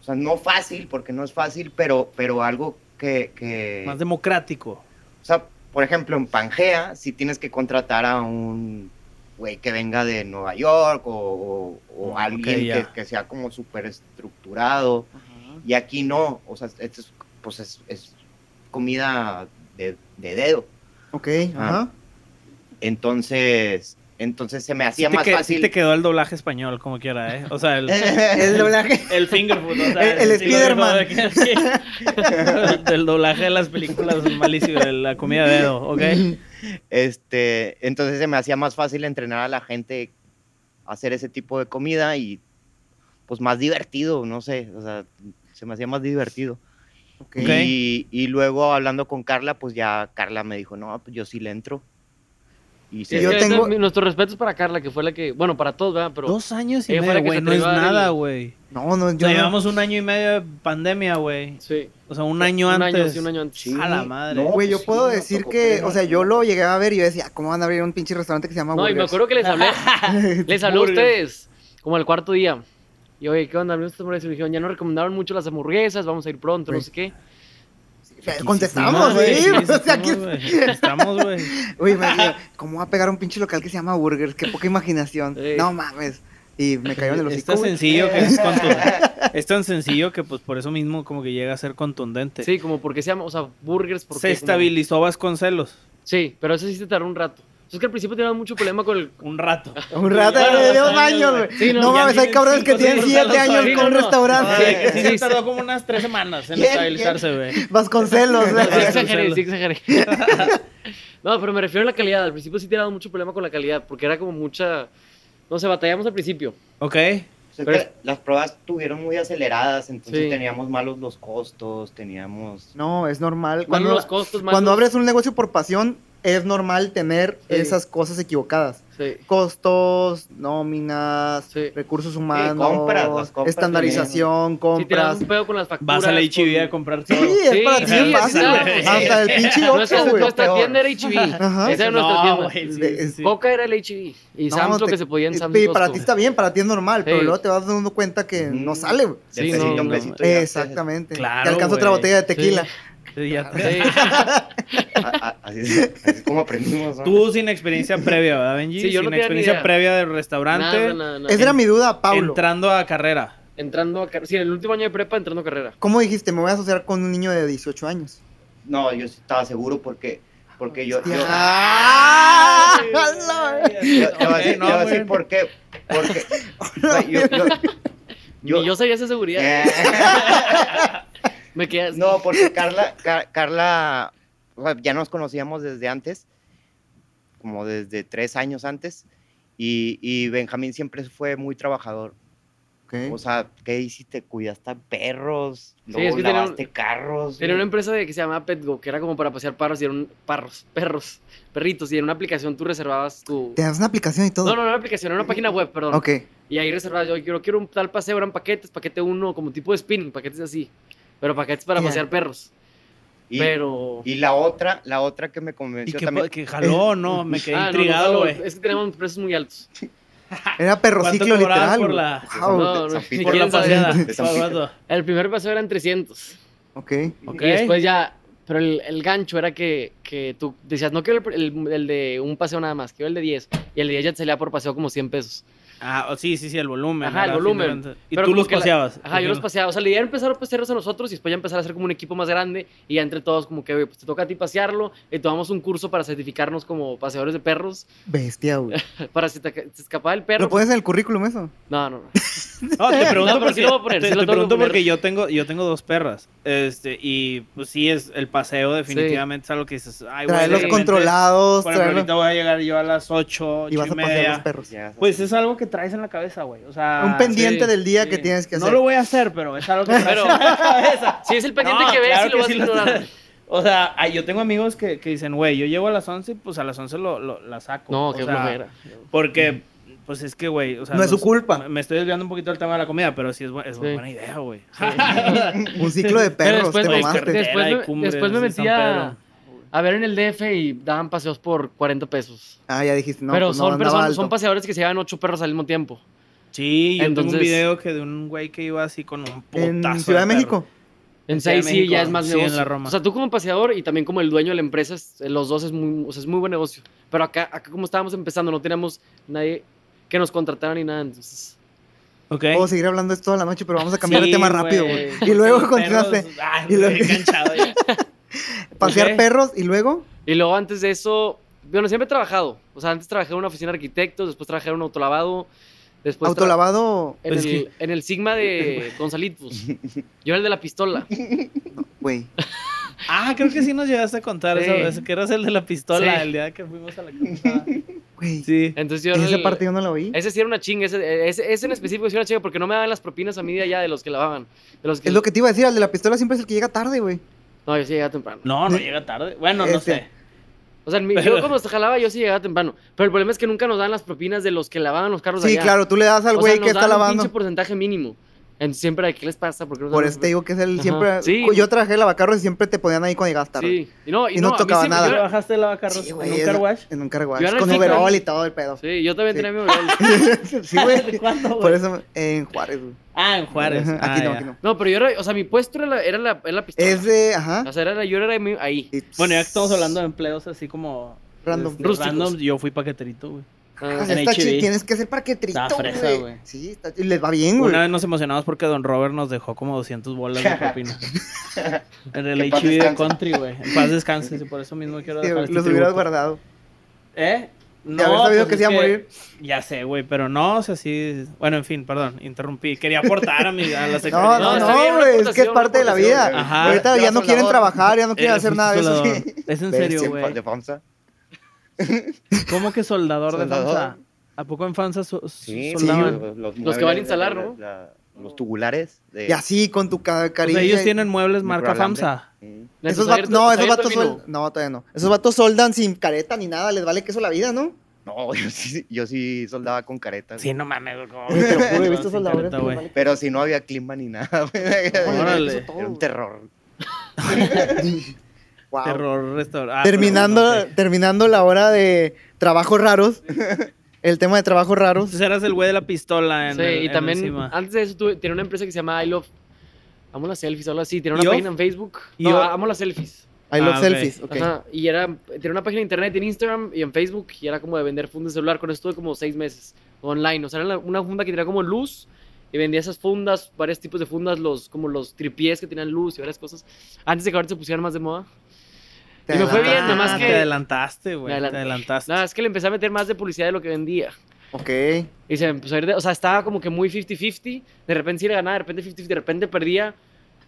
[SPEAKER 4] o sea, no fácil, porque no es fácil, pero, pero algo que, que-
[SPEAKER 2] Más democrático.
[SPEAKER 4] o sea, por ejemplo, en Pangea, si tienes que contratar a un güey que venga de Nueva York o, o- o
[SPEAKER 2] Mm,
[SPEAKER 4] alguien
[SPEAKER 2] ok,
[SPEAKER 4] que,
[SPEAKER 2] ya.
[SPEAKER 4] que sea como súper estructurado, y aquí no, o sea, esto es, pues es, es comida de, de dedo.
[SPEAKER 5] Ok,
[SPEAKER 4] Ah.
[SPEAKER 5] ajá.
[SPEAKER 4] Entonces, entonces se me
[SPEAKER 2] Sí
[SPEAKER 4] hacía
[SPEAKER 2] te,
[SPEAKER 4] más
[SPEAKER 2] que- sí
[SPEAKER 4] fácil.
[SPEAKER 2] te quedó el doblaje español, como quiera, ¿eh? O sea, el,
[SPEAKER 5] El doblaje.
[SPEAKER 2] el finger food, o sea,
[SPEAKER 5] El- el
[SPEAKER 2] sí lo dijo
[SPEAKER 5] Spiderman.
[SPEAKER 2] de que- del doblaje de las películas malísimo, de la comida de dedo, ¿ok?
[SPEAKER 4] Este, entonces se me hacía más fácil entrenar a la gente a hacer ese tipo de comida y pues más divertido, no sé, o sea, se me hacía más divertido.
[SPEAKER 5] Ok.
[SPEAKER 2] Ok.
[SPEAKER 4] Y, y luego hablando con Carla, pues ya Carla me dijo, no, pues yo sí le entro. Y
[SPEAKER 3] Sí,
[SPEAKER 4] se-
[SPEAKER 5] yo
[SPEAKER 3] es que
[SPEAKER 5] tengo-
[SPEAKER 3] mi- Nuestros respetos para Carla, que fue la que. Bueno, para todos, ¿verdad? Pero.
[SPEAKER 2] Dos años y
[SPEAKER 3] Ella fue la
[SPEAKER 2] medio,
[SPEAKER 3] que
[SPEAKER 2] güey,
[SPEAKER 3] se
[SPEAKER 2] no es
[SPEAKER 3] atrevió a dar el-
[SPEAKER 2] nada, güey.
[SPEAKER 5] No, no,
[SPEAKER 2] O sea,
[SPEAKER 5] yo no.
[SPEAKER 2] llevamos un año y medio de pandemia, güey.
[SPEAKER 3] Sí.
[SPEAKER 2] O sea, un año
[SPEAKER 3] un
[SPEAKER 2] antes.
[SPEAKER 3] Año, sí, un año antes.
[SPEAKER 4] Sí,
[SPEAKER 2] A la madre.
[SPEAKER 4] no,
[SPEAKER 5] Güey, yo
[SPEAKER 4] pues sí,
[SPEAKER 5] puedo
[SPEAKER 4] nos
[SPEAKER 5] decir
[SPEAKER 4] tocó
[SPEAKER 5] que,
[SPEAKER 4] pleno.
[SPEAKER 5] o sea, yo lo llegué a ver y yo decía, "Ah, ¿cómo van a abrir un pinche restaurante que se llama
[SPEAKER 3] No, y me
[SPEAKER 5] Burgers?
[SPEAKER 3] acuerdo que les hablé. les hablé a
[SPEAKER 2] Burger.
[SPEAKER 3] ustedes. Como el cuarto día. Y oye, ¿qué onda? Me gustan las hamburguesas. Y me dijeron, ya nos recomendaron mucho las hamburguesas, vamos a ir pronto, no
[SPEAKER 5] Güey.
[SPEAKER 3] sé qué.
[SPEAKER 5] Te Contestamos,
[SPEAKER 2] güey,
[SPEAKER 5] güey.
[SPEAKER 2] sí, sí,
[SPEAKER 5] O sea, aquí-
[SPEAKER 2] estamos, güey. Estamos, güey.
[SPEAKER 5] Uy, me digo, ¿cómo va a pegar un pinche local que se llama Burgers? Qué poca imaginación.
[SPEAKER 3] Sí.
[SPEAKER 5] No mames. Y me cayó en el
[SPEAKER 2] Es
[SPEAKER 5] hocico.
[SPEAKER 2] tan
[SPEAKER 5] güey.
[SPEAKER 2] sencillo que es contundente. Es tan sencillo que pues por eso mismo como que llega a ser contundente.
[SPEAKER 3] Sí, como porque se llama, o sea, burgers, porque...
[SPEAKER 2] Se estabilizó Vasconcelos.
[SPEAKER 3] Sí, pero eso sí se tardó un rato. Es que al principio teníamos mucho problema con el...
[SPEAKER 2] Un rato.
[SPEAKER 5] Un rato
[SPEAKER 2] Bueno,
[SPEAKER 5] de
[SPEAKER 2] dos
[SPEAKER 5] dos
[SPEAKER 2] años,
[SPEAKER 5] años,
[SPEAKER 2] güey.
[SPEAKER 5] güey.
[SPEAKER 3] Sí, no,
[SPEAKER 5] no,
[SPEAKER 2] ya
[SPEAKER 5] mames, hay
[SPEAKER 2] tienen
[SPEAKER 5] cabrones
[SPEAKER 2] cinco,
[SPEAKER 5] que tienen
[SPEAKER 2] seis
[SPEAKER 5] 7
[SPEAKER 2] restaurantes.
[SPEAKER 5] años
[SPEAKER 2] Sí,
[SPEAKER 5] con un
[SPEAKER 2] no, no.
[SPEAKER 5] restaurante.
[SPEAKER 2] Sí,
[SPEAKER 3] sí,
[SPEAKER 2] se
[SPEAKER 3] sí.
[SPEAKER 2] tardó como unas tres semanas en
[SPEAKER 5] Bien,
[SPEAKER 2] estabilizarse, güey.
[SPEAKER 5] Vasconcelos, güey.
[SPEAKER 3] Sí
[SPEAKER 2] Vasconcelos.
[SPEAKER 3] exageré, sí exageré. no, pero me refiero a la calidad. Al principio sí teníamos mucho problema con la calidad, porque era como mucha... No sé, batallamos al principio.
[SPEAKER 2] Ok.
[SPEAKER 4] O sea,
[SPEAKER 3] Pero-
[SPEAKER 4] que las pruebas tuvieron muy aceleradas, entonces
[SPEAKER 3] Sí.
[SPEAKER 4] teníamos malos los costos, teníamos...
[SPEAKER 5] No, es normal.
[SPEAKER 3] Más
[SPEAKER 5] Cuando,
[SPEAKER 3] los costos, más
[SPEAKER 5] cuando
[SPEAKER 3] los-
[SPEAKER 5] abres un negocio por pasión, es normal tener
[SPEAKER 3] Sí.
[SPEAKER 5] esas cosas equivocadas.
[SPEAKER 3] Sí.
[SPEAKER 5] Costos, nóminas,
[SPEAKER 3] Sí. Eh,
[SPEAKER 5] recursos humanos,
[SPEAKER 4] compras, las compras
[SPEAKER 5] estandarización,
[SPEAKER 3] Si te das
[SPEAKER 5] compras.
[SPEAKER 3] un pedo con las facturas.
[SPEAKER 2] Vas a la HB a
[SPEAKER 3] con-
[SPEAKER 2] comprar
[SPEAKER 5] Sí,
[SPEAKER 2] todo.
[SPEAKER 5] es para
[SPEAKER 3] Sí,
[SPEAKER 5] ti bien
[SPEAKER 3] sí,
[SPEAKER 5] fácil,
[SPEAKER 3] sí,
[SPEAKER 5] güey.
[SPEAKER 3] sí.
[SPEAKER 5] Hasta el pinche
[SPEAKER 3] Nuestra,
[SPEAKER 5] loco, güey.
[SPEAKER 3] nuestra
[SPEAKER 4] peor.
[SPEAKER 3] tienda era HB.
[SPEAKER 5] Ajá.
[SPEAKER 3] Esa era nuestra
[SPEAKER 2] No,
[SPEAKER 3] tienda.
[SPEAKER 2] güey.
[SPEAKER 5] De-
[SPEAKER 2] Sí,
[SPEAKER 5] es-
[SPEAKER 2] sí.
[SPEAKER 3] Coca era el HB. Y
[SPEAKER 5] No,
[SPEAKER 3] Sam's lo
[SPEAKER 5] te-
[SPEAKER 3] que se podía en
[SPEAKER 5] sí,
[SPEAKER 3] Sam's. y
[SPEAKER 5] para
[SPEAKER 3] Costco.
[SPEAKER 5] ti está bien, para ti es normal, pero
[SPEAKER 3] Sí.
[SPEAKER 5] luego te vas dando cuenta que
[SPEAKER 4] Ujú.
[SPEAKER 5] no sale, güey.
[SPEAKER 4] de
[SPEAKER 3] Sí,
[SPEAKER 4] pesito
[SPEAKER 3] no,
[SPEAKER 4] en
[SPEAKER 3] no.
[SPEAKER 4] pesito ya te-
[SPEAKER 5] Exactamente.
[SPEAKER 2] Claro,
[SPEAKER 5] te alcanza otra
[SPEAKER 2] güey.
[SPEAKER 5] botella de tequila.
[SPEAKER 2] Sí, ya te-
[SPEAKER 3] Sí.
[SPEAKER 4] a- a- Así es, así es como aprendimos. ¿no?
[SPEAKER 2] Tú sin experiencia previa, ¿verdad, Benji?
[SPEAKER 3] Sí, yo no
[SPEAKER 2] sin
[SPEAKER 3] tenía ni
[SPEAKER 2] experiencia
[SPEAKER 3] idea.
[SPEAKER 2] previa del restaurante,
[SPEAKER 3] Nada, nada, nada.
[SPEAKER 5] Esa era mi duda, Pablo.
[SPEAKER 2] entrando a carrera.
[SPEAKER 3] Entrando a carrera. Sí, en el último año de prepa entrando a carrera.
[SPEAKER 5] ¿Cómo dijiste? Me voy a asociar con un niño de 18 años.
[SPEAKER 4] No, yo sí estaba seguro porque, porque yo... yo-
[SPEAKER 5] ¡Ah!
[SPEAKER 4] yo- Te voy a decir-
[SPEAKER 2] Ok,
[SPEAKER 4] te
[SPEAKER 2] no,
[SPEAKER 4] voy a decir
[SPEAKER 2] güey.
[SPEAKER 4] por qué. Porque güey, yo- yo-
[SPEAKER 3] Yo,
[SPEAKER 4] Yo-
[SPEAKER 3] y yo sabía esa seguridad.
[SPEAKER 4] Eh,
[SPEAKER 3] Me quedé así.
[SPEAKER 4] no, porque Carla, Ca- Carla, o sea, ya nos conocíamos desde antes, como desde tres años antes, y, y Benjamín siempre fue muy trabajador.
[SPEAKER 5] Ok.
[SPEAKER 4] O sea, ¿qué hiciste? Cuidaste a perros,
[SPEAKER 3] Sí,
[SPEAKER 4] luego
[SPEAKER 3] es que tenía un-
[SPEAKER 4] lavaste carros.
[SPEAKER 3] Tenía una
[SPEAKER 4] güey.
[SPEAKER 3] empresa de- que se llamaba PetGo, que era como para pasear parros y eran parros, perros, perritos. Y en una aplicación tú reservabas tu.
[SPEAKER 5] Te das una aplicación y todo.
[SPEAKER 3] No, no, no era una aplicación, era una página web, perdón.
[SPEAKER 5] Ok.
[SPEAKER 3] Y ahí reservabas, yo quiero, quiero un tal paseo, eran paquetes, paquete uno, como tipo de spinning, paquetes así. Pero paquetes para
[SPEAKER 5] Ya.
[SPEAKER 3] pasear perros.
[SPEAKER 4] Y,
[SPEAKER 3] pero.
[SPEAKER 4] y la otra, la otra que me
[SPEAKER 2] Y
[SPEAKER 4] convenció
[SPEAKER 2] que,
[SPEAKER 4] también.
[SPEAKER 2] que jaló, no, me quedé
[SPEAKER 3] Ah, no, no,
[SPEAKER 2] intrigado,
[SPEAKER 3] no,
[SPEAKER 2] güey.
[SPEAKER 3] es que tenemos precios muy altos.
[SPEAKER 5] Era
[SPEAKER 2] ¿Cuánto
[SPEAKER 5] perrociclo
[SPEAKER 2] cobrabas
[SPEAKER 5] literal.
[SPEAKER 2] por
[SPEAKER 5] güey.
[SPEAKER 2] la-
[SPEAKER 5] Wow.
[SPEAKER 3] No, no,
[SPEAKER 4] San
[SPEAKER 3] ni
[SPEAKER 4] Pito.
[SPEAKER 2] por la
[SPEAKER 3] quién sabe.
[SPEAKER 2] paseada.
[SPEAKER 4] De San Pito.
[SPEAKER 2] Pablo.
[SPEAKER 3] El primer paseo eran 300.
[SPEAKER 5] Ok.
[SPEAKER 2] Ok.
[SPEAKER 3] Y después ya. Pero el, el gancho era que, que tú decías, no quiero el, el- el de un paseo nada más, quiero el de 10. Y el de 10 ya te salía por paseo como 100 pesos.
[SPEAKER 2] Ah, oh, sí, sí, sí, el volumen.
[SPEAKER 3] Ajá, el
[SPEAKER 2] era
[SPEAKER 3] volumen.
[SPEAKER 2] finalmente. Y
[SPEAKER 3] Pero
[SPEAKER 2] tú
[SPEAKER 3] como
[SPEAKER 2] los
[SPEAKER 3] que la-
[SPEAKER 2] paseabas.
[SPEAKER 3] Ajá, yo los paseaba. O sea, la idea era empezar a pasearlos a nosotros y después ya empezar a hacer como un equipo más grande. Y ya entre todos, como que, "Oye, pues te toca a ti pasearlo. Y tomamos un curso para certificarnos como paseadores de perros.
[SPEAKER 5] Bestia, güey.
[SPEAKER 3] Para si te, te escapaba el perro.
[SPEAKER 5] ¿Lo pones en el currículum eso?
[SPEAKER 3] No, no, no.
[SPEAKER 2] No, te pregunto,
[SPEAKER 3] No, pero
[SPEAKER 2] porque,
[SPEAKER 3] sí lo voy a poner,
[SPEAKER 2] te-
[SPEAKER 3] sí
[SPEAKER 2] te
[SPEAKER 3] lo tengo que
[SPEAKER 2] pregunto
[SPEAKER 3] poner.
[SPEAKER 2] porque yo tengo, yo tengo dos perras. Este, y pues sí, es el paseo definitivamente es algo que dices, ay, güey.
[SPEAKER 5] Traerlos
[SPEAKER 2] realmente,
[SPEAKER 5] controlados.
[SPEAKER 2] Por ejemplo,
[SPEAKER 5] traerlos-
[SPEAKER 2] ahorita voy a llegar yo a las 8,
[SPEAKER 5] Y
[SPEAKER 2] 8
[SPEAKER 5] vas
[SPEAKER 2] y
[SPEAKER 5] a pasear los
[SPEAKER 2] media.
[SPEAKER 5] perros.
[SPEAKER 4] Llegas a-
[SPEAKER 2] Pues es algo que traes en la cabeza, güey. O sea,
[SPEAKER 5] Un pendiente del día que
[SPEAKER 3] sí.
[SPEAKER 5] tienes que
[SPEAKER 2] no
[SPEAKER 5] hacer.
[SPEAKER 2] lo voy a hacer, pero es algo que traes
[SPEAKER 3] Pero-
[SPEAKER 2] en la cabeza.
[SPEAKER 3] Si es el pendiente
[SPEAKER 2] No,
[SPEAKER 3] que ves
[SPEAKER 2] claro
[SPEAKER 3] y lo vas
[SPEAKER 2] sí
[SPEAKER 3] a ignorar.
[SPEAKER 2] traes. O sea, ay, yo tengo amigos que, que dicen, güey, yo llego a las 11 y pues a las 11 lo, lo- la saco.
[SPEAKER 3] No,
[SPEAKER 2] O
[SPEAKER 3] qué
[SPEAKER 2] sea,
[SPEAKER 3] flojera.
[SPEAKER 2] Porque, pues es que, güey, o sea,
[SPEAKER 5] No es su
[SPEAKER 2] nos-
[SPEAKER 5] culpa.
[SPEAKER 2] me- Me estoy desviando un poquito del tema de la comida, pero sí es, bu- es
[SPEAKER 3] Sí.
[SPEAKER 2] buena idea, güey.
[SPEAKER 5] Un ciclo de
[SPEAKER 3] Pero
[SPEAKER 5] perros, te
[SPEAKER 3] güey,
[SPEAKER 5] mamaste.
[SPEAKER 2] correcto.
[SPEAKER 3] después me-
[SPEAKER 2] Hay cumbres
[SPEAKER 3] después me
[SPEAKER 2] en San
[SPEAKER 3] metí a, a ver en el DF y daban paseos por 40 pesos.
[SPEAKER 5] Ah, ya dijiste, no,
[SPEAKER 3] pero
[SPEAKER 5] pues no,
[SPEAKER 3] son, pero
[SPEAKER 5] andaba
[SPEAKER 3] son, son
[SPEAKER 5] alto.
[SPEAKER 3] paseadores que se llevan ocho perros al mismo tiempo.
[SPEAKER 2] Sí, yo tengo un
[SPEAKER 3] Entonces-
[SPEAKER 2] video que de un güey que iba así con un putazo.
[SPEAKER 5] En Ciudad
[SPEAKER 2] perro.
[SPEAKER 5] de México.
[SPEAKER 3] En
[SPEAKER 2] Ciudad de
[SPEAKER 3] seis sí
[SPEAKER 2] México,
[SPEAKER 3] ya es más
[SPEAKER 2] sí, en
[SPEAKER 3] negocio.
[SPEAKER 2] la Roma.
[SPEAKER 3] O sea, tú como paseador y también como el dueño de la empresa, es- eh, los dos es muy, o sea, es muy buen negocio. Pero acá, acá como estábamos empezando, no teníamos nadie que nos contratara ni nada. Entonces,
[SPEAKER 2] Ok.
[SPEAKER 5] Puedo seguir hablando de esto toda la noche, pero vamos a cambiar
[SPEAKER 2] Sí,
[SPEAKER 5] de tema rápido, güey. Y luego
[SPEAKER 2] Los
[SPEAKER 5] continuaste.
[SPEAKER 2] perros, ah,
[SPEAKER 5] Y luego-
[SPEAKER 2] me he enganchado ya.
[SPEAKER 5] Pasear
[SPEAKER 2] Ok.
[SPEAKER 5] perros y luego.
[SPEAKER 3] Y luego antes de eso, bueno, siempre he trabajado. O sea, antes trabajé en una oficina de arquitectos, después trabajé en un autolavado. Después Pues tra-
[SPEAKER 5] Autolavado,
[SPEAKER 3] En,
[SPEAKER 2] Pues
[SPEAKER 3] el, en el Sigma de Gonzalitos. Yo era el de la pistola.
[SPEAKER 5] güey.
[SPEAKER 2] Ah, creo que sí nos llegaste a contar
[SPEAKER 3] Sí.
[SPEAKER 2] eso, eso, que eras el de la pistola
[SPEAKER 3] Sí.
[SPEAKER 2] el día que fuimos a la cruzada.
[SPEAKER 5] Güey.
[SPEAKER 2] Sí.
[SPEAKER 3] Entonces yo era
[SPEAKER 5] Esa
[SPEAKER 3] el-
[SPEAKER 5] parte yo no la oí.
[SPEAKER 3] Ese sí era una chinga, ese, ese, ese en específico sí era una chinga porque no me daban las propinas a mí de allá de los que lavaban. De los que,
[SPEAKER 5] Es lo que te iba a decir, al de la pistola siempre es el que llega tarde, güey.
[SPEAKER 3] No, yo sí llegaba temprano.
[SPEAKER 2] No, no llega tarde. Bueno, no
[SPEAKER 5] Este.
[SPEAKER 2] sé.
[SPEAKER 3] O sea, mi-
[SPEAKER 2] Pero-
[SPEAKER 3] yo como se jalaba, yo sí llegaba temprano. Pero el problema es que nunca nos dan las propinas de los que lavaban los carros
[SPEAKER 5] Sí,
[SPEAKER 3] allá.
[SPEAKER 5] claro, tú le das al
[SPEAKER 3] O
[SPEAKER 5] güey
[SPEAKER 3] sea,
[SPEAKER 5] que
[SPEAKER 3] nos
[SPEAKER 5] está
[SPEAKER 3] daban un pinche
[SPEAKER 5] lavando.
[SPEAKER 3] porcentaje mínimo. En- siempre, de ¿qué les pasa? ¿Por qué no
[SPEAKER 5] Por
[SPEAKER 3] salen
[SPEAKER 5] eso te digo que es el
[SPEAKER 3] Ajá.
[SPEAKER 5] siempre.
[SPEAKER 3] Sí.
[SPEAKER 5] Yo trabajé en lavacarros y siempre te ponían ahí cuando llegabas tarde.
[SPEAKER 3] Sí. Y no,
[SPEAKER 5] Y no
[SPEAKER 3] a mí
[SPEAKER 5] tocaba
[SPEAKER 3] sí me-
[SPEAKER 5] nada.
[SPEAKER 3] yo-
[SPEAKER 2] ¿Trabajaste el lavacarros
[SPEAKER 5] Sí,
[SPEAKER 2] en
[SPEAKER 5] güey,
[SPEAKER 2] un
[SPEAKER 5] es-
[SPEAKER 2] car wash?
[SPEAKER 5] En un car wash,
[SPEAKER 3] Yo era el
[SPEAKER 5] Con
[SPEAKER 3] chico.
[SPEAKER 5] overall y todo el pedo. Sí,
[SPEAKER 3] Sí, yo también
[SPEAKER 5] Sí.
[SPEAKER 3] tenía mi overall.
[SPEAKER 5] güey.
[SPEAKER 2] ¿Cuándo, güey?
[SPEAKER 5] Por eso me- en Juárez, güey.
[SPEAKER 2] Ah, en Juárez.
[SPEAKER 5] Ajá,
[SPEAKER 2] Ah,
[SPEAKER 5] Aquí no,
[SPEAKER 2] ya.
[SPEAKER 5] aquí no.
[SPEAKER 3] No, pero yo era, o sea, mi puesto era la, era la, era la pistola.
[SPEAKER 5] Es de. Ajá.
[SPEAKER 3] O sea, era la- yo era mi- ahí.
[SPEAKER 5] Y-
[SPEAKER 2] Bueno, ya que estamos hablando de empleos así como...
[SPEAKER 5] Random.
[SPEAKER 2] este,
[SPEAKER 3] Rústicos.
[SPEAKER 2] random, yo fui paqueterito, güey.
[SPEAKER 5] Ah,
[SPEAKER 3] Ah,
[SPEAKER 5] sí,
[SPEAKER 2] en
[SPEAKER 5] está
[SPEAKER 2] HB.
[SPEAKER 5] chi- Tienes que hacer parquetrito,
[SPEAKER 2] Está fresa,
[SPEAKER 5] güey.
[SPEAKER 2] güey.
[SPEAKER 5] Sí, está- y les va bien, güey.
[SPEAKER 2] Una vez nos emocionamos porque Don Robert nos dejó como 200 bolas de propina. en el
[SPEAKER 4] Que en paz
[SPEAKER 2] HB de
[SPEAKER 4] descanse.
[SPEAKER 2] Country, güey. En paz descanse, y por eso mismo quiero
[SPEAKER 5] Sí,
[SPEAKER 2] dejar este
[SPEAKER 5] los hubieras
[SPEAKER 2] tributo.
[SPEAKER 5] guardado.
[SPEAKER 2] ¿Eh?
[SPEAKER 5] De haber sabido que
[SPEAKER 2] es
[SPEAKER 5] se iba a morir.
[SPEAKER 2] Ya sé, güey, pero no, o sea, sí... Bueno, en fin, perdón, interrumpí. Quería aportar a, mi, a las
[SPEAKER 5] No,
[SPEAKER 2] experiencias.
[SPEAKER 5] no,
[SPEAKER 3] está bien,
[SPEAKER 5] no,
[SPEAKER 3] una
[SPEAKER 5] güey. Es que es
[SPEAKER 3] aportación,
[SPEAKER 5] parte de la
[SPEAKER 3] una
[SPEAKER 5] vida.
[SPEAKER 4] aportación,
[SPEAKER 2] Ajá.
[SPEAKER 5] Ahorita ya
[SPEAKER 4] Yo
[SPEAKER 5] no
[SPEAKER 4] soldador.
[SPEAKER 5] quieren trabajar, ya no quieren
[SPEAKER 2] Era
[SPEAKER 5] hacer nada de eso.
[SPEAKER 2] Eh, soldador.
[SPEAKER 5] sí.
[SPEAKER 2] Es en
[SPEAKER 4] ¿Ves?
[SPEAKER 2] serio,
[SPEAKER 4] Siempre
[SPEAKER 2] güey.
[SPEAKER 4] de FAMSA.
[SPEAKER 2] ¿Cómo que soldador, de
[SPEAKER 4] Soldador.
[SPEAKER 2] FAMSA? ¿A poco en FAMSA so- so-
[SPEAKER 4] Sí, sí,
[SPEAKER 2] soldaban?
[SPEAKER 4] los,
[SPEAKER 3] Los que van a instalar, ¿no?
[SPEAKER 4] los tubulares. De,
[SPEAKER 5] Y así, con tu ca-
[SPEAKER 2] O sea,
[SPEAKER 5] cariño.
[SPEAKER 2] ellos
[SPEAKER 5] y-
[SPEAKER 2] tienen muebles marca
[SPEAKER 4] microalambre.
[SPEAKER 2] FAMSA.
[SPEAKER 4] Sí.
[SPEAKER 5] Esos vatos- no, esos vatos soldan. No, todavía no. Esos vatos soldan sin careta ni nada, les vale que eso la vida, ¿no?
[SPEAKER 4] No, yo sí, yo sí soldaba con caretas.
[SPEAKER 2] Sí, no mames, güey, como-
[SPEAKER 5] Te lo juro, he
[SPEAKER 2] No,
[SPEAKER 5] visto
[SPEAKER 2] sí,
[SPEAKER 5] soldadores.
[SPEAKER 2] careta,
[SPEAKER 5] que les
[SPEAKER 2] güey.
[SPEAKER 5] vale-
[SPEAKER 4] Pero si no había clima ni nada. güey. Era
[SPEAKER 2] Órale.
[SPEAKER 5] eso todo,
[SPEAKER 4] un
[SPEAKER 5] güey.
[SPEAKER 4] terror.
[SPEAKER 5] Wow.
[SPEAKER 2] Terror restaurante. Ah,
[SPEAKER 5] terminando,
[SPEAKER 2] pero bueno, ok.
[SPEAKER 5] terminando la hora de trabajos raros. el tema de trabajos raros.
[SPEAKER 2] Entonces eras el güey de la pistola en
[SPEAKER 3] Sí,
[SPEAKER 2] el-
[SPEAKER 3] y
[SPEAKER 2] en
[SPEAKER 3] también,
[SPEAKER 2] encima.
[SPEAKER 3] antes de eso, tuve, tenía una empresa que se llama I Love. Amo las selfies, o algo así. Tenía una
[SPEAKER 2] ¿Y off?
[SPEAKER 3] página en Facebook.
[SPEAKER 2] ¿Y
[SPEAKER 3] no,
[SPEAKER 2] off?
[SPEAKER 3] amo las selfies.
[SPEAKER 5] I love
[SPEAKER 2] Ah, ok.
[SPEAKER 5] selfies. ok.
[SPEAKER 3] Ajá, y era, tenía una página en internet, en Instagram y en Facebook, y era como de vender fundas de celular. Con esto estuve como seis meses online. O sea, era la- una funda que tenía como luz y vendía esas fundas, varios tipos de fundas, los, como los tripiés que tenían luz y varias cosas. Antes de que ahora se pusieran más de moda.
[SPEAKER 5] Te
[SPEAKER 3] y me fue bien, nada
[SPEAKER 5] adelantaste.
[SPEAKER 3] más
[SPEAKER 2] Ah,
[SPEAKER 3] que-
[SPEAKER 2] Te adelantaste, güey.
[SPEAKER 3] Me
[SPEAKER 2] Te
[SPEAKER 3] adelanté.
[SPEAKER 2] adelantaste.
[SPEAKER 3] Nada, es que le empecé a meter más de publicidad de lo que vendía.
[SPEAKER 5] Ok.
[SPEAKER 3] Y se me empezó a ir de- O sea, estaba como que muy 50-50. De repente sí le ganaba, de repente 50-50, de repente perdía.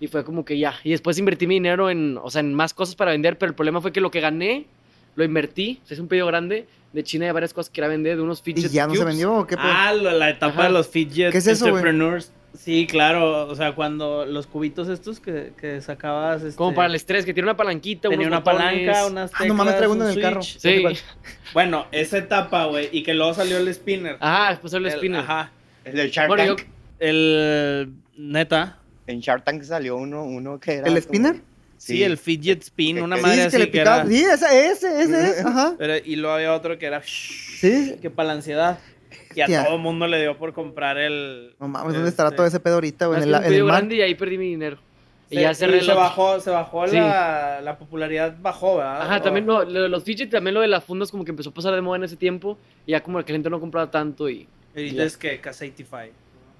[SPEAKER 3] Y fue como que ya. Y después invertí mi dinero en, o sea, en más cosas para vender. Pero el problema fue que lo que gané, lo invertí. O sea, es un pedido grande de China de varias cosas que quería vender, de unos
[SPEAKER 5] ¿Y
[SPEAKER 3] fidget
[SPEAKER 5] ya no se
[SPEAKER 3] cubes.
[SPEAKER 5] vendió o qué pedo?
[SPEAKER 2] Ah, lo- la etapa
[SPEAKER 3] Ajá.
[SPEAKER 2] de los fidget
[SPEAKER 5] ¿Qué es eso, güey?
[SPEAKER 2] entrepreneurs. Sí, claro. O sea, cuando los cubitos estos que, que sacabas. Este,
[SPEAKER 3] Como para el estrés, que tiene una palanquita,
[SPEAKER 2] Tenía
[SPEAKER 3] unos
[SPEAKER 2] una
[SPEAKER 3] botones.
[SPEAKER 2] palanca, unas
[SPEAKER 5] Ah,
[SPEAKER 2] teclas,
[SPEAKER 5] nomás traigo
[SPEAKER 2] un
[SPEAKER 5] uno en el carro.
[SPEAKER 2] switch.
[SPEAKER 3] Sí.
[SPEAKER 2] Bueno, esa etapa, güey. Y que luego salió el spinner.
[SPEAKER 3] Ajá, después Ah, el spinner.
[SPEAKER 2] Ajá.
[SPEAKER 4] El del Shark
[SPEAKER 3] Bueno, yo-
[SPEAKER 4] Tank.
[SPEAKER 2] El. Neta.
[SPEAKER 4] En Shark Tank salió uno, uno que era.
[SPEAKER 5] ¿El
[SPEAKER 4] como-
[SPEAKER 5] spinner?
[SPEAKER 2] Sí, el fidget spin,
[SPEAKER 4] Que-
[SPEAKER 2] una
[SPEAKER 4] que-
[SPEAKER 5] Eh, Sí,
[SPEAKER 2] madre
[SPEAKER 5] es que
[SPEAKER 2] así
[SPEAKER 5] le
[SPEAKER 2] que era-
[SPEAKER 5] picaba. Sí, ese, ese, ese es. Ajá.
[SPEAKER 2] era- y luego había otro que era
[SPEAKER 5] Sí.
[SPEAKER 2] que para la ansiedad. Y a
[SPEAKER 5] Hostia.
[SPEAKER 2] todo el mundo le dio por comprar el.
[SPEAKER 5] No mames, ¿dónde estará todo
[SPEAKER 2] este,
[SPEAKER 5] ese pedo ahorita, güey? En el,
[SPEAKER 3] Hacía un
[SPEAKER 5] en el
[SPEAKER 3] pedido
[SPEAKER 5] mar.
[SPEAKER 3] grande y ahí perdí mi dinero. Y
[SPEAKER 2] Se-
[SPEAKER 3] ya
[SPEAKER 2] y
[SPEAKER 3] cerré el
[SPEAKER 2] se
[SPEAKER 3] otro.
[SPEAKER 2] bajó, Ah, se bajó
[SPEAKER 3] Sí.
[SPEAKER 2] la, la popularidad, bajó, ¿verdad? Oh.
[SPEAKER 3] Ajá,
[SPEAKER 2] O-
[SPEAKER 3] también no, lo de los fidget, también lo de las fundas como que empezó a pasar de moda en ese tiempo y ya como que la gente no compraba tanto y...
[SPEAKER 2] Y
[SPEAKER 3] Ya.
[SPEAKER 2] es que K85,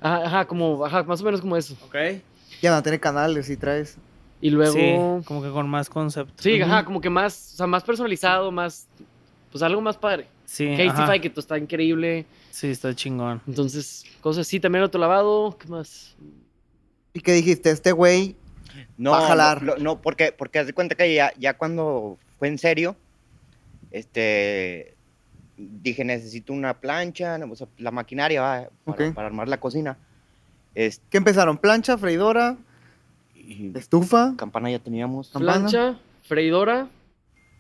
[SPEAKER 3] Ajá, ajá, como, ajá, más o menos como eso.
[SPEAKER 2] ¿ok?
[SPEAKER 5] Ya van a tener canales y traes.
[SPEAKER 3] Y luego...
[SPEAKER 2] Sí, como que con más concepto.
[SPEAKER 3] Sí,
[SPEAKER 5] Ujú.
[SPEAKER 3] ajá, como que más, o sea, más personalizado, más... Pues algo más padre.
[SPEAKER 2] Sí, ajá.
[SPEAKER 3] Castify, que todo está increíble.
[SPEAKER 2] sí, está chingón.
[SPEAKER 3] Entonces, cosas así, también otro lavado, ¿qué más?
[SPEAKER 5] ¿Y qué dijiste? Este güey.
[SPEAKER 4] No,
[SPEAKER 5] Va a jalar.
[SPEAKER 4] lo- no, porque, porque haz de cuenta que ya, ya cuando fue en serio, este, dije, necesito una plancha, o sea, la maquinaria va, para,
[SPEAKER 5] Ok.
[SPEAKER 4] para armar la cocina. Este,
[SPEAKER 5] ¿Qué empezaron? ¿Plancha, freidora,
[SPEAKER 4] y
[SPEAKER 5] estufa?
[SPEAKER 4] campana ya teníamos,
[SPEAKER 5] Campana.
[SPEAKER 3] Plancha, freidora,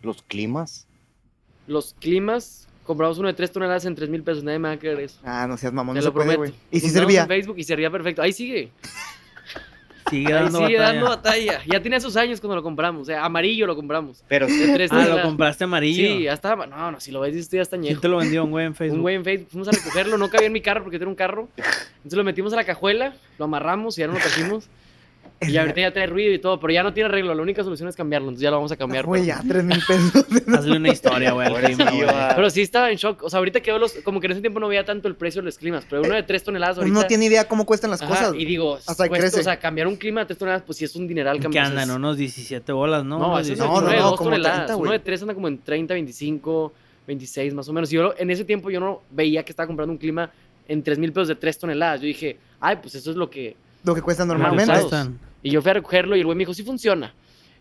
[SPEAKER 4] los climas.
[SPEAKER 3] los climas. Compramos uno de tres toneladas en tres mil pesos, nadie me va a creer eso.
[SPEAKER 5] Ah, no seas mamón,
[SPEAKER 3] Te
[SPEAKER 5] no
[SPEAKER 3] lo
[SPEAKER 5] se puede,
[SPEAKER 3] prometo.
[SPEAKER 5] güey. Y si
[SPEAKER 3] Compramos
[SPEAKER 5] servía.
[SPEAKER 3] En Facebook y servía perfecto. Ahí sigue.
[SPEAKER 2] Sigue
[SPEAKER 3] Ahí
[SPEAKER 2] dando
[SPEAKER 3] sigue
[SPEAKER 2] batalla. Ah,
[SPEAKER 3] dando batalla. Ya tiene esos años cuando lo compramos. O sea, amarillo lo compramos.
[SPEAKER 4] Pero
[SPEAKER 3] De tres
[SPEAKER 2] Ah, lo
[SPEAKER 3] toneladas.
[SPEAKER 2] compraste amarillo.
[SPEAKER 3] Sí, ya estaba. No, no, si lo ves, esto ya está
[SPEAKER 2] ¿Quién
[SPEAKER 3] añejo.
[SPEAKER 2] te lo vendió un güey en Facebook?
[SPEAKER 3] Un güey en Facebook, fuimos a recogerlo, no cabía en mi carro porque tenía un carro. Entonces lo metimos a la cajuela, lo amarramos y ya no lo trajimos. Y ahorita ya trae ruido y todo, pero ya no tiene arreglo. La única solución es cambiarlo, entonces ya lo vamos a cambiar.
[SPEAKER 5] Güey,
[SPEAKER 3] pero,
[SPEAKER 5] ya, tres mil pesos.
[SPEAKER 2] Hazle una historia, güey, al
[SPEAKER 4] Ahora
[SPEAKER 2] clima,
[SPEAKER 4] sí
[SPEAKER 2] güey.
[SPEAKER 4] va.
[SPEAKER 3] pero sí estaba en shock. O sea, ahorita quedó los. Como que en ese tiempo no veía tanto el precio de los climas, pero uno de tres toneladas ahorita.
[SPEAKER 5] Eh, Uno no tiene idea cómo cuestan las
[SPEAKER 3] Ajá,
[SPEAKER 5] cosas.
[SPEAKER 3] Y digo,
[SPEAKER 5] hasta que
[SPEAKER 3] cuesta-
[SPEAKER 5] crece.
[SPEAKER 3] o sea, cambiar un clima de tres toneladas, pues sí es un dineral
[SPEAKER 2] Que
[SPEAKER 3] cambiar.
[SPEAKER 2] andan unos 17 bolas, ¿no?
[SPEAKER 3] No,
[SPEAKER 2] Unos
[SPEAKER 3] eso es
[SPEAKER 2] 19.
[SPEAKER 5] no,
[SPEAKER 3] no,
[SPEAKER 5] no,
[SPEAKER 3] de
[SPEAKER 5] no,
[SPEAKER 3] dos
[SPEAKER 5] como
[SPEAKER 3] toneladas.
[SPEAKER 5] 30, güey.
[SPEAKER 3] uno de tres anda como en 30, 25, 26 más o menos. Y yo lo- en ese tiempo yo no veía que estaba comprando un clima en 3 mil pesos de 3 toneladas. Yo dije, ay, pues eso es lo que...
[SPEAKER 5] Lo que cuesta
[SPEAKER 2] Ajá,
[SPEAKER 5] normalmente.
[SPEAKER 3] usados.
[SPEAKER 2] están.
[SPEAKER 3] Y yo fui a recogerlo y el güey me dijo, sí funciona.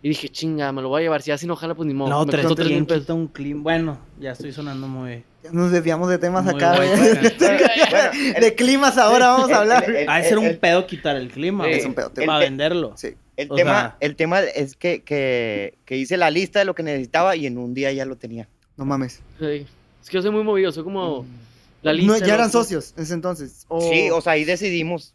[SPEAKER 3] Y dije, chinga, me lo voy a llevar. Si así no jala, pues ni modo.
[SPEAKER 2] No,
[SPEAKER 3] me
[SPEAKER 2] tres
[SPEAKER 3] costó 3 mil pesos.
[SPEAKER 2] quita un clean. Bueno, ya estoy sonando muy.
[SPEAKER 5] Ya nos desviamos de temas
[SPEAKER 2] muy
[SPEAKER 5] acá.
[SPEAKER 2] white
[SPEAKER 5] güey.
[SPEAKER 2] trash.
[SPEAKER 4] Bueno, el-
[SPEAKER 5] De climas ahora vamos a hablar.
[SPEAKER 4] el- el-
[SPEAKER 2] Ha de ser
[SPEAKER 4] el-
[SPEAKER 2] un pedo quitar el clima.
[SPEAKER 3] Sí,
[SPEAKER 2] güey,
[SPEAKER 5] Eh, es un pedo, te-
[SPEAKER 2] Para
[SPEAKER 4] el-
[SPEAKER 2] venderlo.
[SPEAKER 5] Sí.
[SPEAKER 4] El
[SPEAKER 2] O
[SPEAKER 4] tema,
[SPEAKER 2] sea-
[SPEAKER 4] el tema es que, que, que hice la lista de lo que necesitaba y en un día ya lo tenía.
[SPEAKER 5] No mames.
[SPEAKER 3] Sí. Es que yo soy muy movido,
[SPEAKER 2] Mm.
[SPEAKER 3] soy como... La
[SPEAKER 5] No,
[SPEAKER 3] lista,
[SPEAKER 5] ya eran
[SPEAKER 3] loco.
[SPEAKER 5] Oh. socios en ese entonces. O-
[SPEAKER 4] Sí, o sea, ahí decidimos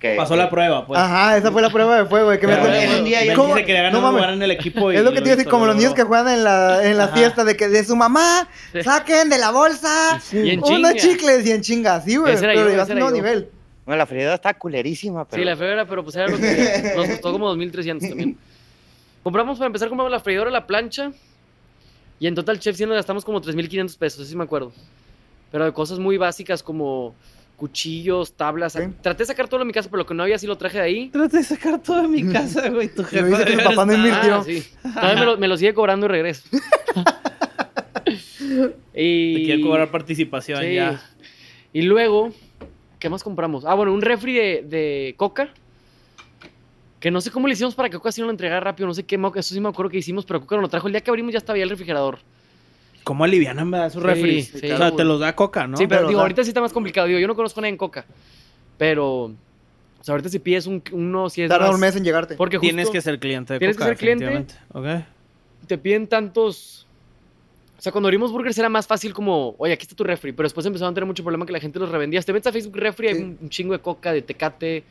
[SPEAKER 4] que-
[SPEAKER 2] Pasó la prueba, pues.
[SPEAKER 5] Ajá, esa fue la prueba de fuego, güey, que me
[SPEAKER 4] Pero
[SPEAKER 5] tocó-
[SPEAKER 4] en un día ya-
[SPEAKER 5] ¿Cómo?
[SPEAKER 2] se quería ganar
[SPEAKER 5] No
[SPEAKER 2] un
[SPEAKER 5] mames.
[SPEAKER 2] lugar en el equipo. y
[SPEAKER 5] Es lo que te iba a decir, como los niños que juegan en la, en la
[SPEAKER 2] Ajá.
[SPEAKER 5] fiesta de que de su mamá
[SPEAKER 3] Sí.
[SPEAKER 5] saquen de la bolsa
[SPEAKER 3] Y en
[SPEAKER 5] unos
[SPEAKER 3] chinga.
[SPEAKER 5] chicles y en chinga, sí, güey.
[SPEAKER 3] Ese era
[SPEAKER 5] Pero
[SPEAKER 3] yo,
[SPEAKER 5] ibas
[SPEAKER 3] ese
[SPEAKER 5] a un
[SPEAKER 3] era
[SPEAKER 5] nuevo
[SPEAKER 3] yo.
[SPEAKER 5] nivel.
[SPEAKER 4] Bueno, la Frida está culerísima, pero.
[SPEAKER 3] Sí, la freidora, pero pues era lo que nos costó como 2.300 también. Compramos, para empezar, compramos la freidora, la plancha. Y en total, Chef, sí nos gastamos como 3.500 pesos, eso sí me acuerdo. Pero de cosas muy básicas como cuchillos, tablas.
[SPEAKER 5] Sí.
[SPEAKER 3] Traté de sacar todo lo de mi casa, pero lo que no había sí lo traje de ahí.
[SPEAKER 2] Traté de sacar todo de mi casa, güey. Tu jefa.
[SPEAKER 5] dice que
[SPEAKER 2] debe
[SPEAKER 5] tu papá no
[SPEAKER 2] estar-
[SPEAKER 5] invirtió.
[SPEAKER 3] Ah, sí. Todavía me lo, me lo sigue cobrando y regreso. y...
[SPEAKER 2] Te quiere cobrar participación
[SPEAKER 3] Sí.
[SPEAKER 2] ya.
[SPEAKER 3] Y luego, ¿qué más compramos? Ah, bueno, un refri de, de coca. Que no sé cómo le hicimos para que Coca sí no lo entregara rápido. No sé qué, mo- eso sí me acuerdo que hicimos, pero Coca no lo trajo. El día que abrimos ya estaba ya el refrigerador.
[SPEAKER 2] ¿Cómo alivianan, verdad, sus
[SPEAKER 3] Sí,
[SPEAKER 2] refris?
[SPEAKER 3] sí,
[SPEAKER 2] o sea,
[SPEAKER 3] claro,
[SPEAKER 2] te
[SPEAKER 3] güey.
[SPEAKER 2] los da coca, ¿no?
[SPEAKER 3] sí, pero
[SPEAKER 5] pero,
[SPEAKER 3] digo,
[SPEAKER 5] o sea-
[SPEAKER 3] ahorita sí está más complicado. Digo, yo no conozco a nadie en Coca. Pero, o sea, ahorita si pides un, uno, si es
[SPEAKER 5] Tarda
[SPEAKER 3] más-
[SPEAKER 5] un mes en llegarte.
[SPEAKER 3] Porque justo
[SPEAKER 2] Tienes que ser cliente de
[SPEAKER 3] tienes que
[SPEAKER 2] coca.
[SPEAKER 3] ser cliente.
[SPEAKER 2] definitivamente. Ok.
[SPEAKER 3] te piden tantos... O sea, cuando abrimos burgers era más fácil como, oye, aquí está tu refri. Pero después empezaron a tener mucho problema que la gente los revendía. Si te metes a Facebook refri, hay
[SPEAKER 5] Sí.
[SPEAKER 3] un, un chingo de Coca, de Tecate,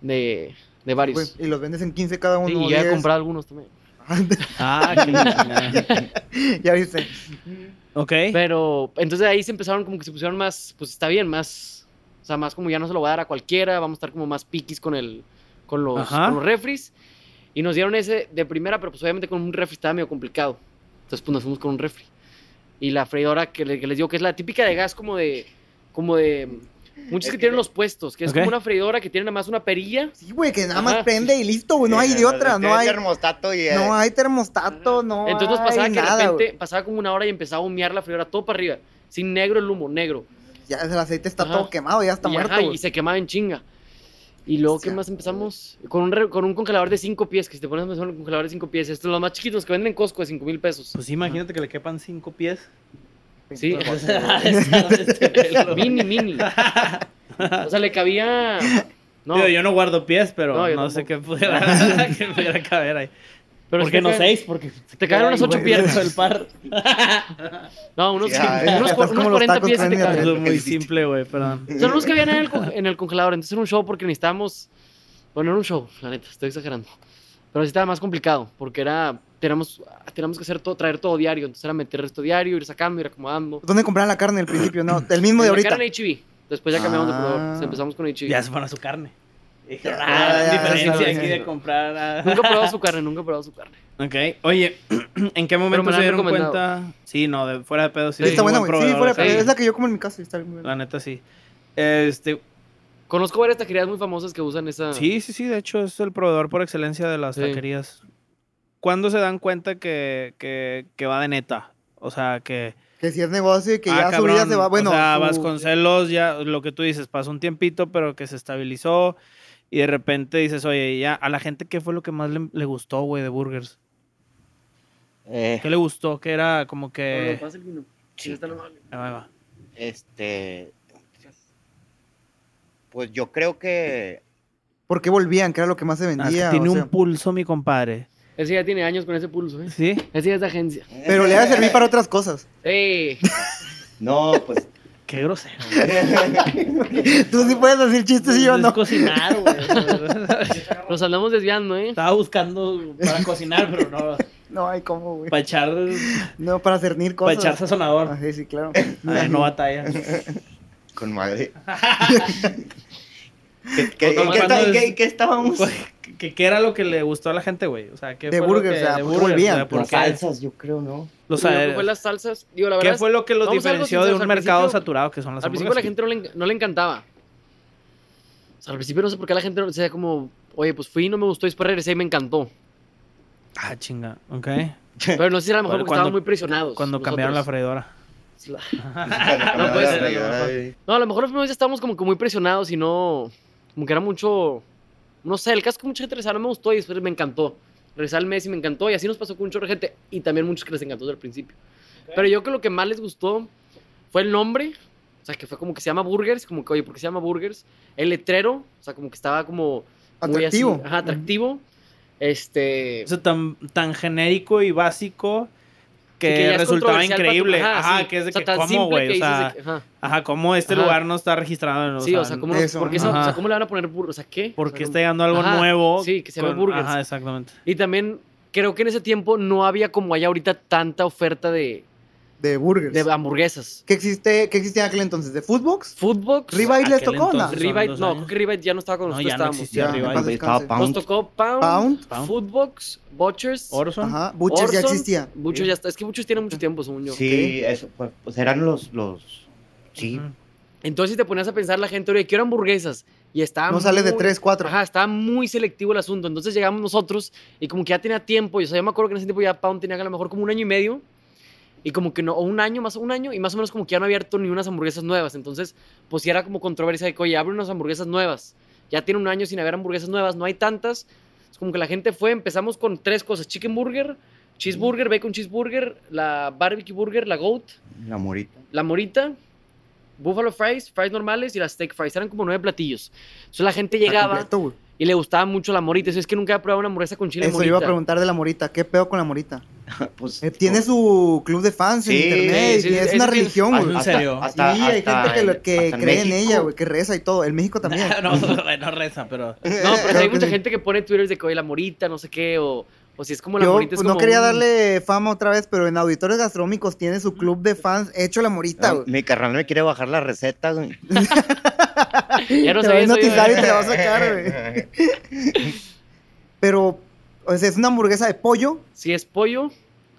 [SPEAKER 3] de, de varios.
[SPEAKER 5] Güey, Pues, y los vendes en 15 cada uno.
[SPEAKER 3] Sí, y yo he
[SPEAKER 5] 10.
[SPEAKER 3] comprado algunos también.
[SPEAKER 2] Ah, qué chingada.
[SPEAKER 5] ya viste.
[SPEAKER 2] Ok.
[SPEAKER 3] Pero entonces ahí se empezaron como que se pusieron más, pues está bien, más, o sea, más como ya no se lo voy a dar a cualquiera, vamos a estar como más piquis con el, con los,
[SPEAKER 2] Ajá.
[SPEAKER 3] con los refris. Y nos dieron ese de primera, pero pues obviamente con un refri estaba medio complicado. Entonces pues nos fuimos con un refri. Y la freidora que, le- que les digo que es la típica de gas como de, como de, muchos que tienen los puestos, que es
[SPEAKER 2] Ok.
[SPEAKER 3] como una freidora que tiene nada más una perilla.
[SPEAKER 5] Sí, güey, que nada más
[SPEAKER 3] Ajá.
[SPEAKER 5] prende y listo, güey. No hay
[SPEAKER 4] Eh,
[SPEAKER 5] de otra, no
[SPEAKER 4] tiene
[SPEAKER 5] hay.
[SPEAKER 4] termostato y. eh,
[SPEAKER 5] No hay termostato, no
[SPEAKER 3] Entonces nos pasaba
[SPEAKER 5] hay
[SPEAKER 3] que
[SPEAKER 5] nada,
[SPEAKER 3] de repente
[SPEAKER 5] güey.
[SPEAKER 3] pasaba como una hora y empezaba a humear la freidora todo para arriba. Sin negro el humo, negro.
[SPEAKER 5] Ya el aceite está
[SPEAKER 3] Ajá.
[SPEAKER 5] todo quemado, ya está
[SPEAKER 3] y,
[SPEAKER 5] muerto,
[SPEAKER 3] ajá,
[SPEAKER 5] güey.
[SPEAKER 3] y se quemaba en chinga. Y luego, ¿qué
[SPEAKER 5] Hostia.
[SPEAKER 3] más empezamos? Con un, re- con un congelador de 5 pies, que si te pones a pensar en un congelador de 5 pies, estos los más chiquitos que venden en Costco de 5 mil pesos.
[SPEAKER 2] Pues sí, imagínate que le quepan cinco pies.
[SPEAKER 3] sí.
[SPEAKER 2] Mini.
[SPEAKER 3] mini, mini. O sea, le cabía... No,
[SPEAKER 2] Digo, yo no guardo pies, pero
[SPEAKER 3] No,
[SPEAKER 2] no,
[SPEAKER 3] yo
[SPEAKER 2] sé qué
[SPEAKER 3] tampoco.
[SPEAKER 2] pudiera, qué pudiera caber ahí.
[SPEAKER 3] pero
[SPEAKER 2] porque
[SPEAKER 3] sí
[SPEAKER 2] no
[SPEAKER 3] te-
[SPEAKER 2] seis, porque se
[SPEAKER 3] te
[SPEAKER 2] queda
[SPEAKER 3] caen unas
[SPEAKER 2] ahí,
[SPEAKER 3] ocho
[SPEAKER 2] güey,
[SPEAKER 3] piernas.
[SPEAKER 2] dentro del par.
[SPEAKER 3] No, unos,
[SPEAKER 4] Sí, ah,
[SPEAKER 3] unos,
[SPEAKER 5] estás
[SPEAKER 3] cua-
[SPEAKER 5] como
[SPEAKER 3] unos
[SPEAKER 5] los
[SPEAKER 3] 40
[SPEAKER 5] tacos
[SPEAKER 3] pies se te cabían.
[SPEAKER 5] trending
[SPEAKER 2] Es
[SPEAKER 5] Claro.
[SPEAKER 2] muy simple, güey, perdón.
[SPEAKER 3] O sea, no nos cabían en el, co- en el congelador. Entonces era un show porque necesitábamos... Bueno, era un show, la neta, estoy exagerando. Pero sí estaba más complicado, porque era... Teníamos, teníamos que hacer todo, traer todo diario. Entonces era meter esto diario, ir sacando, ir acomodando.
[SPEAKER 5] ¿Dónde compraban la carne al principio? No, el mismo de
[SPEAKER 3] Nos
[SPEAKER 5] ahorita.
[SPEAKER 3] sacaron H-E-B. Después ya cambiamos de
[SPEAKER 5] Ah.
[SPEAKER 3] proveedor. Entonces empezamos con H-E-B.
[SPEAKER 2] Ya se van a su carne. Dije,
[SPEAKER 5] Ya,
[SPEAKER 2] ah,
[SPEAKER 5] ya,
[SPEAKER 2] diferencia
[SPEAKER 5] ya,
[SPEAKER 2] aquí
[SPEAKER 5] ya.
[SPEAKER 2] de comprar. a-
[SPEAKER 3] Nunca he probado su carne, nunca he probado su carne.
[SPEAKER 2] Ok, oye, ¿en qué
[SPEAKER 3] Pero me
[SPEAKER 2] momento se
[SPEAKER 3] la han
[SPEAKER 2] dieron
[SPEAKER 3] recomendado.
[SPEAKER 2] cuenta? Sí, no, de fuera de pedo. Sí, Ah.
[SPEAKER 5] Sí, está
[SPEAKER 2] un
[SPEAKER 5] buena,
[SPEAKER 2] buen
[SPEAKER 5] güey. Sí,
[SPEAKER 2] proveedor,
[SPEAKER 5] fuera,
[SPEAKER 2] o sea,
[SPEAKER 5] es la que yo como en mi casa. Está muy buena.
[SPEAKER 2] La neta, sí.
[SPEAKER 3] Ah.
[SPEAKER 2] Este,
[SPEAKER 3] Conozco varias taquerías muy famosas que usan esa.
[SPEAKER 2] Sí, sí, sí, de hecho es el proveedor por excelencia de las
[SPEAKER 3] Sí.
[SPEAKER 2] taquerías. ¿Cuándo se dan cuenta que, que, que va de neta? O sea, que...
[SPEAKER 5] Que si es negocio y que
[SPEAKER 2] ah,
[SPEAKER 5] ya su vida
[SPEAKER 2] cabrón,
[SPEAKER 5] se va. Bueno,
[SPEAKER 2] o sea,
[SPEAKER 5] su-
[SPEAKER 2] vas con celos, ya lo que tú dices, pasó un tiempito, pero que se estabilizó y de repente dices, oye, ya, a la gente, ¿qué fue lo que más le, le gustó, güey, de Burgers?
[SPEAKER 4] eh,
[SPEAKER 2] ¿Qué le gustó? Que era como que...
[SPEAKER 3] pasa el vino. Sí, está normal.
[SPEAKER 2] Ahí va, ahí va.
[SPEAKER 4] este. Pues yo creo que.
[SPEAKER 5] ¿Por qué volvían? Que era lo que más se
[SPEAKER 2] Ah, es que
[SPEAKER 5] vendía.
[SPEAKER 2] tiene
[SPEAKER 5] o
[SPEAKER 2] un
[SPEAKER 5] sea.
[SPEAKER 2] pulso, mi compadre.
[SPEAKER 3] Ese ya tiene años con ese pulso, ¿eh?
[SPEAKER 2] ¿Sí?
[SPEAKER 3] Ese ya es de agencia.
[SPEAKER 5] Pero le ha de servir para otras cosas.
[SPEAKER 3] ¡Ey!
[SPEAKER 4] No, pues.
[SPEAKER 2] Qué grosero.
[SPEAKER 5] Tú Este sí puedes decir chistes y yo
[SPEAKER 2] Es
[SPEAKER 5] no.
[SPEAKER 2] cocinar, güey.
[SPEAKER 3] Nos andamos desviando, ¿eh?
[SPEAKER 2] Estaba buscando para cocinar, pero no.
[SPEAKER 5] No hay cómo, güey.
[SPEAKER 2] Para echar,
[SPEAKER 5] No, para cernir
[SPEAKER 2] pa'
[SPEAKER 5] cosas.
[SPEAKER 2] echar sazonador.
[SPEAKER 5] Ah, sí, sí, claro.
[SPEAKER 2] A ver, no batalla.
[SPEAKER 4] Con madre. ¿Qué, qué-
[SPEAKER 2] Otro
[SPEAKER 4] en qué
[SPEAKER 2] mando
[SPEAKER 4] está-
[SPEAKER 2] es-
[SPEAKER 4] en qué-
[SPEAKER 2] Pues,
[SPEAKER 4] en qué estábamos?
[SPEAKER 2] ¿Qué, qué era lo que le gustó a la gente, güey? O sea, ¿qué
[SPEAKER 5] De
[SPEAKER 2] fue lo
[SPEAKER 5] burger,
[SPEAKER 2] que-
[SPEAKER 5] o sea,
[SPEAKER 2] de
[SPEAKER 5] ¿por qué
[SPEAKER 2] burger,
[SPEAKER 5] volvían?
[SPEAKER 2] o sea, ¿por
[SPEAKER 4] Las
[SPEAKER 2] qué?
[SPEAKER 4] salsas, yo creo, ¿no.
[SPEAKER 2] Los
[SPEAKER 3] Digo,
[SPEAKER 2] sal-
[SPEAKER 3] ¿qué fue las salsas? Digo, la verdad.
[SPEAKER 2] ¿Qué fue lo que los
[SPEAKER 3] vamos a algo
[SPEAKER 2] diferenció de
[SPEAKER 3] sinceros,
[SPEAKER 2] un
[SPEAKER 3] al
[SPEAKER 2] mercado
[SPEAKER 3] principio-
[SPEAKER 2] saturado que son las
[SPEAKER 3] al principio la
[SPEAKER 2] hamburguesas?
[SPEAKER 3] gente no le, en- no le encantaba. O sea, al principio no sé por qué la gente no decía como, oye, pues fui y no me gustó y después regresé y me encantó.
[SPEAKER 2] Ah, chinga. Ok.
[SPEAKER 3] Pero no sé si era a lo mejor
[SPEAKER 2] Cuando-
[SPEAKER 3] porque estaban muy presionados.
[SPEAKER 2] Cuando cambiaron la
[SPEAKER 3] Pues, nosotros.
[SPEAKER 2] freidora. ah,
[SPEAKER 3] No
[SPEAKER 2] pues,
[SPEAKER 3] puede ser,
[SPEAKER 4] Ay,
[SPEAKER 3] No, a lo mejor los primeros días estábamos como que muy presionados y no. Como que era mucho. No sé, el caso es que mucha gente regresaba, no me gustó y después me encantó. Regresé al mes y me encantó y así nos pasó con un chorro de gente y también muchos que les encantó desde el principio. Pero yo creo que lo que más les gustó fue el nombre. O sea, que fue como que se llama Burgers, como que, oye, ¿por qué se llama Burgers? El letrero, o sea, como que estaba como. muy así,
[SPEAKER 5] Atractivo.
[SPEAKER 3] ajá, atractivo. Este.
[SPEAKER 2] Eso tan, tan genérico y básico que,
[SPEAKER 3] Sí, ya es
[SPEAKER 2] resultaba
[SPEAKER 3] controversial para tu-
[SPEAKER 2] increíble.
[SPEAKER 3] ajá,
[SPEAKER 2] Ajá,
[SPEAKER 3] sí.
[SPEAKER 2] que es de
[SPEAKER 3] O sea,
[SPEAKER 2] que,
[SPEAKER 3] tan
[SPEAKER 2] ¿cómo,
[SPEAKER 3] simple
[SPEAKER 2] güey?
[SPEAKER 3] que
[SPEAKER 2] O
[SPEAKER 3] dices de
[SPEAKER 2] sea,
[SPEAKER 3] que- ajá.
[SPEAKER 2] ajá, ¿cómo este
[SPEAKER 3] Ajá.
[SPEAKER 2] lugar no está registrado? en los-
[SPEAKER 3] Sí, o sea, ¿cómo, no-
[SPEAKER 5] eso,
[SPEAKER 3] por qué eso-
[SPEAKER 2] ajá.
[SPEAKER 3] o sea, ¿cómo le van a poner burger? O sea, ¿qué?
[SPEAKER 2] Porque
[SPEAKER 3] O sea,
[SPEAKER 2] está llegando algo
[SPEAKER 3] Ajá,
[SPEAKER 2] nuevo.
[SPEAKER 3] sí, que se llama burgers.
[SPEAKER 2] Ajá, exactamente.
[SPEAKER 3] Y también creo que en ese tiempo no había como hay ahorita tanta oferta de,
[SPEAKER 5] de burgers.
[SPEAKER 3] de hamburguesas.
[SPEAKER 5] ¿Qué, existe, ¿Qué existía en aquel entonces? ¿De Footbox?
[SPEAKER 3] Footbox.
[SPEAKER 5] ¿Ribeye les
[SPEAKER 2] aquel
[SPEAKER 5] tocó o no?
[SPEAKER 2] entonces- Son
[SPEAKER 3] Ribeye-
[SPEAKER 2] dos
[SPEAKER 3] no,
[SPEAKER 2] años.
[SPEAKER 3] creo que Ribeye ya no estaba con
[SPEAKER 2] No,
[SPEAKER 3] nosotros.
[SPEAKER 2] ya no
[SPEAKER 3] estábamos.
[SPEAKER 2] existía
[SPEAKER 5] Ya,
[SPEAKER 2] Ribeye.
[SPEAKER 5] paz
[SPEAKER 4] pues, Estaba
[SPEAKER 5] descanse.
[SPEAKER 3] Nos
[SPEAKER 4] Pound.
[SPEAKER 3] tocó Pound,
[SPEAKER 5] Pound,
[SPEAKER 2] Pound.
[SPEAKER 3] Footbox, Butchers.
[SPEAKER 2] Orson.
[SPEAKER 5] ajá, Butchers ya
[SPEAKER 3] Orson.
[SPEAKER 5] existía.
[SPEAKER 3] Muchos ya está. Es que muchos tienen mucho tiempo, según yo.
[SPEAKER 4] Sí, eso, pues, pues eran los, los, sí,
[SPEAKER 2] Ujú.
[SPEAKER 3] Entonces si te ponías a pensar la gente, oye, quiero hamburguesas. Y está
[SPEAKER 5] No sale de
[SPEAKER 3] muy-
[SPEAKER 5] 3, 4.
[SPEAKER 3] Ajá, estaba muy selectivo el asunto. Entonces llegamos nosotros y como que ya tenía tiempo. Y, o sea, yo me acuerdo que en ese tiempo ya Pound tenía a lo mejor como un año y medio. Y como que no, o un año, más un año, y más o menos como que ya no había abierto ni unas hamburguesas nuevas. Entonces, pues sí era como controversia de que, oye, abre unas hamburguesas nuevas. Ya tiene un año sin haber hamburguesas nuevas, no hay tantas. Es como que la gente fue, empezamos con tres cosas: chicken burger, cheeseburger, bacon cheeseburger, la barbecue burger, la goat,
[SPEAKER 4] la morita.
[SPEAKER 3] la morita, buffalo fries, fries normales y las steak fries. Eran como nueve platillos. Entonces la gente
[SPEAKER 5] Está
[SPEAKER 3] llegaba
[SPEAKER 5] completo, güey.
[SPEAKER 3] y le gustaba mucho la morita. Eso es que nunca había probado una hamburguesa con chile
[SPEAKER 5] Eso
[SPEAKER 3] morita.
[SPEAKER 5] iba a preguntar de la morita. ¿Qué pedo con la morita?
[SPEAKER 4] Pues,
[SPEAKER 5] Eh, Tiene su club de fans
[SPEAKER 4] Sí,
[SPEAKER 5] en internet.
[SPEAKER 3] sí, sí,
[SPEAKER 5] y es una
[SPEAKER 3] eso tiene-
[SPEAKER 5] religión,
[SPEAKER 2] Haz
[SPEAKER 5] güey.
[SPEAKER 2] un
[SPEAKER 5] Sí,
[SPEAKER 4] oh, hasta-
[SPEAKER 2] serio?
[SPEAKER 4] hasta-
[SPEAKER 5] hay
[SPEAKER 4] hasta
[SPEAKER 5] gente que, lo- que
[SPEAKER 4] hasta en
[SPEAKER 5] cree en
[SPEAKER 4] México.
[SPEAKER 5] ella, güey, que reza y todo. En México también.
[SPEAKER 2] No, no, no reza, pero.
[SPEAKER 3] No, pero hay
[SPEAKER 5] Claro que
[SPEAKER 3] mucha
[SPEAKER 5] sí.
[SPEAKER 3] gente que pone Twitter de que oye la morita, no sé qué, o, o si es como la
[SPEAKER 5] Yo
[SPEAKER 3] morita. Es
[SPEAKER 5] pues, no
[SPEAKER 3] como
[SPEAKER 5] quería
[SPEAKER 3] un-
[SPEAKER 5] darle fama otra vez, pero en auditores gastronómicos tiene su club de fans hecho la morita,
[SPEAKER 4] Ah,
[SPEAKER 5] güey.
[SPEAKER 4] Mi carnal me quiere bajar la receta, güey.
[SPEAKER 3] Ya no
[SPEAKER 5] te va
[SPEAKER 3] sabía
[SPEAKER 5] a
[SPEAKER 3] eso, ya-
[SPEAKER 5] hipnotizar y te la va a sacar, güey. Pero o sea, es una hamburguesa de pollo.
[SPEAKER 3] Si es pollo,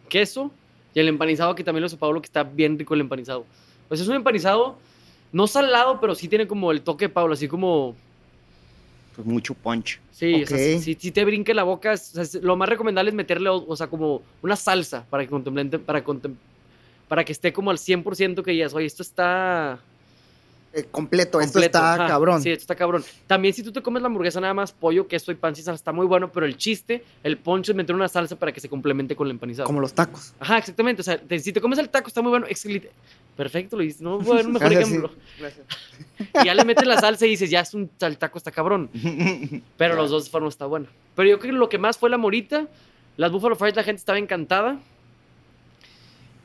[SPEAKER 3] queso y el empanizado que también lo hizo Pablo, que está bien rico el empanizado. Pues es un empanizado no salado, pero sí tiene como el toque de Pablo, así como.
[SPEAKER 4] Pues mucho punch.
[SPEAKER 3] Sí, o sea,
[SPEAKER 5] Ok.
[SPEAKER 3] si, si- si te brinca la boca, es- o sea, es- lo más recomendable es meterle, o, o sea, como una salsa para que contemple, para, contem- para que esté como al 100% que digas, oye, esto está
[SPEAKER 5] eh, completo. Esto
[SPEAKER 3] completo,
[SPEAKER 5] está
[SPEAKER 3] ajá.
[SPEAKER 5] cabrón.
[SPEAKER 3] Sí, esto está cabrón. También si tú te comes la hamburguesa nada más, pollo, queso y pan, sí, está muy bueno, pero el chiste, el poncho es meter una salsa para que se complemente con el empanizado.
[SPEAKER 5] Como los tacos.
[SPEAKER 3] Ajá, exactamente. O sea, te- si te comes el taco, está muy bueno. excelente. Perfecto, Luis. No, bueno, mejor
[SPEAKER 5] Gracias,
[SPEAKER 3] ejemplo.
[SPEAKER 5] sí. Gracias.
[SPEAKER 3] Y ya le metes la salsa y dices, ya es un el taco, está cabrón. Pero los dos fueron, está bueno. Pero yo creo que lo que más fue la morita, las Buffalo Fries, la gente estaba encantada.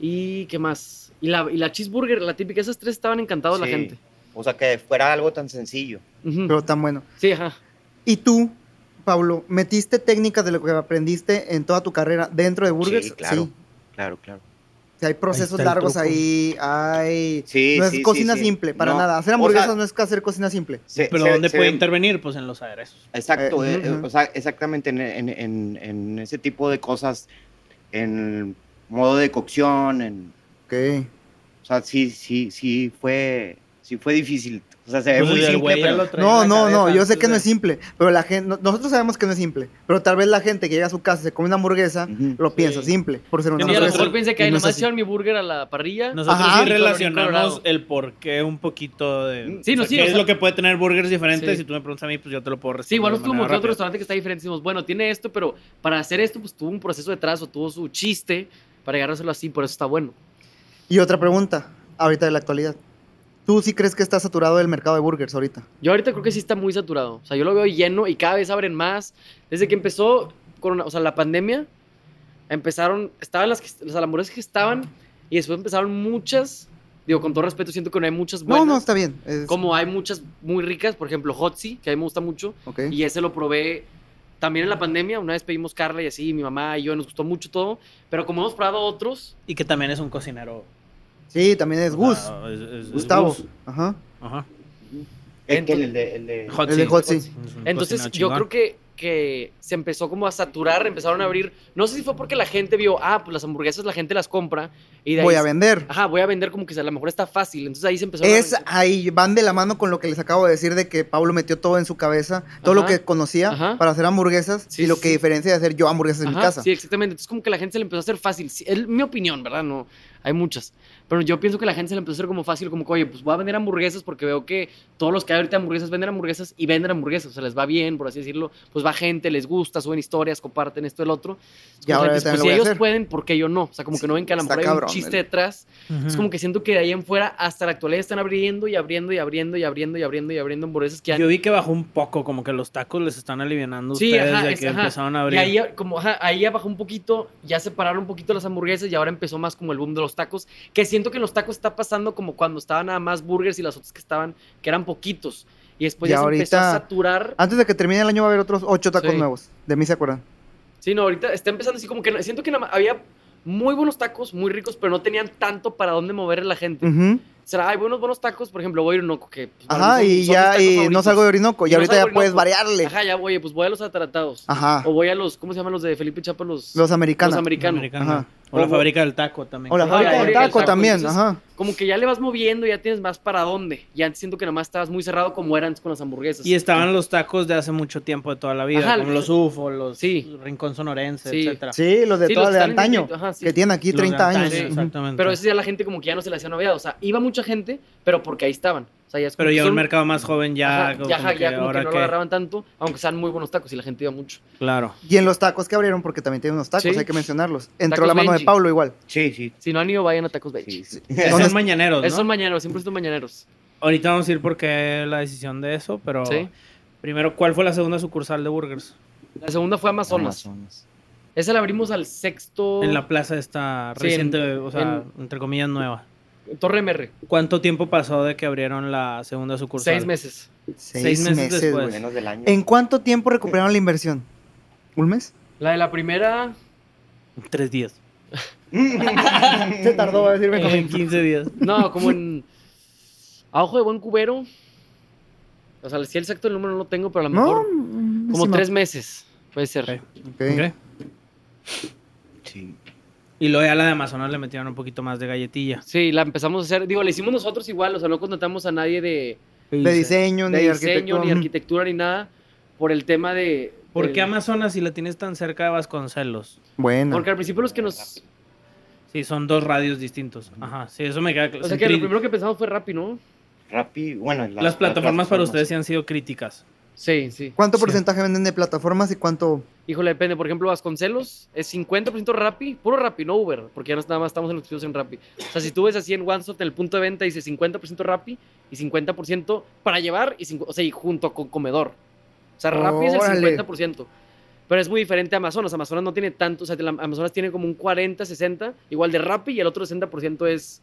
[SPEAKER 3] ¿Y qué más? Y la, y la cheeseburger, la típica, esas tres estaban encantados la
[SPEAKER 4] Sí.
[SPEAKER 3] gente.
[SPEAKER 4] O sea, que fuera algo tan sencillo.
[SPEAKER 3] Ujú.
[SPEAKER 5] Pero tan bueno.
[SPEAKER 3] Sí, ajá.
[SPEAKER 5] ¿Y tú, Pablo, metiste técnicas de lo que aprendiste en toda tu carrera dentro de burgers?
[SPEAKER 4] Sí, claro. Claro, claro.
[SPEAKER 5] O sea, hay
[SPEAKER 2] Ahí
[SPEAKER 5] procesos
[SPEAKER 2] está el
[SPEAKER 5] largos
[SPEAKER 2] truco.
[SPEAKER 5] ahí, hay...
[SPEAKER 4] Sí,
[SPEAKER 5] no es
[SPEAKER 4] sí,
[SPEAKER 5] cocina
[SPEAKER 4] sí, sí.
[SPEAKER 5] simple, para
[SPEAKER 4] No.
[SPEAKER 5] nada. Hacer
[SPEAKER 4] O
[SPEAKER 5] hamburguesas
[SPEAKER 4] sea,
[SPEAKER 5] no es que hacer cocina simple.
[SPEAKER 4] se-
[SPEAKER 2] ¿Pero
[SPEAKER 4] se-
[SPEAKER 2] dónde
[SPEAKER 4] se
[SPEAKER 2] puede
[SPEAKER 4] ven-
[SPEAKER 2] intervenir? Pues en los aderezos.
[SPEAKER 4] Exacto,
[SPEAKER 5] Eh,
[SPEAKER 4] eh, eh,
[SPEAKER 5] ujú.
[SPEAKER 4] o sea, exactamente en, en- en- en ese tipo de cosas, en modo de cocción, en,
[SPEAKER 5] Ok.
[SPEAKER 4] o sea, sí, sí, sí fue, sí fue difícil. O sea, se ve
[SPEAKER 2] Pues
[SPEAKER 4] muy
[SPEAKER 2] el
[SPEAKER 4] simple,
[SPEAKER 2] güey ya
[SPEAKER 4] pero
[SPEAKER 2] lo traía
[SPEAKER 5] No,
[SPEAKER 2] en la
[SPEAKER 5] no, no,
[SPEAKER 2] cabeza
[SPEAKER 5] yo sé
[SPEAKER 2] antes
[SPEAKER 5] que no
[SPEAKER 2] de-
[SPEAKER 5] es simple, pero la gente, no- nosotros sabemos que no es simple, pero tal vez la gente que llega a su casa y se come una hamburguesa
[SPEAKER 4] Ujú.
[SPEAKER 5] lo piensa
[SPEAKER 2] Sí.
[SPEAKER 5] simple, por ser una
[SPEAKER 2] Yo
[SPEAKER 3] Y a lo
[SPEAKER 5] hamburguesa.
[SPEAKER 3] mejor pensé que ahí
[SPEAKER 5] y no es
[SPEAKER 3] nomás
[SPEAKER 5] así.
[SPEAKER 3] echaron mi burger a la parrilla.
[SPEAKER 2] Nosotros
[SPEAKER 5] Ajá.
[SPEAKER 2] sí
[SPEAKER 3] Y colorín
[SPEAKER 2] relacionamos
[SPEAKER 3] colorado.
[SPEAKER 2] el porqué un poquito de.
[SPEAKER 3] Sí, no,
[SPEAKER 2] o sea,
[SPEAKER 3] sí,
[SPEAKER 2] ¿Qué
[SPEAKER 3] o
[SPEAKER 2] es
[SPEAKER 3] sea-
[SPEAKER 2] lo que puede tener burgers diferentes?
[SPEAKER 3] Sí.
[SPEAKER 2] Si tú me preguntas a mí, pues yo te lo puedo responder.
[SPEAKER 3] Sí, igual
[SPEAKER 2] de
[SPEAKER 3] nos fuimos
[SPEAKER 2] manera
[SPEAKER 3] a otro
[SPEAKER 2] rápida.
[SPEAKER 3] restaurante que está diferente. Decimos, bueno, tiene esto, pero para hacer esto, pues tuvo un proceso detrás o tuvo su chiste para agarrárselo así, por eso está bueno.
[SPEAKER 5] Y otra pregunta, ahorita de la actualidad. ¿Tú sí crees que está saturado el mercado de burgers ahorita?
[SPEAKER 3] Yo ahorita creo que sí está muy saturado. O sea, yo lo veo lleno y cada vez abren más. Desde que empezó con, o sea, la pandemia, empezaron, estaban las, que- las hamburguesas que estaban y después empezaron muchas. Digo, con todo respeto, siento que no hay muchas buenas.
[SPEAKER 5] no, no, está bien. es-
[SPEAKER 3] Como hay muchas muy ricas, por ejemplo, Hotzi, que a mí me gusta mucho.
[SPEAKER 5] ok.
[SPEAKER 3] Y ese lo probé también en la pandemia. Una vez pedimos Carla y así, mi mamá y yo, nos gustó mucho todo. Pero como hemos probado otros,
[SPEAKER 2] Y que también es un cocinero.
[SPEAKER 5] Sí, también es Gus,
[SPEAKER 2] Ah, es- es- es
[SPEAKER 5] Gustavo.
[SPEAKER 2] Gus.
[SPEAKER 5] Ajá.
[SPEAKER 2] Ajá.
[SPEAKER 4] Es que el de- el de-
[SPEAKER 2] Hot
[SPEAKER 5] El de
[SPEAKER 2] Seat.
[SPEAKER 5] Hot Seat.
[SPEAKER 2] Es un
[SPEAKER 3] entonces
[SPEAKER 2] cocinero
[SPEAKER 3] yo
[SPEAKER 2] chingón.
[SPEAKER 3] creo que, que se empezó como a saturar, empezaron a abrir. No sé si fue porque la gente vio, ah, pues las hamburguesas la gente las compra. Y de ahí, Ah,
[SPEAKER 5] Voy a vender.
[SPEAKER 3] Ajá, voy a vender como que a lo mejor está fácil. Entonces ahí se empezó
[SPEAKER 5] Es
[SPEAKER 3] a...
[SPEAKER 5] ahí, van de la mano con lo que les acabo de decir de que Pablo metió todo en su cabeza, todo
[SPEAKER 3] Ajá.
[SPEAKER 5] lo que conocía
[SPEAKER 3] Ajá.
[SPEAKER 5] para hacer hamburguesas
[SPEAKER 3] Sí,
[SPEAKER 5] y lo
[SPEAKER 3] sí,
[SPEAKER 5] que
[SPEAKER 3] sí.
[SPEAKER 5] diferencia de hacer yo hamburguesas en mi
[SPEAKER 3] Ajá,
[SPEAKER 5] casa.
[SPEAKER 3] Sí, exactamente. Entonces como que la gente se le empezó a hacer fácil. Sí, es mi opinión, ¿verdad? No, hay muchas. Pero yo pienso que la gente se le empezó a hacer como fácil, como que, oye, pues voy a vender hamburguesas porque veo que todos los que hay ahorita hamburguesas venden hamburguesas y venden hamburguesas, o sea, les va bien, por así decirlo, pues va gente, les gusta, suben historias, comparten esto, el otro. Es
[SPEAKER 5] Y
[SPEAKER 3] como,
[SPEAKER 5] ahora
[SPEAKER 3] pues,
[SPEAKER 5] yo también lo
[SPEAKER 3] si
[SPEAKER 5] voy a
[SPEAKER 3] ellos
[SPEAKER 5] hacer.
[SPEAKER 3] pueden, ¿por qué yo no? O sea, como que no ven que a lo
[SPEAKER 5] Está
[SPEAKER 3] mejor hay un
[SPEAKER 5] cabrón,
[SPEAKER 3] chiste
[SPEAKER 5] el-
[SPEAKER 3] detrás. Es
[SPEAKER 2] Ujú.
[SPEAKER 3] como que siento que de ahí en fuera hasta la actualidad están abriendo y abriendo y abriendo y abriendo y abriendo y abriendo hamburguesas que han...
[SPEAKER 2] Yo vi que bajó un poco, como que los tacos les están alivianando
[SPEAKER 3] Sí,
[SPEAKER 2] ustedes
[SPEAKER 3] ajá,
[SPEAKER 2] de
[SPEAKER 3] es-
[SPEAKER 2] que
[SPEAKER 3] ajá.
[SPEAKER 2] empezaron a
[SPEAKER 3] Y
[SPEAKER 2] abrir.
[SPEAKER 3] ahí, ya- como, ajá, ahí ya bajó un poquito, ya separaron un poquito las hamburguesas y ahora empezó más como el boom de los tacos. Que siento que los tacos está pasando como cuando estaban nada más burgers y las otras que estaban, que eran poquitos. Y después
[SPEAKER 5] Y
[SPEAKER 3] ya se empezó a
[SPEAKER 5] ahorita- Ah.
[SPEAKER 3] saturar.
[SPEAKER 5] Antes de que termine el año va a haber otros ocho tacos
[SPEAKER 3] Sí.
[SPEAKER 5] nuevos. De mí se acuerdan.
[SPEAKER 3] Sí, no, ahorita está empezando así como que no- siento que nada más- había muy buenos tacos, muy ricos, pero no tenían tanto para dónde mover a la gente.
[SPEAKER 5] Ujú.
[SPEAKER 3] O sea, hay buenos, buenos tacos, por ejemplo, voy a Orinoco, que pues, para
[SPEAKER 5] Ajá,
[SPEAKER 3] mí son-
[SPEAKER 5] y
[SPEAKER 3] son mis
[SPEAKER 5] ya
[SPEAKER 3] tacos
[SPEAKER 5] y no
[SPEAKER 3] favoritos.
[SPEAKER 5] salgo de Orinoco.
[SPEAKER 3] Y
[SPEAKER 5] Y
[SPEAKER 3] no
[SPEAKER 5] ahorita
[SPEAKER 3] salgo
[SPEAKER 5] ya
[SPEAKER 3] de
[SPEAKER 5] puedes
[SPEAKER 3] Orinoco.
[SPEAKER 5] variarle.
[SPEAKER 3] Ajá, ya, oye, pues voy a los atratados.
[SPEAKER 5] Ajá.
[SPEAKER 3] O voy a los, ¿cómo se llaman los de Felipe Chapa? Los,
[SPEAKER 5] Los americanos.
[SPEAKER 3] los americanos.
[SPEAKER 2] Americano.
[SPEAKER 5] Ajá.
[SPEAKER 2] O la
[SPEAKER 3] O-
[SPEAKER 2] fábrica del taco también.
[SPEAKER 5] O la
[SPEAKER 3] Ajá,
[SPEAKER 5] fábrica
[SPEAKER 3] ya,
[SPEAKER 5] del
[SPEAKER 3] ya,
[SPEAKER 5] taco
[SPEAKER 3] ya,
[SPEAKER 5] también.
[SPEAKER 3] entonces-
[SPEAKER 5] Ajá.
[SPEAKER 3] Como que ya le vas moviendo, ya tienes más para dónde. Ya antes siento que nomás estabas muy cerrado como eran con las hamburguesas.
[SPEAKER 2] Y estaban los tacos de hace mucho tiempo de toda la vida,
[SPEAKER 3] Ajá,
[SPEAKER 2] como los
[SPEAKER 3] los-
[SPEAKER 2] UFO, los
[SPEAKER 3] sí.
[SPEAKER 2] Rincón Sonorense,
[SPEAKER 3] Sí.
[SPEAKER 2] etcétera.
[SPEAKER 5] Sí, los de
[SPEAKER 3] Sí,
[SPEAKER 5] toda
[SPEAKER 3] los
[SPEAKER 5] de
[SPEAKER 3] están en
[SPEAKER 5] antaño.
[SPEAKER 3] distrito, ajá, sí.
[SPEAKER 5] Que tienen aquí
[SPEAKER 2] Los de
[SPEAKER 5] 30 años.
[SPEAKER 2] antaño,
[SPEAKER 3] sí.
[SPEAKER 5] Ujú.
[SPEAKER 2] Exactamente.
[SPEAKER 3] Pero
[SPEAKER 2] Pero,
[SPEAKER 3] eso ya la gente como que ya no se le hacía novedad. O sea, iba mucha gente, pero porque ahí estaban. O sea, ya es como que
[SPEAKER 2] ya un
[SPEAKER 3] son-
[SPEAKER 2] mercado más joven ya,
[SPEAKER 3] Ajá,
[SPEAKER 2] como,
[SPEAKER 3] ya,
[SPEAKER 2] como
[SPEAKER 3] ajá,
[SPEAKER 2] que
[SPEAKER 3] ya como que
[SPEAKER 2] ahora
[SPEAKER 3] no
[SPEAKER 2] que,
[SPEAKER 3] lo agarraban tanto, aunque sean muy buenos tacos y la gente iba mucho.
[SPEAKER 2] claro.
[SPEAKER 5] Y en los tacos que abrieron, porque también tienen unos tacos,
[SPEAKER 3] Sí.
[SPEAKER 5] hay que mencionarlos. Entró
[SPEAKER 3] Tacos
[SPEAKER 5] la mano de
[SPEAKER 3] Benji.
[SPEAKER 5] Pablo igual.
[SPEAKER 4] Sí, sí.
[SPEAKER 3] Si no han ido, vayan a Tacos
[SPEAKER 4] sí,
[SPEAKER 3] Benji.
[SPEAKER 4] sí.
[SPEAKER 2] Son
[SPEAKER 5] Entonces-
[SPEAKER 2] mañaneros, Pues, ¿no?
[SPEAKER 3] Esos son mañaneros, siempre son mañaneros.
[SPEAKER 2] Ahorita vamos a ir por qué la decisión de eso, pero
[SPEAKER 3] Sí.
[SPEAKER 2] primero, ¿cuál fue la segunda sucursal de Burgers?
[SPEAKER 3] La segunda fue Amazonas.
[SPEAKER 4] Amazonas.
[SPEAKER 3] Esa la abrimos al sexto...
[SPEAKER 2] En la plaza esta
[SPEAKER 3] Sí, en-
[SPEAKER 2] reciente, o sea,
[SPEAKER 3] en-
[SPEAKER 2] entre comillas, nueva.
[SPEAKER 3] Torre MR.
[SPEAKER 2] ¿Cuánto tiempo pasó de que abrieron la segunda sucursal?
[SPEAKER 3] Seis meses.
[SPEAKER 2] Seis meses después.
[SPEAKER 5] güey.
[SPEAKER 4] Menos del año.
[SPEAKER 5] ¿En cuánto tiempo recuperaron la inversión? ¿Un mes?
[SPEAKER 3] La de la primera...
[SPEAKER 2] Tres días.
[SPEAKER 5] Se tardó a
[SPEAKER 3] Eh,
[SPEAKER 5] decirme
[SPEAKER 2] En 15 días.
[SPEAKER 3] No, como en. A ojo de buen cubero. O sea, si el exacto el número no lo tengo, pero a lo
[SPEAKER 5] No,
[SPEAKER 3] mejor. como tres meses. Puede ser.
[SPEAKER 2] Ok.
[SPEAKER 5] meses.
[SPEAKER 2] Ok.
[SPEAKER 4] Sí.
[SPEAKER 2] Y luego ya la de Amazonas le metieron un poquito más de galletilla.
[SPEAKER 3] Sí, la empezamos a hacer. Digo, la hicimos nosotros igual. O sea, no contratamos a nadie de,
[SPEAKER 5] De diseño,
[SPEAKER 3] de
[SPEAKER 5] ni
[SPEAKER 3] diseño,
[SPEAKER 5] arquitectura.
[SPEAKER 3] ni arquitectura, ni nada. Por el tema de.
[SPEAKER 2] ¿Por
[SPEAKER 3] del-
[SPEAKER 2] qué Amazonas si la tienes tan cerca de Vasconcelos?
[SPEAKER 5] Bueno.
[SPEAKER 3] Porque al principio los que nos.
[SPEAKER 2] Sí, son dos radios distintos. Ajá, sí, eso me queda claro.
[SPEAKER 3] O sea, que lo primero que pensamos fue Rappi, ¿no?
[SPEAKER 4] Rappi, bueno, en
[SPEAKER 2] Las plataformas para ustedes sí han sido críticas.
[SPEAKER 3] Sí, sí.
[SPEAKER 5] ¿Cuánto
[SPEAKER 2] Sí.
[SPEAKER 5] porcentaje venden de plataformas y cuánto?
[SPEAKER 3] Híjole, depende. Por ejemplo, Vasconcelos es 50% Rappi, puro Rappi, no Uber, porque ya no- nada más estamos en los estudios en Rappi. O sea, si tú ves así en OneSoft, en el punto de venta dice 50% Rappi y 50% para llevar, y cincu- o sea, y junto con comedor. O sea, Rappi es el
[SPEAKER 5] Órale.
[SPEAKER 3] 50%. Pero es muy diferente a Amazonas. Amazonas no tiene tanto, o sea, la- Amazonas tiene como un 40, 60, igual de Rappi, y el otro 60% es,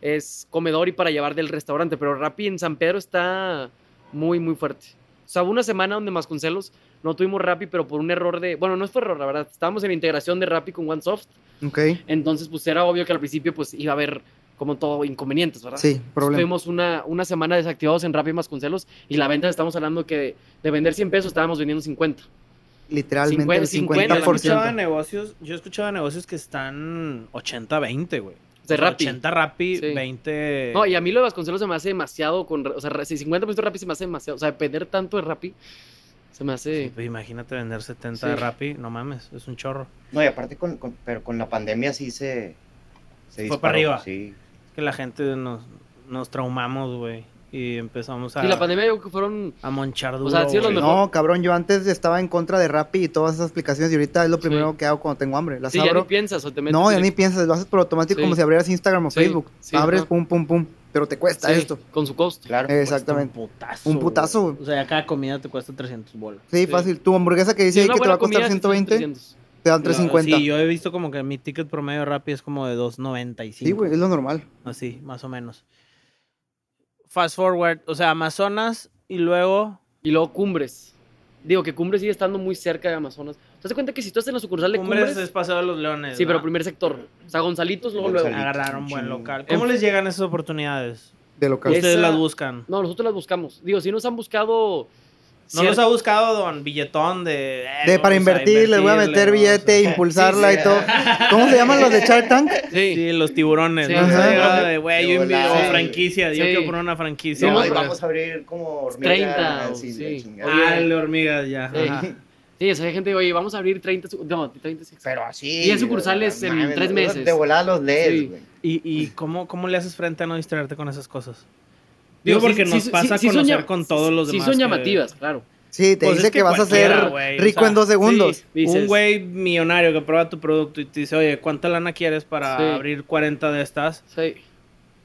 [SPEAKER 3] es comedor y para llevar del restaurante. Pero Rappi en San Pedro está muy, muy fuerte. O sea, hubo una semana donde Masconcelos no tuvimos Rappi, pero por un error de. Bueno, no fue error, la verdad. Estábamos en la integración de Rappi con OneSoft.
[SPEAKER 5] Ok.
[SPEAKER 3] Entonces, pues era obvio que al principio, pues iba a haber como todo inconvenientes, ¿verdad?
[SPEAKER 5] Sí,
[SPEAKER 3] Entonces,
[SPEAKER 5] problema.
[SPEAKER 3] Tuvimos una, una semana desactivados en Rappi Masconcelos y la venta, estamos hablando que de, de vender 100 pesos estábamos vendiendo 50.
[SPEAKER 5] Literalmente el
[SPEAKER 3] 50,
[SPEAKER 2] Yo
[SPEAKER 5] 50%.
[SPEAKER 3] 50,
[SPEAKER 2] escuchaba negocios, yo escuchaba negocios que están 80-20, güey.
[SPEAKER 3] De
[SPEAKER 2] O sea,
[SPEAKER 3] Rappi.
[SPEAKER 2] 80 Rappi,
[SPEAKER 3] Sí.
[SPEAKER 2] 20...
[SPEAKER 3] No, y a mí lo de Vasconcelos se me hace demasiado. Con, o sea, si 50% de Rappi se me hace demasiado. O sea, depender tanto de Rappi se me hace.
[SPEAKER 2] Sí, pues imagínate vender 70
[SPEAKER 3] Sí.
[SPEAKER 2] de Rappi, no mames, es un chorro.
[SPEAKER 4] No, y aparte, con, con- pero con la pandemia sí se. se
[SPEAKER 2] Fue para arriba.
[SPEAKER 4] Sí.
[SPEAKER 2] Es que la gente nos, nos traumamos, güey, y empezamos a,
[SPEAKER 3] Y la pandemia, yo creo que fueron.
[SPEAKER 2] a monchar duro,
[SPEAKER 3] O sea, sí, los
[SPEAKER 2] güey.
[SPEAKER 3] mejores-
[SPEAKER 5] No, cabrón, yo antes estaba en contra de Rappi y todas esas aplicaciones y ahorita es lo
[SPEAKER 3] Sí.
[SPEAKER 5] primero que hago cuando tengo hambre. Las
[SPEAKER 3] Sí, ya ni
[SPEAKER 5] abro.
[SPEAKER 3] piensas o te metes
[SPEAKER 5] no, ya
[SPEAKER 3] en-
[SPEAKER 5] ni piensas, lo haces por automático
[SPEAKER 3] Sí.
[SPEAKER 5] como si abrieras Instagram o
[SPEAKER 3] Sí,
[SPEAKER 5] Facebook.
[SPEAKER 3] sí,
[SPEAKER 5] Abres,
[SPEAKER 3] ajá.
[SPEAKER 5] pum, pum, pum. Pero te cuesta
[SPEAKER 3] sí,
[SPEAKER 5] esto.
[SPEAKER 3] Con su costo.
[SPEAKER 4] Claro.
[SPEAKER 5] Exactamente.
[SPEAKER 2] Un putazo.
[SPEAKER 5] Un putazo, güey.
[SPEAKER 2] O sea, ya cada comida te cuesta 300 bolas.
[SPEAKER 5] Sí,
[SPEAKER 3] Sí.
[SPEAKER 5] fácil. Tu hamburguesa que dice
[SPEAKER 3] Sí,
[SPEAKER 5] ahí
[SPEAKER 3] una
[SPEAKER 5] que te
[SPEAKER 3] buena
[SPEAKER 5] va a costar
[SPEAKER 3] comida sí son
[SPEAKER 5] 120,
[SPEAKER 3] 300.
[SPEAKER 5] te dan 350.
[SPEAKER 2] Sí, yo he visto como que mi ticket promedio de Rappi es como de 2.95.
[SPEAKER 5] Sí, güey, es lo normal.
[SPEAKER 2] Así, más o menos. Fast forward, o sea, Amazonas y luego
[SPEAKER 3] Y luego Cumbres. Digo que Cumbres sigue estando muy cerca de Amazonas. ¿Te das cuenta que si tú estás en la sucursal de
[SPEAKER 2] Cumbres,
[SPEAKER 3] Cumbres?
[SPEAKER 2] es Paseo de los Leones.
[SPEAKER 3] Sí, pero
[SPEAKER 2] ¿va?
[SPEAKER 3] primer sector. O sea, Gonzalitos, luego luego.
[SPEAKER 4] Gonzalito.
[SPEAKER 2] agarraron buen local.
[SPEAKER 3] En-
[SPEAKER 2] ¿Cómo les llegan esas oportunidades?
[SPEAKER 5] De
[SPEAKER 3] Esa-
[SPEAKER 5] local.
[SPEAKER 2] Ustedes las buscan.
[SPEAKER 3] No, nosotros las buscamos. Digo, si nos han buscado.
[SPEAKER 2] No
[SPEAKER 3] cier-
[SPEAKER 2] los ha buscado don billetón de... eh,
[SPEAKER 5] De para
[SPEAKER 2] vamos a
[SPEAKER 5] invertir, les voy a meter
[SPEAKER 2] invertirle,
[SPEAKER 5] billete,
[SPEAKER 2] vamos
[SPEAKER 5] impulsarla
[SPEAKER 4] Sí, sí.
[SPEAKER 5] y todo. ¿Cómo se llaman los de Shark Tank?
[SPEAKER 2] a-
[SPEAKER 3] Sí.
[SPEAKER 2] Sí, los tiburones.
[SPEAKER 3] Sí.
[SPEAKER 2] ¿no?
[SPEAKER 5] Ajá.
[SPEAKER 2] Ha llegado de, güey, yo
[SPEAKER 4] De
[SPEAKER 2] invito
[SPEAKER 4] volada.
[SPEAKER 2] franquicia, yo
[SPEAKER 3] Sí.
[SPEAKER 2] quiero poner una franquicia.
[SPEAKER 3] Sí,
[SPEAKER 4] No,
[SPEAKER 3] no,
[SPEAKER 4] y
[SPEAKER 3] pero-
[SPEAKER 4] vamos a abrir como. hormiga,
[SPEAKER 3] 30 o
[SPEAKER 4] así,
[SPEAKER 3] sí.
[SPEAKER 4] la chingada.
[SPEAKER 3] Oye.
[SPEAKER 2] Ah, el de hormigas ya.
[SPEAKER 3] Sí.
[SPEAKER 2] ajá.
[SPEAKER 3] Sí, o sea, hay gente, oye, vamos a abrir 30. su- No, 30 sí.
[SPEAKER 4] Pero así.
[SPEAKER 3] Diez sucursales en
[SPEAKER 4] mames,
[SPEAKER 3] tres
[SPEAKER 4] de-
[SPEAKER 3] meses.
[SPEAKER 4] De volada los lees,
[SPEAKER 3] Sí.
[SPEAKER 4] güey.
[SPEAKER 2] ¿Y, y cómo, cómo le haces frente a no distraerte con esas cosas? Digo,
[SPEAKER 3] sí-
[SPEAKER 2] porque
[SPEAKER 3] sí-
[SPEAKER 2] nos
[SPEAKER 3] sí-
[SPEAKER 2] pasa
[SPEAKER 3] sí son
[SPEAKER 2] conocer
[SPEAKER 3] llam-
[SPEAKER 2] con todos los
[SPEAKER 3] sí
[SPEAKER 2] demás.
[SPEAKER 3] son
[SPEAKER 2] que-
[SPEAKER 3] llamativas, claro.
[SPEAKER 5] Sí, te
[SPEAKER 2] Pues es
[SPEAKER 5] dice
[SPEAKER 2] que
[SPEAKER 5] que vas a
[SPEAKER 2] cualquiera,
[SPEAKER 5] ser
[SPEAKER 2] güey, o
[SPEAKER 5] rico
[SPEAKER 2] sea,
[SPEAKER 5] en dos segundos.
[SPEAKER 3] Sí, dices,
[SPEAKER 2] Un güey millonario que prueba tu producto y te dice, oye, ¿cuánta lana quieres para
[SPEAKER 3] Sí.
[SPEAKER 2] abrir 40 de estas?
[SPEAKER 3] sí.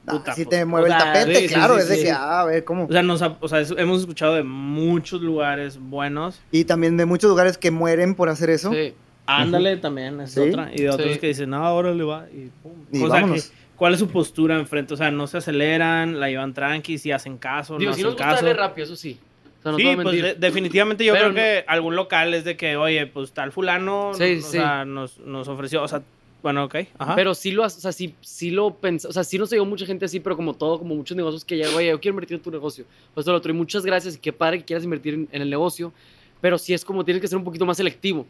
[SPEAKER 5] Ah,
[SPEAKER 2] puta,
[SPEAKER 5] si
[SPEAKER 2] pues,
[SPEAKER 5] te mueve
[SPEAKER 2] o
[SPEAKER 5] el
[SPEAKER 2] sea,
[SPEAKER 5] tapete,
[SPEAKER 2] sí, sí,
[SPEAKER 5] claro,
[SPEAKER 2] sí,
[SPEAKER 5] es de
[SPEAKER 2] sí.
[SPEAKER 5] que, ah, a ver, ¿cómo?
[SPEAKER 2] O sea, nos, ha- o sea es- hemos escuchado de muchos lugares buenos.
[SPEAKER 5] Y también de muchos lugares que mueren por hacer eso.
[SPEAKER 3] sí.
[SPEAKER 2] Ándale también, es
[SPEAKER 5] Sí.
[SPEAKER 2] otra. Y de otros
[SPEAKER 3] Sí.
[SPEAKER 2] que dicen, no, ahora le va. Y, pum.
[SPEAKER 5] Y
[SPEAKER 2] O sea,
[SPEAKER 5] vámonos.
[SPEAKER 2] que- ¿Cuál es su postura enfrente? O sea, no se aceleran, la llevan tranqui, si hacen caso,
[SPEAKER 3] Digo,
[SPEAKER 2] no
[SPEAKER 3] si
[SPEAKER 2] hacen
[SPEAKER 3] nos gusta
[SPEAKER 2] caso.
[SPEAKER 3] darle rápido, eso sí. O sea, no te voy
[SPEAKER 2] sí,
[SPEAKER 3] a
[SPEAKER 2] pues
[SPEAKER 3] mentir.
[SPEAKER 2] de- definitivamente yo
[SPEAKER 3] Pero
[SPEAKER 2] creo que algún local es de que, oye, pues tal fulano
[SPEAKER 3] Sí,
[SPEAKER 2] o
[SPEAKER 3] sí.
[SPEAKER 2] sea, nos, nos ofreció, o sea, bueno, ok, ajá.
[SPEAKER 3] Pero sí lo, has- o sea, sí, sí lo pens- o sea, sí nos llegó mucha gente así, pero como todo, como muchos negocios que ya, oye, yo quiero invertir en tu negocio. Pues todo lo otro, y muchas gracias, y qué padre que quieras invertir en, en el negocio, pero sí es como tienes que ser un poquito más selectivo.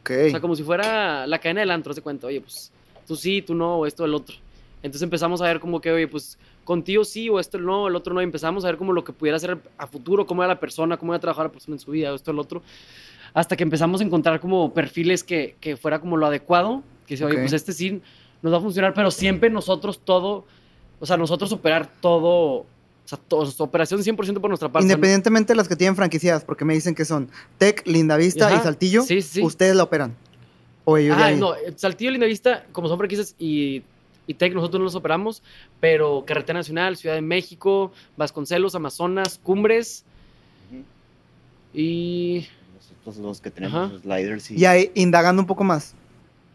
[SPEAKER 5] Ok.
[SPEAKER 3] O sea, como si fuera la cadena del antro, haz de cuenta, oye, pues tú sí, tú no, o esto, el otro. Entonces empezamos a ver como que, oye, pues contigo sí, o esto no, el otro no, y empezamos a ver como lo que pudiera hacer a futuro, cómo era la persona, cómo iba a trabajar la persona en su vida, o esto, el otro. Hasta que empezamos a encontrar como perfiles que, que fuera como lo adecuado, que se oye,
[SPEAKER 5] Ok.
[SPEAKER 3] pues este sí nos va a funcionar, pero siempre nosotros todo, o sea, nosotros operar todo, o sea, todo, operación 100% por nuestra parte. ¿no?
[SPEAKER 5] Independientemente de las que tienen franquiciadas, porque me dicen que son Tech, Lindavista
[SPEAKER 3] Ajá,
[SPEAKER 5] y Saltillo,
[SPEAKER 3] sí, sí.
[SPEAKER 5] ustedes la operan. O ellos de
[SPEAKER 3] Ah,
[SPEAKER 5] ahí.
[SPEAKER 3] no, eh, Saltillo Linda Vista, como son franquicias y, y Tech, nosotros no los operamos, pero Carretera Nacional, Ciudad de México, Vasconcelos, Amazonas, Cumbres y...
[SPEAKER 4] Nosotros los que tenemos
[SPEAKER 3] Ajá.
[SPEAKER 4] sliders y...
[SPEAKER 5] Y ahí, indagando un poco más,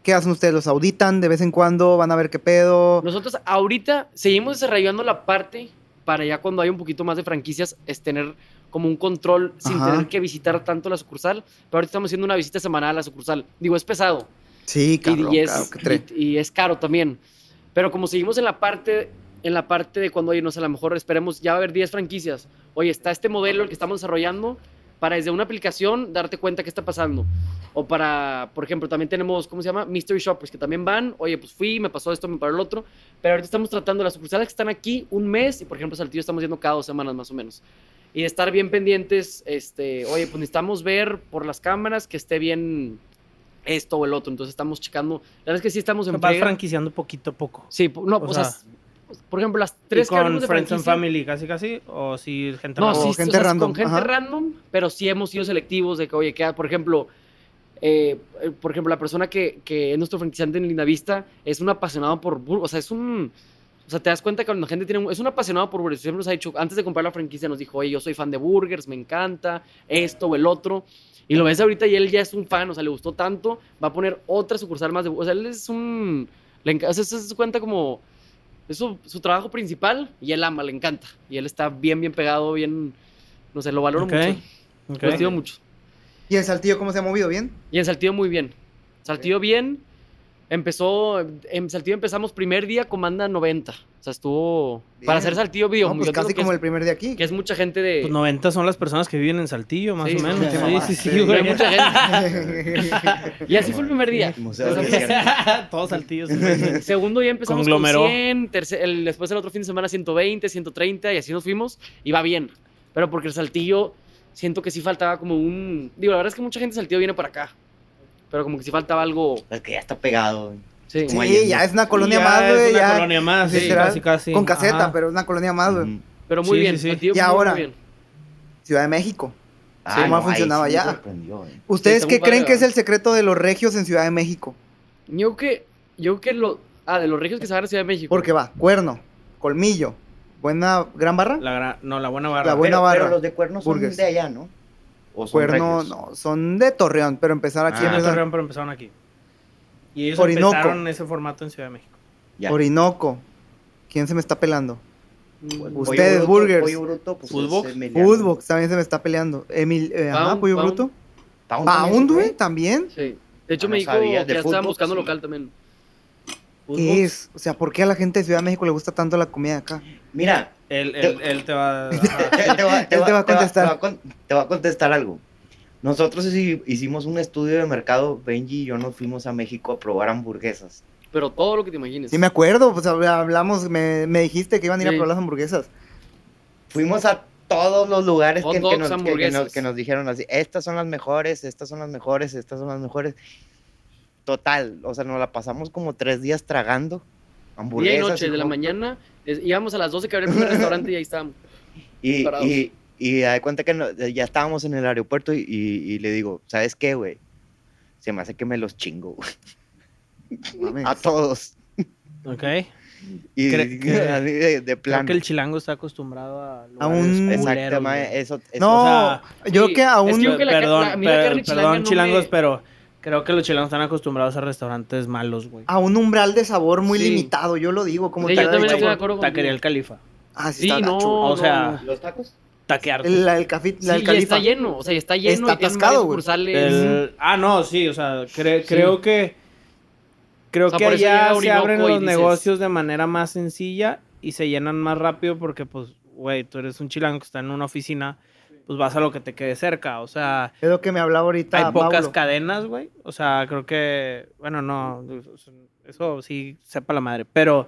[SPEAKER 5] ¿qué hacen ustedes? ¿Los auditan de vez en cuando? ¿Van a ver qué pedo?
[SPEAKER 3] Nosotros ahorita seguimos desarrollando la parte para ya cuando hay un poquito más de franquicias es tener como un control sin
[SPEAKER 5] Ajá.
[SPEAKER 3] tener que visitar tanto la sucursal, pero ahorita estamos haciendo una visita semanal a la sucursal. Digo, es pesado,
[SPEAKER 5] Sí,
[SPEAKER 3] Y-
[SPEAKER 5] cabrón,
[SPEAKER 3] y, es,
[SPEAKER 5] cabrón, qué tre-
[SPEAKER 3] y- y es caro también. Pero como seguimos en la parte, en la parte de cuando, oye, no sé, a lo mejor esperemos, ya va a haber 10 franquicias. Oye, está este modelo el que estamos desarrollando para desde una aplicación darte cuenta qué está pasando. O para, por ejemplo, también tenemos, ¿cómo se llama? Mystery Shoppers, que también van, oye, pues fui, me pasó esto, me paró el otro. Pero ahorita estamos tratando las sucursales que están aquí un mes y, por ejemplo, Saltillo estamos yendo cada dos semanas más o menos. Y de estar bien pendientes, este, oye, pues necesitamos ver por las cámaras que esté bien esto o el otro. Entonces estamos checando. La verdad es que sí estamos en
[SPEAKER 2] vas
[SPEAKER 3] friega.
[SPEAKER 2] franquiciando poquito a poco.
[SPEAKER 3] Sí, po- no,
[SPEAKER 2] O
[SPEAKER 3] o, sea,
[SPEAKER 2] sea,
[SPEAKER 3] s- por ejemplo, las
[SPEAKER 2] ¿Y
[SPEAKER 3] tres que
[SPEAKER 2] con
[SPEAKER 3] hablamos de
[SPEAKER 2] Friends and
[SPEAKER 3] franquicia-
[SPEAKER 2] Family casi casi? ¿O si gente
[SPEAKER 3] No,
[SPEAKER 2] random?
[SPEAKER 3] sí,
[SPEAKER 5] O
[SPEAKER 3] sí,
[SPEAKER 5] gente
[SPEAKER 3] o sea,
[SPEAKER 5] random,
[SPEAKER 3] con gente
[SPEAKER 5] ajá.
[SPEAKER 3] random, pero sí hemos sido selectivos de que, oye, que, ah, por ejemplo, eh, eh, por ejemplo, la persona que, que es nuestro franquiciante en Lindavista es un apasionado por Burger, o sea, es un... O sea, te das cuenta que cuando la gente tiene un, es un apasionado por burgers. Siempre nos ha dicho, antes de comprar la franquicia, nos dijo, oye, yo soy fan de burgers, me encanta, esto o el otro. Y lo ves ahorita y él ya es un fan, o sea, le gustó tanto, va a poner otra sucursal más de burgers. O sea, él es un. Le enca- o sea, se se cuenta como. Es su, su trabajo principal y él ama, le encanta. Y él está bien, bien pegado, bien. No sé, lo valoro
[SPEAKER 2] Ok,
[SPEAKER 3] mucho.
[SPEAKER 2] ok.
[SPEAKER 3] Lo estimo mucho.
[SPEAKER 5] ¿Y el Saltillo cómo se ha movido? ¿Bien?
[SPEAKER 3] Y en Saltillo muy bien. Saltillo bien. Empezó, en Saltillo empezamos primer día comanda 90. O sea, estuvo... Para
[SPEAKER 5] Bien.
[SPEAKER 3] hacer Saltillo
[SPEAKER 5] No,
[SPEAKER 3] video,
[SPEAKER 5] pues casi como el primer día aquí.
[SPEAKER 3] que es mucha gente de...
[SPEAKER 2] Pues 90 son las personas que viven en Saltillo, más
[SPEAKER 3] Sí,
[SPEAKER 2] o
[SPEAKER 3] sí,
[SPEAKER 2] menos.
[SPEAKER 5] sí,
[SPEAKER 2] Sí,
[SPEAKER 5] mamá.
[SPEAKER 2] sí, sí,
[SPEAKER 5] Sí,
[SPEAKER 2] güey.
[SPEAKER 3] hay mucha gente. Y así fue
[SPEAKER 4] Como
[SPEAKER 3] el
[SPEAKER 4] el-
[SPEAKER 3] primer día.
[SPEAKER 4] Museo del
[SPEAKER 3] O sea,
[SPEAKER 4] Desierto.
[SPEAKER 2] Todos Saltillo. sí, sí.
[SPEAKER 3] Segundo día empezamos con
[SPEAKER 2] Conglomeró.
[SPEAKER 3] 100, tercer- el- después el otro fin de semana 120, 130 y así nos fuimos y va bien. Pero porque el Saltillo siento que sí faltaba como un... Digo, la verdad es que mucha gente de Saltillo viene para acá. Pero como que sí faltaba algo...
[SPEAKER 4] Es que ya está pegado.
[SPEAKER 3] Sí.
[SPEAKER 4] como
[SPEAKER 5] Sí, ya
[SPEAKER 4] Allende.
[SPEAKER 5] es una colonia
[SPEAKER 2] Ya
[SPEAKER 5] más,
[SPEAKER 2] es
[SPEAKER 5] güey.
[SPEAKER 2] una
[SPEAKER 5] ya.
[SPEAKER 2] colonia más, sí,
[SPEAKER 5] literal,
[SPEAKER 2] casi casi.
[SPEAKER 5] Con caseta,
[SPEAKER 2] Ajá.
[SPEAKER 5] pero es una colonia más, Ah, güey.
[SPEAKER 4] Mm.
[SPEAKER 3] Pero muy
[SPEAKER 2] Sí,
[SPEAKER 3] bien.
[SPEAKER 2] sí, sí.
[SPEAKER 3] Saltillo
[SPEAKER 5] Y
[SPEAKER 3] muy, muy
[SPEAKER 5] ahora,
[SPEAKER 3] bien.
[SPEAKER 5] Ciudad de México.
[SPEAKER 4] Ah,
[SPEAKER 5] ¿Cómo ha
[SPEAKER 4] no, ahí
[SPEAKER 5] funcionado
[SPEAKER 4] sí me
[SPEAKER 5] allá?
[SPEAKER 4] sorprendió, eh.
[SPEAKER 5] ¿Ustedes
[SPEAKER 3] está muy
[SPEAKER 5] qué
[SPEAKER 3] padre,
[SPEAKER 5] creen que es
[SPEAKER 3] ¿verdad?
[SPEAKER 5] el secreto de los regios en Ciudad de México?
[SPEAKER 3] Yo creo que, yo creo que lo, ah, de los regios que se van a Ciudad de México.
[SPEAKER 5] Porque va, cuerno, colmillo, buena gran barra.
[SPEAKER 2] La gra- no, la buena barra.
[SPEAKER 5] La buena
[SPEAKER 4] pero,
[SPEAKER 5] barra.
[SPEAKER 4] Pero los de cuernos
[SPEAKER 5] Burgers.
[SPEAKER 4] son de allá, ¿no? O son
[SPEAKER 5] cuerno,
[SPEAKER 4] regios.
[SPEAKER 5] no, son de Torreón, pero empezar aquí,
[SPEAKER 4] Ah,
[SPEAKER 2] Ah,
[SPEAKER 5] empezar-
[SPEAKER 2] Torreón, pero empezaron aquí. Y ellos
[SPEAKER 5] Orinoco.
[SPEAKER 2] empezaron ese formato en Ciudad de México.
[SPEAKER 4] Ya.
[SPEAKER 5] Orinoco. ¿Quién se me está pelando?
[SPEAKER 3] Mm,
[SPEAKER 4] Pollo
[SPEAKER 5] Ustedes,
[SPEAKER 4] bruto,
[SPEAKER 5] burgers.
[SPEAKER 4] pollo bruto, pues,
[SPEAKER 2] Fútbol.
[SPEAKER 4] es emiliano.
[SPEAKER 5] Foodbox también se me está peleando. Emil, eh, ajá,
[SPEAKER 3] Pound,
[SPEAKER 5] Pollo
[SPEAKER 3] Pound.
[SPEAKER 5] Bruto.
[SPEAKER 4] Town también
[SPEAKER 5] Pound,
[SPEAKER 4] se
[SPEAKER 5] güey,
[SPEAKER 4] fue.
[SPEAKER 5] también.
[SPEAKER 3] Sí. De hecho,
[SPEAKER 4] Ah,
[SPEAKER 3] me
[SPEAKER 4] no
[SPEAKER 3] dijo
[SPEAKER 4] sabía,
[SPEAKER 3] que
[SPEAKER 4] de
[SPEAKER 3] ya estaban
[SPEAKER 4] fútbol,
[SPEAKER 3] buscando
[SPEAKER 4] sí.
[SPEAKER 3] local también.
[SPEAKER 5] ¿Qué es? O sea, ¿por qué a la gente de Ciudad de México le gusta tanto la comida de acá?
[SPEAKER 4] Mira,
[SPEAKER 2] Él, él, él te va a...
[SPEAKER 4] te, te va,
[SPEAKER 5] Él te va a contestar.
[SPEAKER 4] Te va, a con- te va a contestar algo. Nosotros hici- hicimos un estudio de mercado, Benji y yo nos fuimos a México a probar hamburguesas.
[SPEAKER 3] Pero todo lo que te imagines.
[SPEAKER 5] Sí, me acuerdo, pues hab- hablamos, me, me dijiste que iban a ir a
[SPEAKER 3] Sí. Ah,
[SPEAKER 5] probar las hamburguesas.
[SPEAKER 4] Fuimos a todos los lugares
[SPEAKER 3] Hot
[SPEAKER 4] que, que
[SPEAKER 3] dogs,
[SPEAKER 4] nos, que- que nos-
[SPEAKER 3] hamburguesas.
[SPEAKER 4] que nos dijeron así, estas son las mejores, estas son las mejores, estas son las mejores. Total, o sea, nos la pasamos como tres días tragando
[SPEAKER 3] Día y
[SPEAKER 4] hamburguesas.
[SPEAKER 3] noche,
[SPEAKER 4] y
[SPEAKER 3] de la
[SPEAKER 4] hot-
[SPEAKER 3] mañana. es- íbamos a las 12 que abría el primer restaurante y ahí estábamos.
[SPEAKER 4] Y,
[SPEAKER 3] parados.
[SPEAKER 4] y, y da de cuenta que no- ya estábamos en el aeropuerto y, y- y le digo, ¿sabes qué, güey? Se me hace que me los chingo, güey,
[SPEAKER 5] Mames.
[SPEAKER 3] ah,
[SPEAKER 4] A todos.
[SPEAKER 2] Ok.
[SPEAKER 4] Y
[SPEAKER 2] Cre- que-
[SPEAKER 4] así de, de
[SPEAKER 2] Creo
[SPEAKER 4] plan.
[SPEAKER 2] que el chilango está acostumbrado a. lugares
[SPEAKER 5] un-
[SPEAKER 2] culeros,
[SPEAKER 4] Exacto, eh, ma,
[SPEAKER 2] güey.
[SPEAKER 4] eso, eso-
[SPEAKER 5] No,
[SPEAKER 2] o sea,
[SPEAKER 5] yo
[SPEAKER 3] Sí,
[SPEAKER 5] creo que aún.
[SPEAKER 3] es que yo creo que la ca-
[SPEAKER 2] perdón,
[SPEAKER 3] la- a mí la
[SPEAKER 2] per-
[SPEAKER 3] carne chilanga
[SPEAKER 2] perdón,
[SPEAKER 3] no
[SPEAKER 2] chilangos,
[SPEAKER 3] me-
[SPEAKER 2] pero creo que los chilangos están acostumbrados a restaurantes malos, güey.
[SPEAKER 5] A un umbral de sabor muy
[SPEAKER 3] Sí.
[SPEAKER 5] limitado, yo lo digo. Como
[SPEAKER 3] Sí,
[SPEAKER 5] tal
[SPEAKER 3] yo
[SPEAKER 5] de
[SPEAKER 3] también estoy
[SPEAKER 5] sabor.
[SPEAKER 3] de acuerdo con
[SPEAKER 2] Taquería el Califa.
[SPEAKER 5] Ah, sí,
[SPEAKER 3] Sí,
[SPEAKER 5] está
[SPEAKER 3] no,
[SPEAKER 5] gacho.
[SPEAKER 2] O sea,
[SPEAKER 3] no.
[SPEAKER 4] ¿Los tacos?
[SPEAKER 2] Taquear.
[SPEAKER 5] El- La del café, la del
[SPEAKER 3] Sí, y
[SPEAKER 5] califa.
[SPEAKER 3] está lleno, o sea, y está lleno.
[SPEAKER 5] Está
[SPEAKER 3] y tienen
[SPEAKER 5] atascado,
[SPEAKER 3] varias
[SPEAKER 5] güey.
[SPEAKER 3] sucursales.
[SPEAKER 2] El- ah, no, sí, o sea, cre-
[SPEAKER 3] Sí.
[SPEAKER 2] creo que creo
[SPEAKER 3] O sea,
[SPEAKER 2] que
[SPEAKER 3] por eso
[SPEAKER 2] allá
[SPEAKER 3] llega
[SPEAKER 2] se
[SPEAKER 3] Orinoco
[SPEAKER 2] abren
[SPEAKER 3] y
[SPEAKER 2] los
[SPEAKER 3] dices-
[SPEAKER 2] negocios de manera más sencilla y se llenan más rápido porque, pues, güey, tú eres un chilango que está en una oficina, pues vas a lo que te quede cerca, o sea,
[SPEAKER 5] Es lo que me hablaba ahorita.
[SPEAKER 2] hay pocas
[SPEAKER 5] Mauro.
[SPEAKER 2] cadenas, güey, o sea, creo que, bueno, no, eso sí, sepa la madre, pero,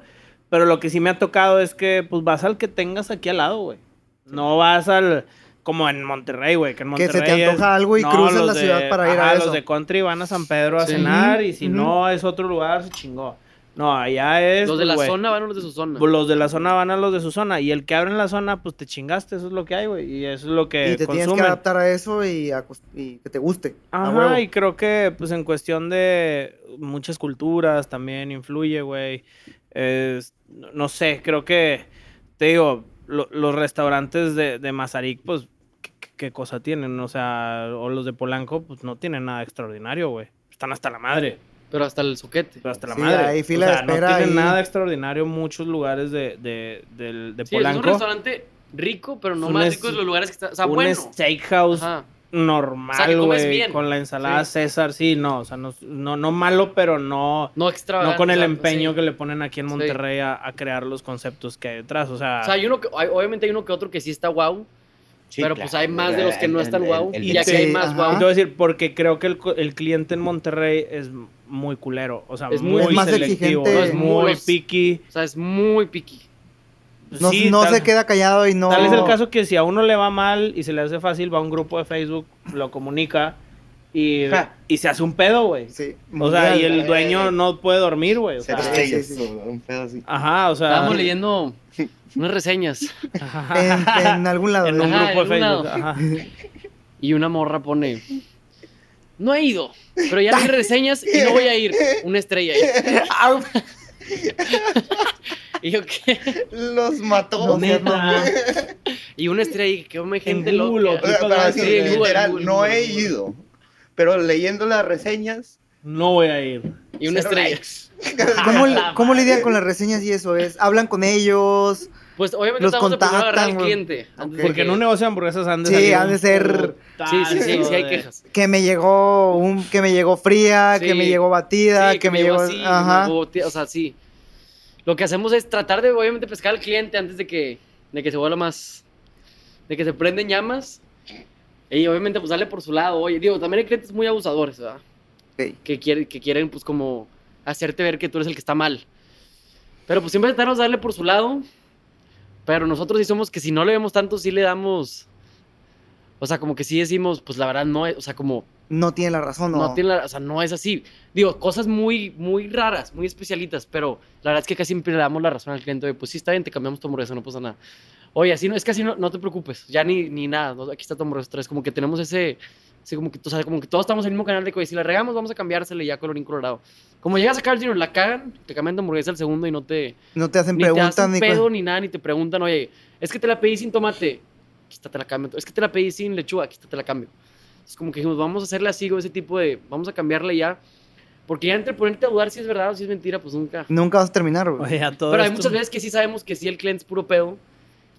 [SPEAKER 2] pero lo que sí me ha tocado es que, pues, vas al que tengas aquí al lado, güey, no vas al... Como en Monterrey, güey, que en
[SPEAKER 5] Que
[SPEAKER 2] Monterrey
[SPEAKER 5] se te
[SPEAKER 2] es-
[SPEAKER 5] antoja algo y
[SPEAKER 2] no,
[SPEAKER 5] cruzas
[SPEAKER 2] los
[SPEAKER 5] la
[SPEAKER 2] de-
[SPEAKER 5] ciudad para ir
[SPEAKER 2] ajá,
[SPEAKER 5] a eso.
[SPEAKER 2] los de country van a San Pedro a
[SPEAKER 3] Sí.
[SPEAKER 2] cenar y si
[SPEAKER 5] Ujú.
[SPEAKER 2] no es otro lugar, se chingó. No, allá es...
[SPEAKER 3] Los de la
[SPEAKER 2] pues, güey,
[SPEAKER 3] zona van a los de su zona.
[SPEAKER 2] pues, los de la zona van a los de su zona y el que abre en la zona, pues te chingaste, eso es lo que hay, güey. Y eso es lo que
[SPEAKER 5] y te tienes que
[SPEAKER 2] consumen.
[SPEAKER 5] adaptar a eso y, acos- y que te guste. a huevo.
[SPEAKER 2] Ajá, y creo que pues en cuestión de muchas culturas también influye, güey. Es- no no sé, creo que, te digo, lo- los restaurantes de, de Mazarik, pues, ¿qué, qué- qué cosa tienen? O sea, o los de Polanco, pues no tienen nada extraordinario, güey. Están hasta la madre,
[SPEAKER 3] Pero hasta el soquete.
[SPEAKER 2] pero hasta la
[SPEAKER 5] Sí,
[SPEAKER 2] madre.
[SPEAKER 5] hay fila
[SPEAKER 2] o
[SPEAKER 5] de
[SPEAKER 2] sea, no
[SPEAKER 5] espera
[SPEAKER 2] tienen
[SPEAKER 5] ahí.
[SPEAKER 2] nada extraordinario muchos lugares de, de, del- de
[SPEAKER 3] Sí, es un
[SPEAKER 2] Polanco.
[SPEAKER 3] restaurante rico, pero
[SPEAKER 2] Es
[SPEAKER 3] no
[SPEAKER 2] un
[SPEAKER 3] más
[SPEAKER 2] es-
[SPEAKER 3] rico de los lugares que está. O sea,
[SPEAKER 2] un
[SPEAKER 3] bueno.
[SPEAKER 2] steakhouse
[SPEAKER 3] Ajá.
[SPEAKER 2] normal,
[SPEAKER 3] O sea, que comes
[SPEAKER 2] güey,
[SPEAKER 3] bien.
[SPEAKER 2] con la ensalada
[SPEAKER 3] Sí.
[SPEAKER 2] César, sí, no, o sea, no, no, no malo, pero no,
[SPEAKER 3] No extravagante.
[SPEAKER 2] no con el
[SPEAKER 3] exacto,
[SPEAKER 2] empeño
[SPEAKER 3] sí.
[SPEAKER 2] que le ponen aquí en
[SPEAKER 3] Sí.
[SPEAKER 2] Monterrey a, a crear los conceptos que hay detrás, o sea,
[SPEAKER 3] O sea, hay uno que, hay- obviamente hay uno que otro que sí está guau,
[SPEAKER 4] Sí,
[SPEAKER 3] pero
[SPEAKER 4] claro.
[SPEAKER 3] pues hay más de los que no
[SPEAKER 4] El-
[SPEAKER 3] están
[SPEAKER 4] el-
[SPEAKER 3] guau,
[SPEAKER 4] el-
[SPEAKER 3] y aquí
[SPEAKER 5] sí,
[SPEAKER 3] hay más
[SPEAKER 5] ajá.
[SPEAKER 2] y te
[SPEAKER 3] guau.
[SPEAKER 2] voy a decir, porque creo que el, co- el cliente en Monterrey es muy culero, o sea,
[SPEAKER 3] Es
[SPEAKER 2] muy,
[SPEAKER 3] muy-
[SPEAKER 5] Es más
[SPEAKER 2] selectivo,
[SPEAKER 5] exigente.
[SPEAKER 2] es muy
[SPEAKER 3] Los-
[SPEAKER 2] picky,
[SPEAKER 3] O sea, es muy picky.
[SPEAKER 5] No,
[SPEAKER 2] pues Sí,
[SPEAKER 5] no
[SPEAKER 2] tal-
[SPEAKER 5] se queda callado y no.
[SPEAKER 2] Tal es el caso que si a uno le va mal y se le hace fácil, va a un grupo de Facebook, lo comunica y,
[SPEAKER 5] Ja.
[SPEAKER 2] y se hace un pedo, güey.
[SPEAKER 5] Sí,
[SPEAKER 2] O sea,
[SPEAKER 5] mundial.
[SPEAKER 2] y el
[SPEAKER 3] Eh,
[SPEAKER 2] dueño no puede dormir, güey. O
[SPEAKER 4] Se
[SPEAKER 2] sea,
[SPEAKER 5] Ah,
[SPEAKER 4] estrella,
[SPEAKER 5] sí, sí,
[SPEAKER 4] eso, un pedo así.
[SPEAKER 2] ajá, o sea.
[SPEAKER 3] Estábamos leyendo unas reseñas
[SPEAKER 5] En, en algún lado.
[SPEAKER 2] en un
[SPEAKER 5] ¿no?
[SPEAKER 3] Ajá,
[SPEAKER 2] grupo de
[SPEAKER 3] en un
[SPEAKER 2] Facebook.
[SPEAKER 3] lado.
[SPEAKER 2] Ajá.
[SPEAKER 3] y una morra pone. No he ido, pero ya leí reseñas y no voy a ir. Una estrella ahí. y yo, ¿qué?
[SPEAKER 4] Los mató.
[SPEAKER 5] No, neta.
[SPEAKER 3] Y una estrella ahí, que hombre, gente
[SPEAKER 2] Google,
[SPEAKER 3] loca.
[SPEAKER 2] o
[SPEAKER 4] Pero- pero así,
[SPEAKER 3] Sí, en Google,
[SPEAKER 4] literal,
[SPEAKER 3] Google,
[SPEAKER 4] no
[SPEAKER 3] Google,
[SPEAKER 4] he
[SPEAKER 3] Google.
[SPEAKER 4] ido. Pero leyendo las reseñas.
[SPEAKER 2] No voy a ir.
[SPEAKER 3] Y una
[SPEAKER 4] cero
[SPEAKER 3] estrella.
[SPEAKER 4] likes.
[SPEAKER 5] ¿Cómo, cómo lidian con las reseñas y eso? es ¿Hablan con ellos?
[SPEAKER 3] Pues obviamente
[SPEAKER 5] Los
[SPEAKER 3] estamos de primero a agarrar al
[SPEAKER 5] contactan,
[SPEAKER 3] cliente. antes de
[SPEAKER 2] Porque en
[SPEAKER 3] que-
[SPEAKER 2] un negocio de hamburguesas han de
[SPEAKER 5] Sí,
[SPEAKER 2] salir
[SPEAKER 5] han de
[SPEAKER 2] un
[SPEAKER 5] ser-
[SPEAKER 2] putazo
[SPEAKER 3] Sí, sí, sí, sí hay
[SPEAKER 2] de-
[SPEAKER 3] quejas.
[SPEAKER 5] Que me llegó un, que me llegó fría, que
[SPEAKER 3] Sí.
[SPEAKER 5] me llegó batida,
[SPEAKER 3] Sí,
[SPEAKER 5] que, me llegó.
[SPEAKER 3] así, que me
[SPEAKER 5] ajá.
[SPEAKER 3] llegó ti- o sea, sí. Lo que hacemos es tratar de obviamente pescar al cliente antes de que, de que se vuelva más, de que se prenden llamas. Y obviamente pues sale por su lado. Oye, digo, también hay clientes muy abusadores, ¿verdad?
[SPEAKER 5] Ok.
[SPEAKER 3] Que quieren, que quieren pues como hacerte ver que tú eres el que está mal. Pero pues siempre tratamos de darle por su lado. Pero nosotros sí somos que si no le vemos tanto, sí le damos... O sea, como que sí decimos, pues la verdad no, es- o sea, como
[SPEAKER 5] No tiene la razón,
[SPEAKER 3] no,
[SPEAKER 5] no.
[SPEAKER 3] tiene la- o sea, no es así. Digo, cosas muy, muy raras, muy especialitas, pero la verdad es que casi siempre le damos la razón al cliente. Oye, pues sí, está bien, te cambiamos tu hamburguesa, no pasa nada. Oye, así no, es que así no, no te preocupes, ya ni, ni nada, no, aquí está tu hamburguesa otra vez. Como que tenemos ese, ese como que, o sea, como que todos estamos en el mismo canal de que oye, si la regamos, vamos a cambiársele ya colorín colorado. Como llegas a Carl Jr., la cagan, te cambian de hamburguesa al segundo y no te,
[SPEAKER 5] No te hacen
[SPEAKER 3] ni te
[SPEAKER 5] preguntas
[SPEAKER 3] hacen
[SPEAKER 5] ni
[SPEAKER 3] pedo
[SPEAKER 5] cosas.
[SPEAKER 3] ni nada, ni te preguntan, oye, es que te la pedí sin tomate, aquí está, te la cambio. Es que te la pedí sin lechuga, aquí está, te la cambio. Es como que dijimos, vamos a hacerle así, o ese tipo de, vamos a cambiarle ya. Porque ya entre ponerte a dudar si es verdad o si es mentira, pues nunca.
[SPEAKER 5] Nunca vas a terminar, güey.
[SPEAKER 2] Oye, a todo
[SPEAKER 3] Pero hay
[SPEAKER 2] esto-
[SPEAKER 3] muchas veces que sí sabemos que sí el cliente es puro pedo.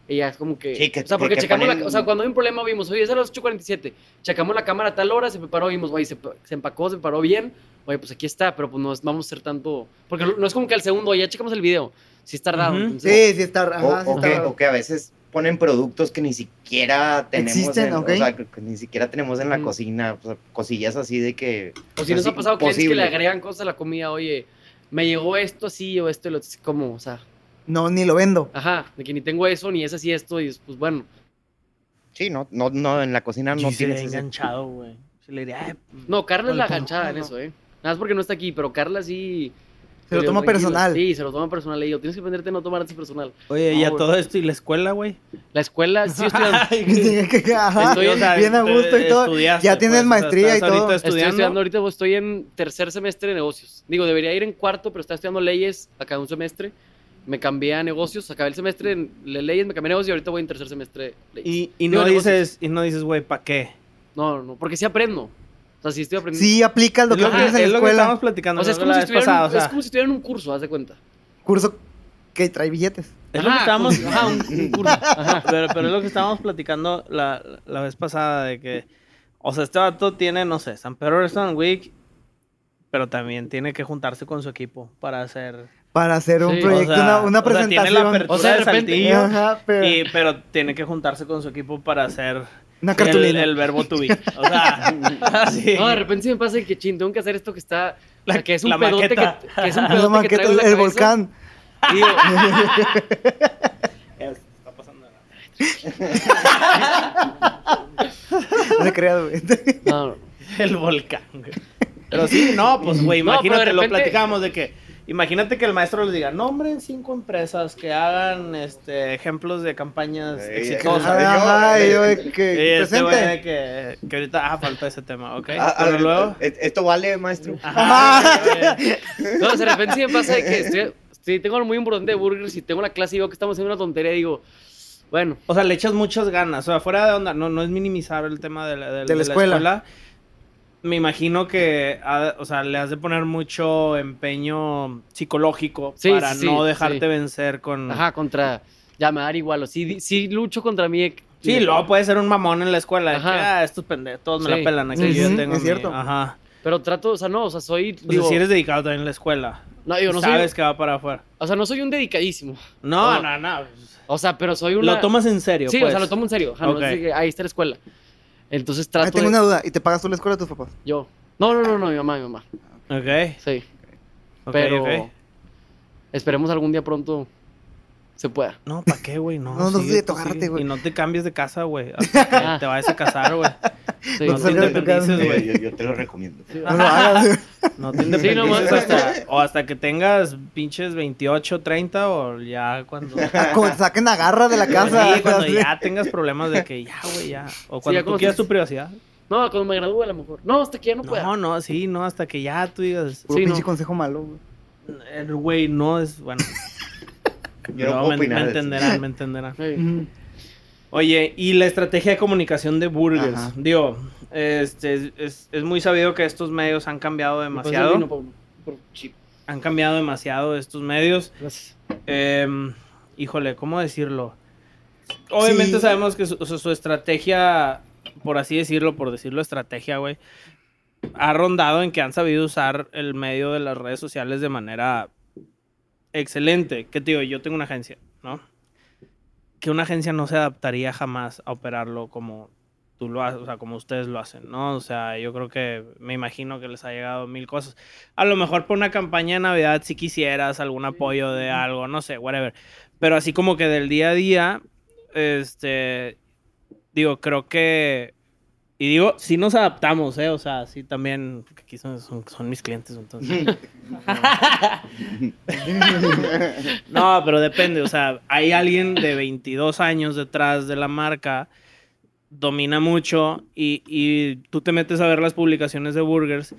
[SPEAKER 3] Y ya es como que...
[SPEAKER 4] Sí, que-
[SPEAKER 3] o sea,
[SPEAKER 4] que-
[SPEAKER 3] porque
[SPEAKER 4] que
[SPEAKER 3] checamos la...
[SPEAKER 4] ponen-
[SPEAKER 3] O sea, cuando hay un problema vimos, oye, es a las 8.47. Checamos la cámara a tal hora, se preparó, vimos, oye, se, se empacó, se preparó bien. Oye, pues aquí está, pero pues no es- vamos a hacer tanto... Porque no es como que al segundo, oye, ya checamos el video. Si es tardado.
[SPEAKER 2] Ujú.
[SPEAKER 3] entonces-
[SPEAKER 5] Sí, sí está. Ajá,
[SPEAKER 4] O,
[SPEAKER 5] sí
[SPEAKER 4] o
[SPEAKER 5] está
[SPEAKER 4] que, o que a veces ponen productos que ni siquiera tenemos
[SPEAKER 5] Existen,
[SPEAKER 4] en,
[SPEAKER 5] ok.
[SPEAKER 4] o sea, que, que ni siquiera tenemos en la
[SPEAKER 3] Ujú.
[SPEAKER 4] cocina, o sea, cosillas así de que
[SPEAKER 3] O si nos
[SPEAKER 4] Así,
[SPEAKER 3] ha pasado clientes que
[SPEAKER 4] posible.
[SPEAKER 3] le agregan cosas a la comida, oye, me llegó esto así o esto y lo otro", como, o sea,
[SPEAKER 5] No, ni lo vendo.
[SPEAKER 3] ajá, de que ni tengo eso ni es así esto y es, pues bueno.
[SPEAKER 4] sí, no no no en la cocina no
[SPEAKER 2] Sí, se le
[SPEAKER 4] tienes
[SPEAKER 2] he
[SPEAKER 4] ese-
[SPEAKER 2] enganchado, güey. Se le diría, "Ay,
[SPEAKER 3] No, Carla
[SPEAKER 2] No
[SPEAKER 3] es
[SPEAKER 2] le
[SPEAKER 3] la
[SPEAKER 2] pongo.
[SPEAKER 3] ganchada en
[SPEAKER 5] No, no.
[SPEAKER 3] eso, eh. Nada más porque no está aquí, pero Carla sí
[SPEAKER 5] Sí, Se lo
[SPEAKER 3] Le digo,
[SPEAKER 5] toma
[SPEAKER 3] "Tranquilo".
[SPEAKER 5] personal.
[SPEAKER 3] Sí, se lo toma personal. Le digo, tienes que aprenderte a no tomar así personal.
[SPEAKER 2] Oye, y
[SPEAKER 5] No,
[SPEAKER 2] a
[SPEAKER 5] güey.
[SPEAKER 2] todo esto, ¿y la escuela, güey?
[SPEAKER 3] La escuela, sí, estoy
[SPEAKER 5] Ajá,
[SPEAKER 3] Estoy, o sea,
[SPEAKER 5] bien a gusto y todo. Ya tienes maestría y todo.
[SPEAKER 2] Estoy
[SPEAKER 3] Estoy
[SPEAKER 2] pues, estudiando.
[SPEAKER 3] estudiando ahorita, pues, estoy en tercer semestre de negocios. Digo, debería ir en cuarto, pero estaba estudiando leyes acá un semestre. Me cambié a negocios, acabé el semestre en le- leyes, me cambié a negocios y ahorita voy en tercer semestre de leyes.
[SPEAKER 2] Y, y no
[SPEAKER 3] Digo, negocios.
[SPEAKER 2] dices, y no dices, güey, ¿para qué?
[SPEAKER 3] No, no, no, porque sí aprendo. O sea, sí estoy aprendiendo.
[SPEAKER 5] Sí, aplicas lo
[SPEAKER 2] Es
[SPEAKER 5] que
[SPEAKER 2] lo que,
[SPEAKER 5] aprendes
[SPEAKER 2] es
[SPEAKER 5] en la
[SPEAKER 2] lo que
[SPEAKER 5] escuela.
[SPEAKER 2] estábamos platicando
[SPEAKER 3] O sea, es
[SPEAKER 2] ¿no?
[SPEAKER 3] como,
[SPEAKER 2] la
[SPEAKER 3] si
[SPEAKER 2] vez pasada.
[SPEAKER 3] estuvieran,
[SPEAKER 2] O sea,
[SPEAKER 3] es como si estuvieran en un curso, haz de cuenta.
[SPEAKER 5] Curso que trae billetes.
[SPEAKER 2] es lo que
[SPEAKER 3] Ajá,
[SPEAKER 2] estábamos...
[SPEAKER 3] curso, ajá, un, un curso. Ajá.
[SPEAKER 2] Pero, pero es lo que estábamos platicando la, la vez pasada de que, o sea, este vato tiene, no sé, San Pedro Wrestling Week, pero también tiene que juntarse con su equipo para hacer...
[SPEAKER 5] Para hacer un
[SPEAKER 3] Sí, o
[SPEAKER 5] proyecto,
[SPEAKER 2] sea,
[SPEAKER 5] una, una
[SPEAKER 2] o sea, tiene la
[SPEAKER 5] presentación.
[SPEAKER 2] apertura
[SPEAKER 3] O sea, de
[SPEAKER 2] de
[SPEAKER 3] repente-
[SPEAKER 2] Saltillo,
[SPEAKER 5] Ajá, pero-
[SPEAKER 2] y- pero tiene que juntarse con su equipo para hacer
[SPEAKER 5] una
[SPEAKER 2] el,
[SPEAKER 5] cartulina.
[SPEAKER 2] el verbo to be. O sea, así.
[SPEAKER 3] No, de repente sí me pasa que ching, tengo que hacer esto que está. o sea,
[SPEAKER 2] La-
[SPEAKER 3] que es un
[SPEAKER 2] la
[SPEAKER 3] pedote que,
[SPEAKER 2] maqueta.
[SPEAKER 3] que es un
[SPEAKER 5] Una
[SPEAKER 3] pedote que
[SPEAKER 5] maqueta,
[SPEAKER 3] traigo en
[SPEAKER 5] el
[SPEAKER 3] la cabeza.
[SPEAKER 5] volcán.
[SPEAKER 3] Y digo,
[SPEAKER 2] Está pasando.
[SPEAKER 5] Recreado, güey.
[SPEAKER 3] no, no.
[SPEAKER 2] El volcán, güey. Pero sí, no, pues, güey,
[SPEAKER 3] No, pero de
[SPEAKER 2] imagínate, lo
[SPEAKER 3] repente-
[SPEAKER 2] platicamos de que. Imagínate que el maestro les diga, nombren cinco empresas que hagan este, ejemplos de campañas
[SPEAKER 4] Ey,
[SPEAKER 2] exitosas.
[SPEAKER 4] sabe
[SPEAKER 5] Ajá,
[SPEAKER 4] yo,
[SPEAKER 5] y yo,
[SPEAKER 4] eh.
[SPEAKER 5] que
[SPEAKER 2] Y este güey
[SPEAKER 5] presente.
[SPEAKER 2] de que, que ahorita, ah, falta ese tema, ok.
[SPEAKER 4] Ah, ah,
[SPEAKER 2] Pero luego.
[SPEAKER 4] eh, Esto vale, maestro.
[SPEAKER 2] Ajá, güey.
[SPEAKER 3] No, o sea, de repente sí me pasa de que estoy, estoy- tengo algo muy importante de burgers y tengo la clase y veo que estamos haciendo una tontería y digo, bueno,
[SPEAKER 2] o sea, le echas muchas ganas. O sea, fuera de onda, no, no es minimizar el tema de la, de- de la
[SPEAKER 5] escuela.
[SPEAKER 2] escuela. Me imagino que, ha- o sea, le has de poner mucho empeño psicológico
[SPEAKER 3] Sí,
[SPEAKER 2] para
[SPEAKER 3] sí,
[SPEAKER 2] no
[SPEAKER 3] sí.
[SPEAKER 2] dejarte vencer con.
[SPEAKER 3] ajá, contra, ya me va a dar igual, o sí, sí lucho contra mí. eh,
[SPEAKER 2] Sí,
[SPEAKER 3] de-
[SPEAKER 2] luego puede ser un mamón en la escuela. de que,
[SPEAKER 3] Ajá.
[SPEAKER 2] ah, estos pendejos, todos me
[SPEAKER 3] Sí.
[SPEAKER 2] la pelan aquí.
[SPEAKER 5] Sí,
[SPEAKER 2] yo
[SPEAKER 5] sí,
[SPEAKER 2] tengo
[SPEAKER 5] es
[SPEAKER 2] mi-
[SPEAKER 5] cierto.
[SPEAKER 2] Ajá.
[SPEAKER 3] Pero trato, o sea, no, o sea, soy,
[SPEAKER 2] O sea,
[SPEAKER 3] digo,
[SPEAKER 2] si eres dedicado también en la escuela.
[SPEAKER 3] no, digo, no
[SPEAKER 2] sabes
[SPEAKER 3] soy,
[SPEAKER 2] que va para afuera.
[SPEAKER 3] o sea, no soy un dedicadísimo,
[SPEAKER 2] No,
[SPEAKER 3] Oh.
[SPEAKER 2] no, no.
[SPEAKER 3] o sea, pero soy una...
[SPEAKER 2] Lo tomas en serio.
[SPEAKER 3] Sí, o
[SPEAKER 2] pues.
[SPEAKER 3] sea, lo tomo en serio, ajá, no
[SPEAKER 2] Ok.
[SPEAKER 3] es de que ahí está la escuela. Entonces trato
[SPEAKER 5] Ah, tengo
[SPEAKER 3] de-
[SPEAKER 5] una duda. ¿Y te pagas tú la escuela a tus papás?
[SPEAKER 3] yo, no, no, no, no, mi mamá, mi mamá,
[SPEAKER 2] Ok.
[SPEAKER 3] sí,
[SPEAKER 2] ok,
[SPEAKER 3] pero
[SPEAKER 2] ok.
[SPEAKER 3] esperemos algún día pronto se pueda.
[SPEAKER 2] No, ¿para qué, güey? No,
[SPEAKER 5] No, no
[SPEAKER 2] sigue,
[SPEAKER 5] sé de
[SPEAKER 2] tú
[SPEAKER 5] tocarte,
[SPEAKER 2] sigue.
[SPEAKER 5] güey.
[SPEAKER 2] Y no te cambies de casa, güey. hasta que
[SPEAKER 3] Ah.
[SPEAKER 2] Te vayas a casar, güey.
[SPEAKER 3] Sí.
[SPEAKER 2] No
[SPEAKER 5] No
[SPEAKER 2] te
[SPEAKER 5] salgas de tu casa.
[SPEAKER 2] independices,
[SPEAKER 4] Eh,
[SPEAKER 2] güey.
[SPEAKER 4] yo, yo te lo recomiendo.
[SPEAKER 3] Sí,
[SPEAKER 5] No lo hagas.
[SPEAKER 2] No te
[SPEAKER 3] Sí, no
[SPEAKER 2] independices
[SPEAKER 3] mames.
[SPEAKER 2] hasta, o hasta que tengas pinches 28, 30 o ya cuando...
[SPEAKER 5] Como te saquen la garra de la casa.
[SPEAKER 2] Sí, cuando
[SPEAKER 5] así.
[SPEAKER 2] ya tengas problemas de que ya, güey, ya. O cuando
[SPEAKER 3] ya
[SPEAKER 2] tú
[SPEAKER 3] cuando
[SPEAKER 2] quieras
[SPEAKER 3] seas-
[SPEAKER 2] tu privacidad.
[SPEAKER 3] No, cuando me gradúe a lo mejor. No, hasta que ya no, pueda.
[SPEAKER 2] No, no, sí, no, hasta que ya tú digas,
[SPEAKER 5] Puro
[SPEAKER 3] Sí,
[SPEAKER 5] pinche
[SPEAKER 3] no.
[SPEAKER 5] consejo malo, güey.
[SPEAKER 2] "Eh, güey, no es... Bueno, no,
[SPEAKER 4] Yo no puedo
[SPEAKER 2] me, me
[SPEAKER 4] opinar de eso.
[SPEAKER 2] entenderán, me entenderán.
[SPEAKER 3] Sí.
[SPEAKER 5] Ujú.
[SPEAKER 2] Oye, y la estrategia de comunicación de Burgers.
[SPEAKER 5] Ajá.
[SPEAKER 2] Digo, este, es- es, es muy sabido que estos medios han cambiado demasiado. han cambiado demasiado estos medios.
[SPEAKER 3] Gracias.
[SPEAKER 2] Em, híjole, ¿cómo decirlo? Obviamente
[SPEAKER 5] Sí.
[SPEAKER 2] sabemos que su, su- su estrategia, por así decirlo, por decirlo estrategia, güey, ha rondado en que han sabido usar el medio de las redes sociales de manera excelente. Que te digo, yo tengo una agencia, ¿no? Que una agencia no se adaptaría jamás a operarlo como tú lo haces, o sea, como ustedes lo hacen, ¿no? O sea, yo creo que me imagino que les ha llegado mil cosas. A lo mejor por una campaña de Navidad, si quisieras algún apoyo de algo, no sé, whatever. Pero así como que del día a día, este, digo, creo que, y digo, sí nos adaptamos, ¿eh? O sea, sí también, porque aquí son, son- son mis clientes, entonces. no, pero depende, o sea, hay alguien de 22 años detrás de la marca, domina mucho y, y tú te metes a ver las publicaciones de Burgers.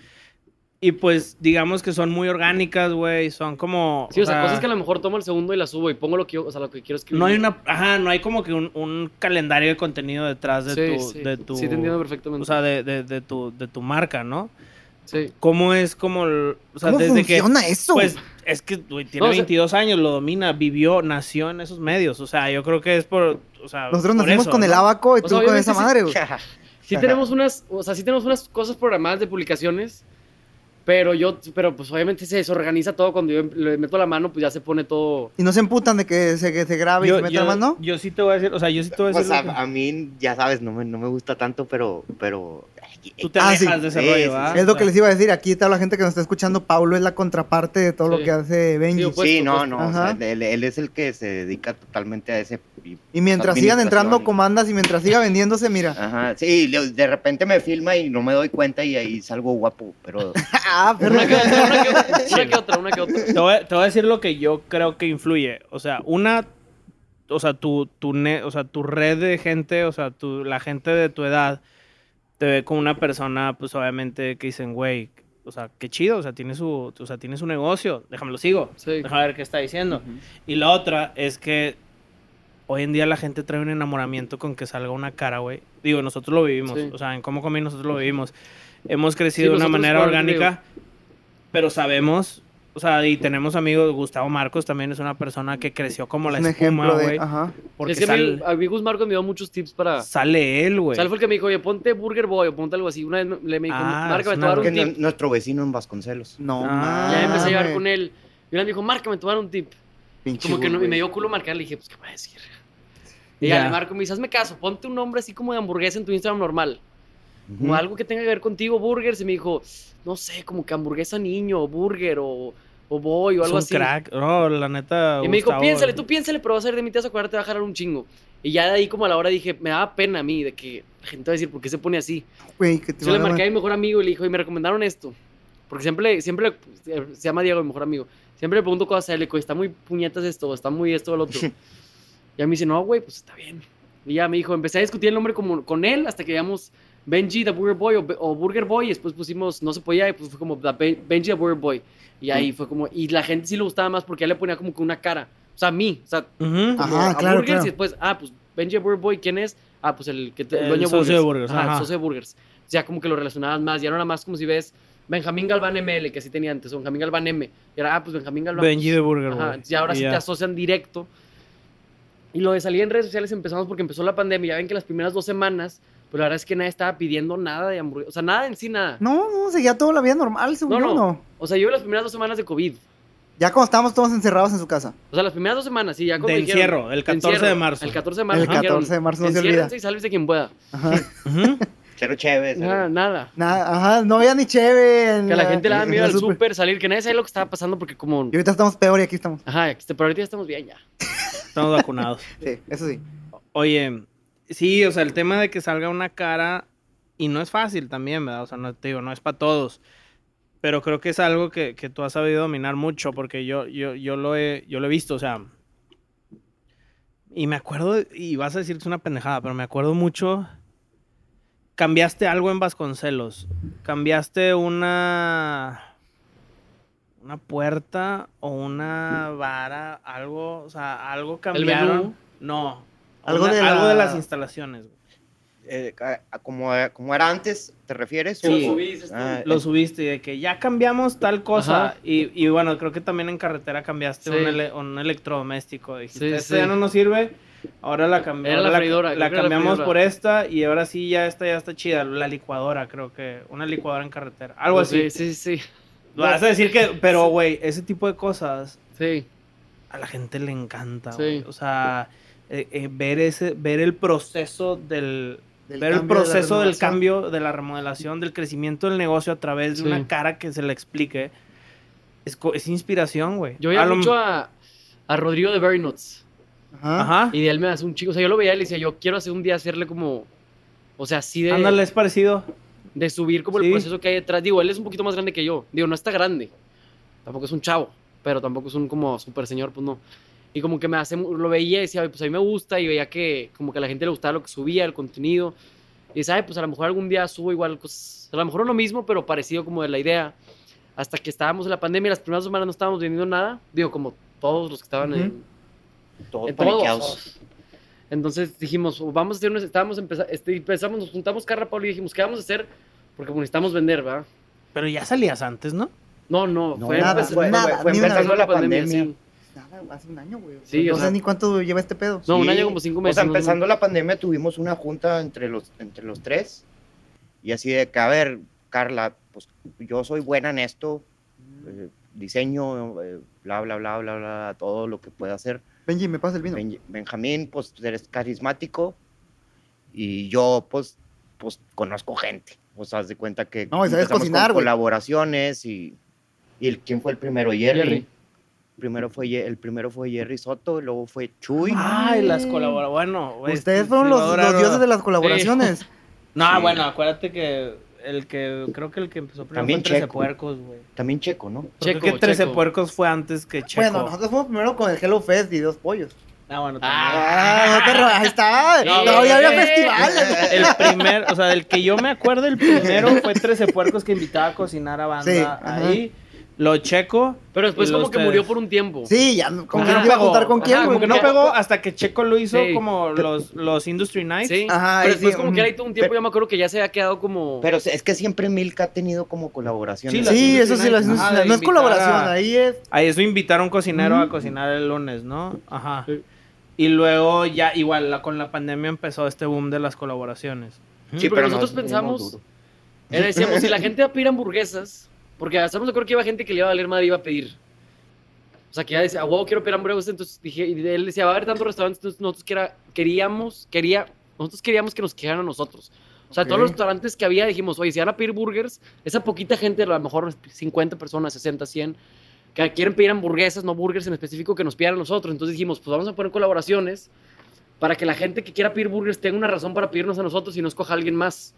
[SPEAKER 2] Y pues digamos que son muy orgánicas, güey, son como...
[SPEAKER 3] Sí, o sea,
[SPEAKER 2] ah,
[SPEAKER 3] cosas que a lo mejor tomo el segundo y la subo y pongo lo que yo, o sea, lo que quiero escribir.
[SPEAKER 2] no hay una, ajá, no hay como que un, un calendario de contenido detrás de
[SPEAKER 3] Sí,
[SPEAKER 2] tu,
[SPEAKER 3] sí.
[SPEAKER 2] de tu,
[SPEAKER 3] Sí, te entiendo perfectamente.
[SPEAKER 2] o sea, de, de- de tu, de tu marca, ¿no?
[SPEAKER 3] sí.
[SPEAKER 2] ¿Cómo es como, el- o sea,
[SPEAKER 5] ¿Cómo
[SPEAKER 2] desde
[SPEAKER 5] funciona
[SPEAKER 2] que,
[SPEAKER 5] eso?
[SPEAKER 2] pues, es que güey, tiene
[SPEAKER 3] No, o sea-
[SPEAKER 2] 22 años, lo domina, vivió, nació en esos medios, o sea, yo creo que es por, o sea,
[SPEAKER 5] Nosotros
[SPEAKER 2] por
[SPEAKER 5] nacimos
[SPEAKER 2] eso,
[SPEAKER 5] con el
[SPEAKER 2] ¿no?
[SPEAKER 5] abaco y
[SPEAKER 3] O
[SPEAKER 5] tú
[SPEAKER 3] sea,
[SPEAKER 5] con
[SPEAKER 3] obviamente
[SPEAKER 5] esa
[SPEAKER 3] sí.
[SPEAKER 5] madre, güey.
[SPEAKER 3] Sí tenemos unas, o sea, sí tenemos unas cosas programadas de publicaciones, pero yo, pero pues obviamente se desorganiza todo cuando yo le meto la mano, pues ya se pone todo.
[SPEAKER 5] Y no se emputan de que se, que se grabe y
[SPEAKER 2] Yo,
[SPEAKER 5] se meta
[SPEAKER 2] yo-
[SPEAKER 5] la mano.
[SPEAKER 2] yo sí te voy a decir, o sea, yo sí te voy a
[SPEAKER 4] Pues
[SPEAKER 2] decir,
[SPEAKER 4] a,
[SPEAKER 2] lo que-
[SPEAKER 4] a mí, ya sabes, no me, no me gusta tanto, pero... pero
[SPEAKER 2] tú te
[SPEAKER 5] Ah,
[SPEAKER 2] alejas
[SPEAKER 5] sí.
[SPEAKER 2] de ese
[SPEAKER 4] Sí,
[SPEAKER 2] rollo,
[SPEAKER 4] sí, sí.
[SPEAKER 2] ¿verdad?
[SPEAKER 5] Es lo
[SPEAKER 2] O
[SPEAKER 5] que
[SPEAKER 2] sea,
[SPEAKER 5] les iba a decir. Aquí está la gente que nos está escuchando. Paulo es la contraparte de todo
[SPEAKER 3] Sí.
[SPEAKER 5] lo que hace Benji.
[SPEAKER 3] Sí, opuesto,
[SPEAKER 4] sí, no,
[SPEAKER 3] opuesto.
[SPEAKER 4] no, o sea,
[SPEAKER 5] Ajá.
[SPEAKER 4] él, él es el que se dedica totalmente a ese... y-
[SPEAKER 5] y mientras sigan entrando
[SPEAKER 4] administración.
[SPEAKER 5] comandas y mientras siga vendiéndose, mira.
[SPEAKER 4] Ajá, sí, de de repente me filma y no me doy cuenta y ahí salgo guapo, pero...
[SPEAKER 5] Ah, pero
[SPEAKER 3] Una que otra, una que otra, una que otra, una que otra.
[SPEAKER 2] Te voy, a- te voy a decir lo que yo creo que influye. O sea, una, o sea, tu, tu, ne- o sea, tu red de gente, o sea, tu, la gente de tu edad, te ve como una persona, pues obviamente, que dicen, güey, o sea, qué chido, o sea, tiene su, o sea, tiene su negocio, déjame lo sigo,
[SPEAKER 3] Sí.
[SPEAKER 2] déjame ver qué está diciendo. Y la otra es que hoy en día la gente trae un enamoramiento con que salga una cara, güey. Digo, nosotros lo vivimos.
[SPEAKER 3] Sí.
[SPEAKER 2] O sea, en cómo comí nosotros lo vivimos. Hemos
[SPEAKER 3] Sí,
[SPEAKER 2] crecido de una
[SPEAKER 3] nosotros
[SPEAKER 2] manera
[SPEAKER 3] igual, digo.
[SPEAKER 2] orgánica, pero sabemos, o sea, y tenemos amigos, Gustavo Marcos también es una persona que creció como la
[SPEAKER 5] un
[SPEAKER 2] espuma,
[SPEAKER 5] ejemplo de. ah.
[SPEAKER 2] güey.
[SPEAKER 5] Ajá.
[SPEAKER 2] Porque
[SPEAKER 3] es que a mí, ah.
[SPEAKER 2] sal-
[SPEAKER 3] a mí Gus Marcos me dio muchos tips para...
[SPEAKER 2] sale él, güey.
[SPEAKER 3] Sal fue el que me dijo, oye, ponte Burger Boy o ponte algo así. Una vez me, le me dijo,
[SPEAKER 2] Ah,
[SPEAKER 3] márcame,
[SPEAKER 2] es
[SPEAKER 3] te voy a dar
[SPEAKER 2] una
[SPEAKER 4] Porque
[SPEAKER 3] un
[SPEAKER 2] buena-
[SPEAKER 4] nu-
[SPEAKER 3] tip.
[SPEAKER 4] nuestro vecino en Vasconcelos.
[SPEAKER 5] No,
[SPEAKER 2] Ah.
[SPEAKER 3] Ya empecé a llevar
[SPEAKER 5] mames.
[SPEAKER 3] con él. Y una vez me dijo, márcame, te voy a dar un tip.
[SPEAKER 5] Pinche
[SPEAKER 3] Como que no- y
[SPEAKER 5] güey.
[SPEAKER 3] me dio culo marcar, le dije, pues, ¿qué voy a decir? Y ya
[SPEAKER 2] Ya.
[SPEAKER 3] le marco, y me dice, hazme caso, ponte un nombre así como de hamburguesa en tu Instagram normal.
[SPEAKER 4] Ujú.
[SPEAKER 3] Como algo que tenga que ver contigo, burgers. Y me dijo, no sé, como que hamburguesa niño, o burger, o, o boy, o
[SPEAKER 2] es
[SPEAKER 3] algo
[SPEAKER 2] un
[SPEAKER 3] así.
[SPEAKER 2] crack. No, la neta.
[SPEAKER 3] Y me dijo,
[SPEAKER 2] Gustavo-
[SPEAKER 3] piénsale, tú piénsale, pero vas a ir de mi, te vas a acordar, te va a jalar un chingo. Y ya de ahí como a la hora dije, me daba pena a mí de que la gente va a decir, ¿por qué se pone así?
[SPEAKER 5] Güey, que te
[SPEAKER 3] Yo le
[SPEAKER 5] van a-
[SPEAKER 3] marqué a mi mejor amigo y le dijo, y me recomendaron esto. Porque siempre, siempre le- se llama Diego, mi mejor amigo. Siempre le pregunto cosas a él, le digo, está muy puñetas esto, o está muy esto o lo otro. y a mí dice, no, güey, pues está bien. Y ya me dijo, empecé a discutir el nombre como, con él hasta que llamamos Benji the Burger Boy o, Be- o Burger Boy. Y después pusimos, no se podía, y pues fue como "The Be- Benji the Burger Boy. Y ahí
[SPEAKER 5] Mm.
[SPEAKER 3] fue como, y la gente sí le gustaba más porque él le ponía como que una cara. O sea, a mí, o sea,
[SPEAKER 2] Ujú.
[SPEAKER 5] Ah,
[SPEAKER 3] como
[SPEAKER 5] Ajá,
[SPEAKER 3] a
[SPEAKER 5] claro,
[SPEAKER 3] Burgers
[SPEAKER 5] claro.
[SPEAKER 3] Pues, eh, y después, ah, pues Benji the Burger Boy, ¿quién es? Ah, pues el, que te-
[SPEAKER 2] El
[SPEAKER 3] dueño
[SPEAKER 2] socio de Burgers,
[SPEAKER 3] Ajá,
[SPEAKER 2] ajá.
[SPEAKER 3] el socio de Burgers. O sea, como que lo relacionabas más. Y ahora nada más como si ves Benjamín Galván ML, que así tenía antes, o Benjamín Galván M. Y era, ah, pues Benjamín Galván.
[SPEAKER 2] Benji de Burger,
[SPEAKER 3] Ajá,
[SPEAKER 2] güey.
[SPEAKER 3] entonces ya ahora sí
[SPEAKER 2] ya.
[SPEAKER 3] te asocian directo. Y lo de salir en redes sociales empezamos porque empezó la pandemia. Ya ven que las primeras dos semanas, pues la verdad es que nadie estaba pidiendo nada de hamburguesa. O sea, nada en sí, nada.
[SPEAKER 5] No, no, seguía toda la vida normal,
[SPEAKER 3] No,
[SPEAKER 5] según yo,
[SPEAKER 3] no.
[SPEAKER 5] no.
[SPEAKER 3] O sea, yo las primeras dos semanas de COVID.
[SPEAKER 5] Ya cuando estábamos todos encerrados en su casa.
[SPEAKER 3] O sea, las primeras dos semanas, sí, ya cuando
[SPEAKER 2] De
[SPEAKER 3] dijeron-
[SPEAKER 2] encierro, el 14 de
[SPEAKER 3] encierro,
[SPEAKER 2] marzo.
[SPEAKER 3] El 14 de marzo.
[SPEAKER 5] El 14 de marzo no se olvida.
[SPEAKER 3] Enciérrense y sálvese quien pueda.
[SPEAKER 5] Ajá.
[SPEAKER 2] Ujú.
[SPEAKER 4] Cero chévere. cero-
[SPEAKER 3] Nada, nada.
[SPEAKER 5] Nada, ajá, no había ni chévere. en
[SPEAKER 3] Que a la gente le da
[SPEAKER 5] en
[SPEAKER 3] miedo
[SPEAKER 5] la
[SPEAKER 3] al
[SPEAKER 5] super.
[SPEAKER 3] súper salir, que nadie sabe lo que estaba pasando porque como...
[SPEAKER 5] Y ahorita estamos peor y aquí estamos.
[SPEAKER 3] Ajá, este, pero ahorita ya estamos bien ya.
[SPEAKER 2] Estamos vacunados.
[SPEAKER 5] Sí, eso sí.
[SPEAKER 2] Oye, sí, o sea, el tema de que salga una cara, y no es fácil también, ¿verdad? O sea, no te digo, no es para todos, pero creo que es algo que, que tú has sabido dominar mucho, porque yo, yo, yo, lo he, yo lo he visto, o sea, y me acuerdo, y vas a decir que es una pendejada, pero me acuerdo mucho, cambiaste algo en Vasconcelos, cambiaste una... Una puerta o una vara, algo, o sea, algo
[SPEAKER 3] El
[SPEAKER 2] cambiaron.
[SPEAKER 3] menú,
[SPEAKER 2] No.
[SPEAKER 5] Algo
[SPEAKER 2] Una-
[SPEAKER 5] de la-
[SPEAKER 2] algo de las instalaciones. güey.
[SPEAKER 4] eh, a- a- como, como era antes, ¿te refieres?
[SPEAKER 2] Sí.
[SPEAKER 4] O-
[SPEAKER 3] Lo subís, este-
[SPEAKER 4] ah,
[SPEAKER 2] Lo subiste y de que ya cambiamos tal cosa.
[SPEAKER 3] Ajá.
[SPEAKER 2] Y, y bueno, creo que también en carretera cambiaste
[SPEAKER 3] Sí.
[SPEAKER 2] un, ele- un electrodoméstico. Dijiste,
[SPEAKER 3] Sí,
[SPEAKER 2] "Esta
[SPEAKER 3] sí.
[SPEAKER 2] ya no nos sirve. Ahora la, cambi-
[SPEAKER 3] Era la
[SPEAKER 2] ahora la-
[SPEAKER 3] freidora,
[SPEAKER 2] la
[SPEAKER 3] creo que era la
[SPEAKER 2] cambiamos
[SPEAKER 3] freidora.
[SPEAKER 2] por esta y ahora sí ya esta ya está chida. La licuadora, creo que. Una licuadora en carretera. Algo
[SPEAKER 3] pues,
[SPEAKER 2] así.
[SPEAKER 3] Sí, sí, sí.
[SPEAKER 2] Vas a decir que, pero güey, ese tipo de cosas
[SPEAKER 3] Sí,
[SPEAKER 2] a la gente le encanta.
[SPEAKER 3] Sí.
[SPEAKER 2] güey. O sea, eh, eh, ver, ese, ver el proceso del,
[SPEAKER 5] Del
[SPEAKER 2] ver el
[SPEAKER 5] cambio de la
[SPEAKER 2] proceso del
[SPEAKER 5] renovación.
[SPEAKER 2] cambio, de la remodelación, del crecimiento del negocio a través de
[SPEAKER 3] Sí.
[SPEAKER 2] una cara que se le explique. Es, co- es inspiración, güey.
[SPEAKER 3] yo veía
[SPEAKER 2] A lo-
[SPEAKER 3] mucho a, a Rodrigo de Very Nuts.
[SPEAKER 5] Ajá.
[SPEAKER 2] Ajá.
[SPEAKER 3] Y de él me hace un chico. O sea, yo lo veía y le decía, yo quiero hacer un día hacerle como... O sea, así de,
[SPEAKER 2] Ándale, es parecido.
[SPEAKER 3] de subir como
[SPEAKER 2] Sí.
[SPEAKER 3] el proceso que hay detrás. Digo, él es un poquito más grande que yo. Digo, no está grande. Tampoco es un chavo, pero tampoco es un como super señor, pues no. Y como que me hace, mu- lo veía y decía, "Ay, pues a mí me gusta y veía que como que a la gente le gustaba lo que subía, el contenido. Y sabe, pues a lo mejor algún día subo igual, pues a lo mejor no lo mismo, pero parecido como de la idea. Hasta que estábamos en la pandemia, las primeras semanas no estábamos vendiendo nada. Digo, como todos los que estaban
[SPEAKER 5] Ujú.
[SPEAKER 3] en,
[SPEAKER 4] todos
[SPEAKER 3] en todos.
[SPEAKER 4] paniqueados.
[SPEAKER 3] Entonces dijimos, "O vamos a hacer, unas- estábamos empeza- este, empezamos, nos juntamos Carla, Pablo y dijimos, ¿qué vamos a hacer? Porque pues, necesitamos vender, ¿verdad?
[SPEAKER 2] Pero ya salías antes, ¿no?
[SPEAKER 3] No, no,
[SPEAKER 4] No,
[SPEAKER 3] fue
[SPEAKER 5] nada,
[SPEAKER 3] empezando-
[SPEAKER 5] fue- nada, ni una
[SPEAKER 4] empezando
[SPEAKER 5] vez.
[SPEAKER 4] la pandemia.
[SPEAKER 3] sí.
[SPEAKER 5] Nada, hace un año, güey.
[SPEAKER 3] Sí,
[SPEAKER 5] no
[SPEAKER 3] o
[SPEAKER 5] sé
[SPEAKER 3] sea-
[SPEAKER 5] ni cuánto lleva este pedo.
[SPEAKER 3] No, un
[SPEAKER 4] Sí.
[SPEAKER 3] año como cinco meses.
[SPEAKER 4] O sea,
[SPEAKER 3] más o menos.
[SPEAKER 4] empezando la pandemia tuvimos una junta entre los, entre los tres y así de que, a ver, Carla, pues yo soy buena en esto,
[SPEAKER 5] Mm.
[SPEAKER 4] eh, diseño, eh, bla, bla, bla, bla, bla, todo lo que pueda hacer.
[SPEAKER 5] Benji, me pasa el vino.
[SPEAKER 4] Benj- Benjamín, pues eres carismático y yo, pues, pues conozco gente. O sea, haz de cuenta que
[SPEAKER 5] No, y sabes
[SPEAKER 4] empezamos
[SPEAKER 5] cocinar,
[SPEAKER 4] con
[SPEAKER 5] güey.
[SPEAKER 4] colaboraciones y, y el, ¿quién fue el primero? Jerry.
[SPEAKER 3] Jerry.
[SPEAKER 4] Primero fue, Ye- el primero fue Jerry Soto, y luego fue Chuy.
[SPEAKER 2] Ay, las colaboraciones. Bueno, güey, pues,
[SPEAKER 5] Ustedes
[SPEAKER 2] sí,
[SPEAKER 5] fueron
[SPEAKER 2] sí,
[SPEAKER 5] los,
[SPEAKER 2] ahora
[SPEAKER 5] los
[SPEAKER 2] no-
[SPEAKER 5] dioses de las colaboraciones.
[SPEAKER 2] No,
[SPEAKER 4] Sí.
[SPEAKER 2] bueno, acuérdate que el que creo que el que empezó primero
[SPEAKER 4] También
[SPEAKER 2] fue Trece
[SPEAKER 4] Checo.
[SPEAKER 2] Puercos, güey.
[SPEAKER 4] También checo, ¿no?
[SPEAKER 2] Checo,
[SPEAKER 3] Checo,
[SPEAKER 2] que Trece
[SPEAKER 3] Checo.
[SPEAKER 2] Puercos fue antes que Checo.
[SPEAKER 5] Bueno, nosotros fuimos primero con el Hello Fest y dos pollos.
[SPEAKER 2] Ah, bueno,
[SPEAKER 3] Ah.
[SPEAKER 5] Ah, no te ro- ahí está.
[SPEAKER 3] No,
[SPEAKER 5] No,
[SPEAKER 3] no,
[SPEAKER 5] ya había
[SPEAKER 3] no.
[SPEAKER 5] festivales.
[SPEAKER 2] también. El primer, o sea, del que yo me acuerdo, el primero fue Trece Puercos que invitaba a cocinar a banda
[SPEAKER 5] Sí, ajá.
[SPEAKER 2] ahí. Lo Checo.
[SPEAKER 3] Pero después
[SPEAKER 2] y luego
[SPEAKER 3] como que
[SPEAKER 2] ustedes.
[SPEAKER 3] murió por un tiempo.
[SPEAKER 5] Sí, ya, ¿con
[SPEAKER 2] Ajá,
[SPEAKER 5] quién te iba a
[SPEAKER 2] pegó.
[SPEAKER 5] juntar con
[SPEAKER 2] Ah, Ajá,
[SPEAKER 5] quién,
[SPEAKER 2] como
[SPEAKER 5] güey?
[SPEAKER 2] que no
[SPEAKER 3] Ya-
[SPEAKER 2] pegó hasta que Checo lo hizo
[SPEAKER 3] Sí.
[SPEAKER 2] como los, los Industry Nights.
[SPEAKER 3] Sí.
[SPEAKER 5] Ajá, ahí
[SPEAKER 3] pero después
[SPEAKER 5] sí,
[SPEAKER 3] como que
[SPEAKER 5] ujú.
[SPEAKER 3] ahí tuvo un tiempo,
[SPEAKER 4] Pero-
[SPEAKER 3] yo me acuerdo que ya se había quedado como...
[SPEAKER 4] Pero es que siempre Milka ha tenido como colaboraciones.
[SPEAKER 2] Sí, las
[SPEAKER 5] Sí,
[SPEAKER 2] Industry
[SPEAKER 5] eso sí, las
[SPEAKER 2] Nights,
[SPEAKER 5] Industry
[SPEAKER 2] ajá,
[SPEAKER 5] Nights.
[SPEAKER 2] de
[SPEAKER 5] No es
[SPEAKER 2] invitar a-
[SPEAKER 5] colaboración, ahí es.
[SPEAKER 2] A eso invitaron cocinero a
[SPEAKER 5] Ujú.
[SPEAKER 2] cocinar el lunes, ¿no? Ajá.
[SPEAKER 3] Sí.
[SPEAKER 2] Y luego ya, igual, la- con la pandemia empezó este boom de las colaboraciones.
[SPEAKER 3] Sí, pero nosotros
[SPEAKER 4] nos
[SPEAKER 3] pensamos-
[SPEAKER 4] duro.
[SPEAKER 3] Era, decíamos, si la gente va a pedir hamburguesas, porque estamos de acuerdo que iba gente que le iba a valer madre y iba a pedir. O sea, que ya decía, "Ah, wow, quiero pedir hamburguesas, entonces dije, y él decía, va a haber tantos restaurantes, entonces nosotros que era- queríamos, quería, nosotros queríamos que nos quedaran a nosotros. O sea, todos
[SPEAKER 5] Ok.
[SPEAKER 3] los restaurantes que había dijimos, oye, si van a pedir burgers, esa poquita gente, a lo mejor 50 personas, 60, 100, que quieren pedir hamburguesas, no burgers en específico, que nos pidan a nosotros. Entonces dijimos, pues vamos a poner colaboraciones para que la gente que quiera pedir burgers tenga una razón para pedirnos a nosotros y no escoja a alguien más.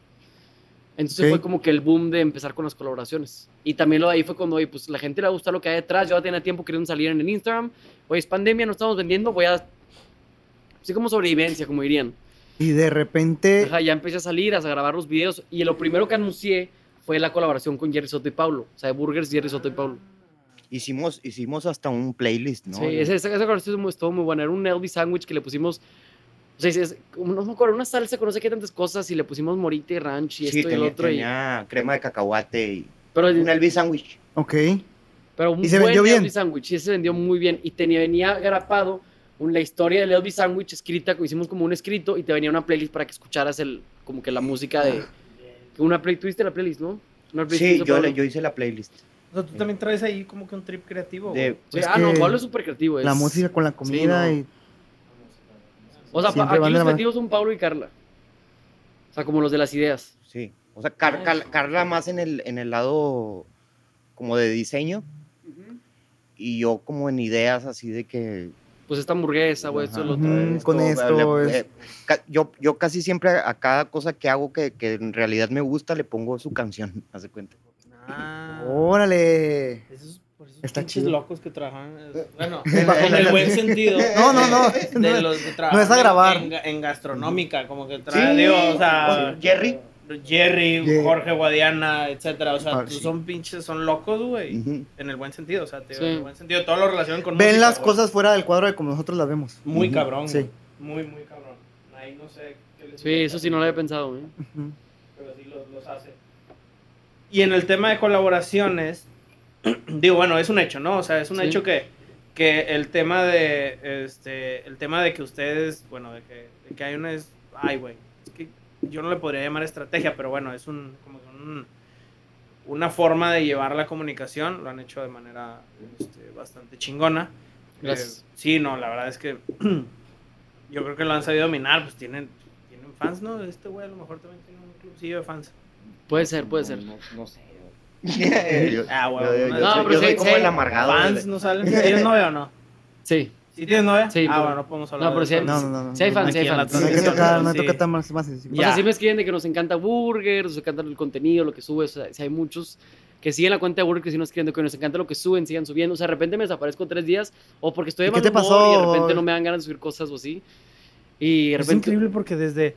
[SPEAKER 3] Entonces
[SPEAKER 1] Ok.
[SPEAKER 3] fue como que el boom de empezar con las colaboraciones. Y también lo de ahí fue cuando, oye, pues la gente le gusta lo que hay detrás. Yo ya tenía tiempo queriendo salir en el Instagram. Oye, es pandemia, no estamos vendiendo, voy a... Así como sobrevivencia, como dirían.
[SPEAKER 5] Y de repente.
[SPEAKER 3] Ajá, ya empecé a salir, a grabar los videos. Y lo primero que anuncié fue la colaboración con Jerry Soto y Pablo. O sea, de Burgers, Jerry Soto y Pablo.
[SPEAKER 4] Hicimos, hicimos hasta un playlist, ¿no?
[SPEAKER 3] sí, esa, esa, esa colaboración estuvo muy- estuvo muy buena. Era un Elvis sandwich que le pusimos. O sea, es- es como, no me acuerdo, una salsa con no sé qué tantas cosas. Y le pusimos morita y ranch y
[SPEAKER 4] Sí,
[SPEAKER 3] esto y el
[SPEAKER 4] tenía-
[SPEAKER 3] otro. y-
[SPEAKER 4] tenía crema de cacahuate y
[SPEAKER 3] pero
[SPEAKER 4] un Elvis sandwich.
[SPEAKER 5] Ok.
[SPEAKER 3] Pero un
[SPEAKER 5] ¿Y se
[SPEAKER 3] buen
[SPEAKER 5] vendió bien?
[SPEAKER 3] Elvis Sandwich, sí, se vendió muy bien. Y tenía, venía grapado un- la historia del Elvis Sandwich escrita, que hicimos como un escrito y te venía una playlist para que escucharas el, como que la música de...
[SPEAKER 5] Ah.
[SPEAKER 3] Una playlist, tuviste la playlist, ¿no? Una playlist que
[SPEAKER 4] Sí,
[SPEAKER 3] hizo
[SPEAKER 4] yo,
[SPEAKER 3] Pablo.
[SPEAKER 4] le- yo hice la playlist.
[SPEAKER 2] O sea, tú también traes ahí como que un trip creativo.
[SPEAKER 4] De-
[SPEAKER 2] güey.
[SPEAKER 3] Sí,
[SPEAKER 5] Es
[SPEAKER 3] ah, no,
[SPEAKER 5] que
[SPEAKER 3] Pablo es súper creativo.
[SPEAKER 5] La
[SPEAKER 3] es-
[SPEAKER 5] música con la comida
[SPEAKER 3] no.
[SPEAKER 5] y.
[SPEAKER 3] O sea, pa-
[SPEAKER 5] siempre van
[SPEAKER 3] aquí
[SPEAKER 5] de la
[SPEAKER 3] los
[SPEAKER 5] mano.
[SPEAKER 3] creativos son Pablo y Carla. O sea, como los de las ideas.
[SPEAKER 4] Sí. O sea,
[SPEAKER 3] Ah,
[SPEAKER 4] Car- Car- Carla más en el, en el lado como de diseño y yo como en ideas así de que...
[SPEAKER 3] Pues esta hamburguesa o esto,
[SPEAKER 4] ajá,
[SPEAKER 3] lo otro.
[SPEAKER 5] Ujú, con esto
[SPEAKER 4] le-
[SPEAKER 5] es-
[SPEAKER 4] eh, ca- yo, yo casi siempre a cada cosa que hago que, que en realidad me gusta le pongo su canción, hace cuenta.
[SPEAKER 2] Ah.
[SPEAKER 5] Oh, Órale.
[SPEAKER 2] Esos, por esos
[SPEAKER 5] Está
[SPEAKER 2] pinches
[SPEAKER 5] chido.
[SPEAKER 2] locos que trabajan.
[SPEAKER 3] Eh,
[SPEAKER 2] es- Bueno, en el buen sentido.
[SPEAKER 5] No, no, no,
[SPEAKER 2] De
[SPEAKER 5] no,
[SPEAKER 2] los que
[SPEAKER 5] no
[SPEAKER 2] trabajan
[SPEAKER 5] es a
[SPEAKER 2] en-
[SPEAKER 5] grabar.
[SPEAKER 2] En, en gastronómica, como que trae, digo, o
[SPEAKER 4] Ah,
[SPEAKER 2] sea,
[SPEAKER 4] Jerry.
[SPEAKER 2] Jerry,
[SPEAKER 5] Yeah.
[SPEAKER 2] Jorge Guadiana, etcétera. O sea,
[SPEAKER 5] Ah,
[SPEAKER 2] tú
[SPEAKER 5] sí.
[SPEAKER 2] son pinches, son locos, güey.
[SPEAKER 4] Ujú.
[SPEAKER 2] En el buen sentido, o sea, te digo,
[SPEAKER 3] Sí.
[SPEAKER 2] en el buen sentido. Todo lo relacionan con
[SPEAKER 5] Ven
[SPEAKER 2] música,
[SPEAKER 5] las
[SPEAKER 2] güey.
[SPEAKER 5] cosas fuera del cuadro de como nosotros las vemos.
[SPEAKER 2] Muy
[SPEAKER 4] Ujú.
[SPEAKER 2] cabrón,
[SPEAKER 5] Sí.
[SPEAKER 2] güey. Muy, muy cabrón. Ahí no sé qué les
[SPEAKER 3] Sí, eso sí no lo había pensado. ¿eh?
[SPEAKER 5] Ujú.
[SPEAKER 2] pero sí los, los hace. Y en el tema de colaboraciones, digo, bueno, es un hecho, ¿no? O sea, es un
[SPEAKER 3] Sí.
[SPEAKER 2] hecho que, que el tema de este, el tema de que ustedes, bueno, de que, de que hay una es, ay, güey, es que yo no le podría llamar estrategia, pero bueno, es un como que un- una forma de llevar la comunicación, lo han hecho de manera este, bastante chingona.
[SPEAKER 3] Gracias.
[SPEAKER 2] Eh, sí, no, la verdad es que yo creo que lo han sabido dominar, pues tienen, tienen fans, ¿no? Este güey a lo mejor también tiene un clubcillo de fans.
[SPEAKER 3] Puede ser, puede ser.
[SPEAKER 4] No, no sé. yo,
[SPEAKER 2] Ah, güey,
[SPEAKER 4] yo-
[SPEAKER 2] no,
[SPEAKER 4] yo- yo soy-
[SPEAKER 3] pero
[SPEAKER 4] yo soy
[SPEAKER 3] sí,
[SPEAKER 4] como
[SPEAKER 3] sí.
[SPEAKER 4] el amargado.
[SPEAKER 2] fans
[SPEAKER 4] de-
[SPEAKER 2] no salen. ¿Tienes novia o no?
[SPEAKER 3] Sí.
[SPEAKER 2] ¿Sí tienes novia?
[SPEAKER 3] Sí,
[SPEAKER 2] Ah,
[SPEAKER 3] pero-
[SPEAKER 2] bueno, no podemos hablar.
[SPEAKER 3] No, pero
[SPEAKER 2] de
[SPEAKER 3] sí
[SPEAKER 2] eso.
[SPEAKER 3] hay-
[SPEAKER 5] No, no, no, no.
[SPEAKER 3] Sí hay fans, sí hay
[SPEAKER 2] Aquí en la
[SPEAKER 3] fans.
[SPEAKER 5] No hay que
[SPEAKER 2] Sí,
[SPEAKER 5] tocar, no hay
[SPEAKER 2] sí.
[SPEAKER 5] que tocar más, más sensible.
[SPEAKER 3] O
[SPEAKER 2] Ya.
[SPEAKER 3] sea, sí me escriben de que nos encanta Burgers, nos encanta el contenido, lo que subes. O sea, sí hay muchos que siguen la cuenta de Burgers y nos escriben de que nos encanta lo que suben, sigan subiendo. O sea, de repente me desaparezco tres días o porque estoy de
[SPEAKER 5] ¿Y qué
[SPEAKER 3] mal
[SPEAKER 5] te
[SPEAKER 3] humor
[SPEAKER 5] pasó?
[SPEAKER 3] y de repente no me dan ganas de subir cosas o así. Y de
[SPEAKER 2] Es
[SPEAKER 3] repente...
[SPEAKER 2] increíble porque desde,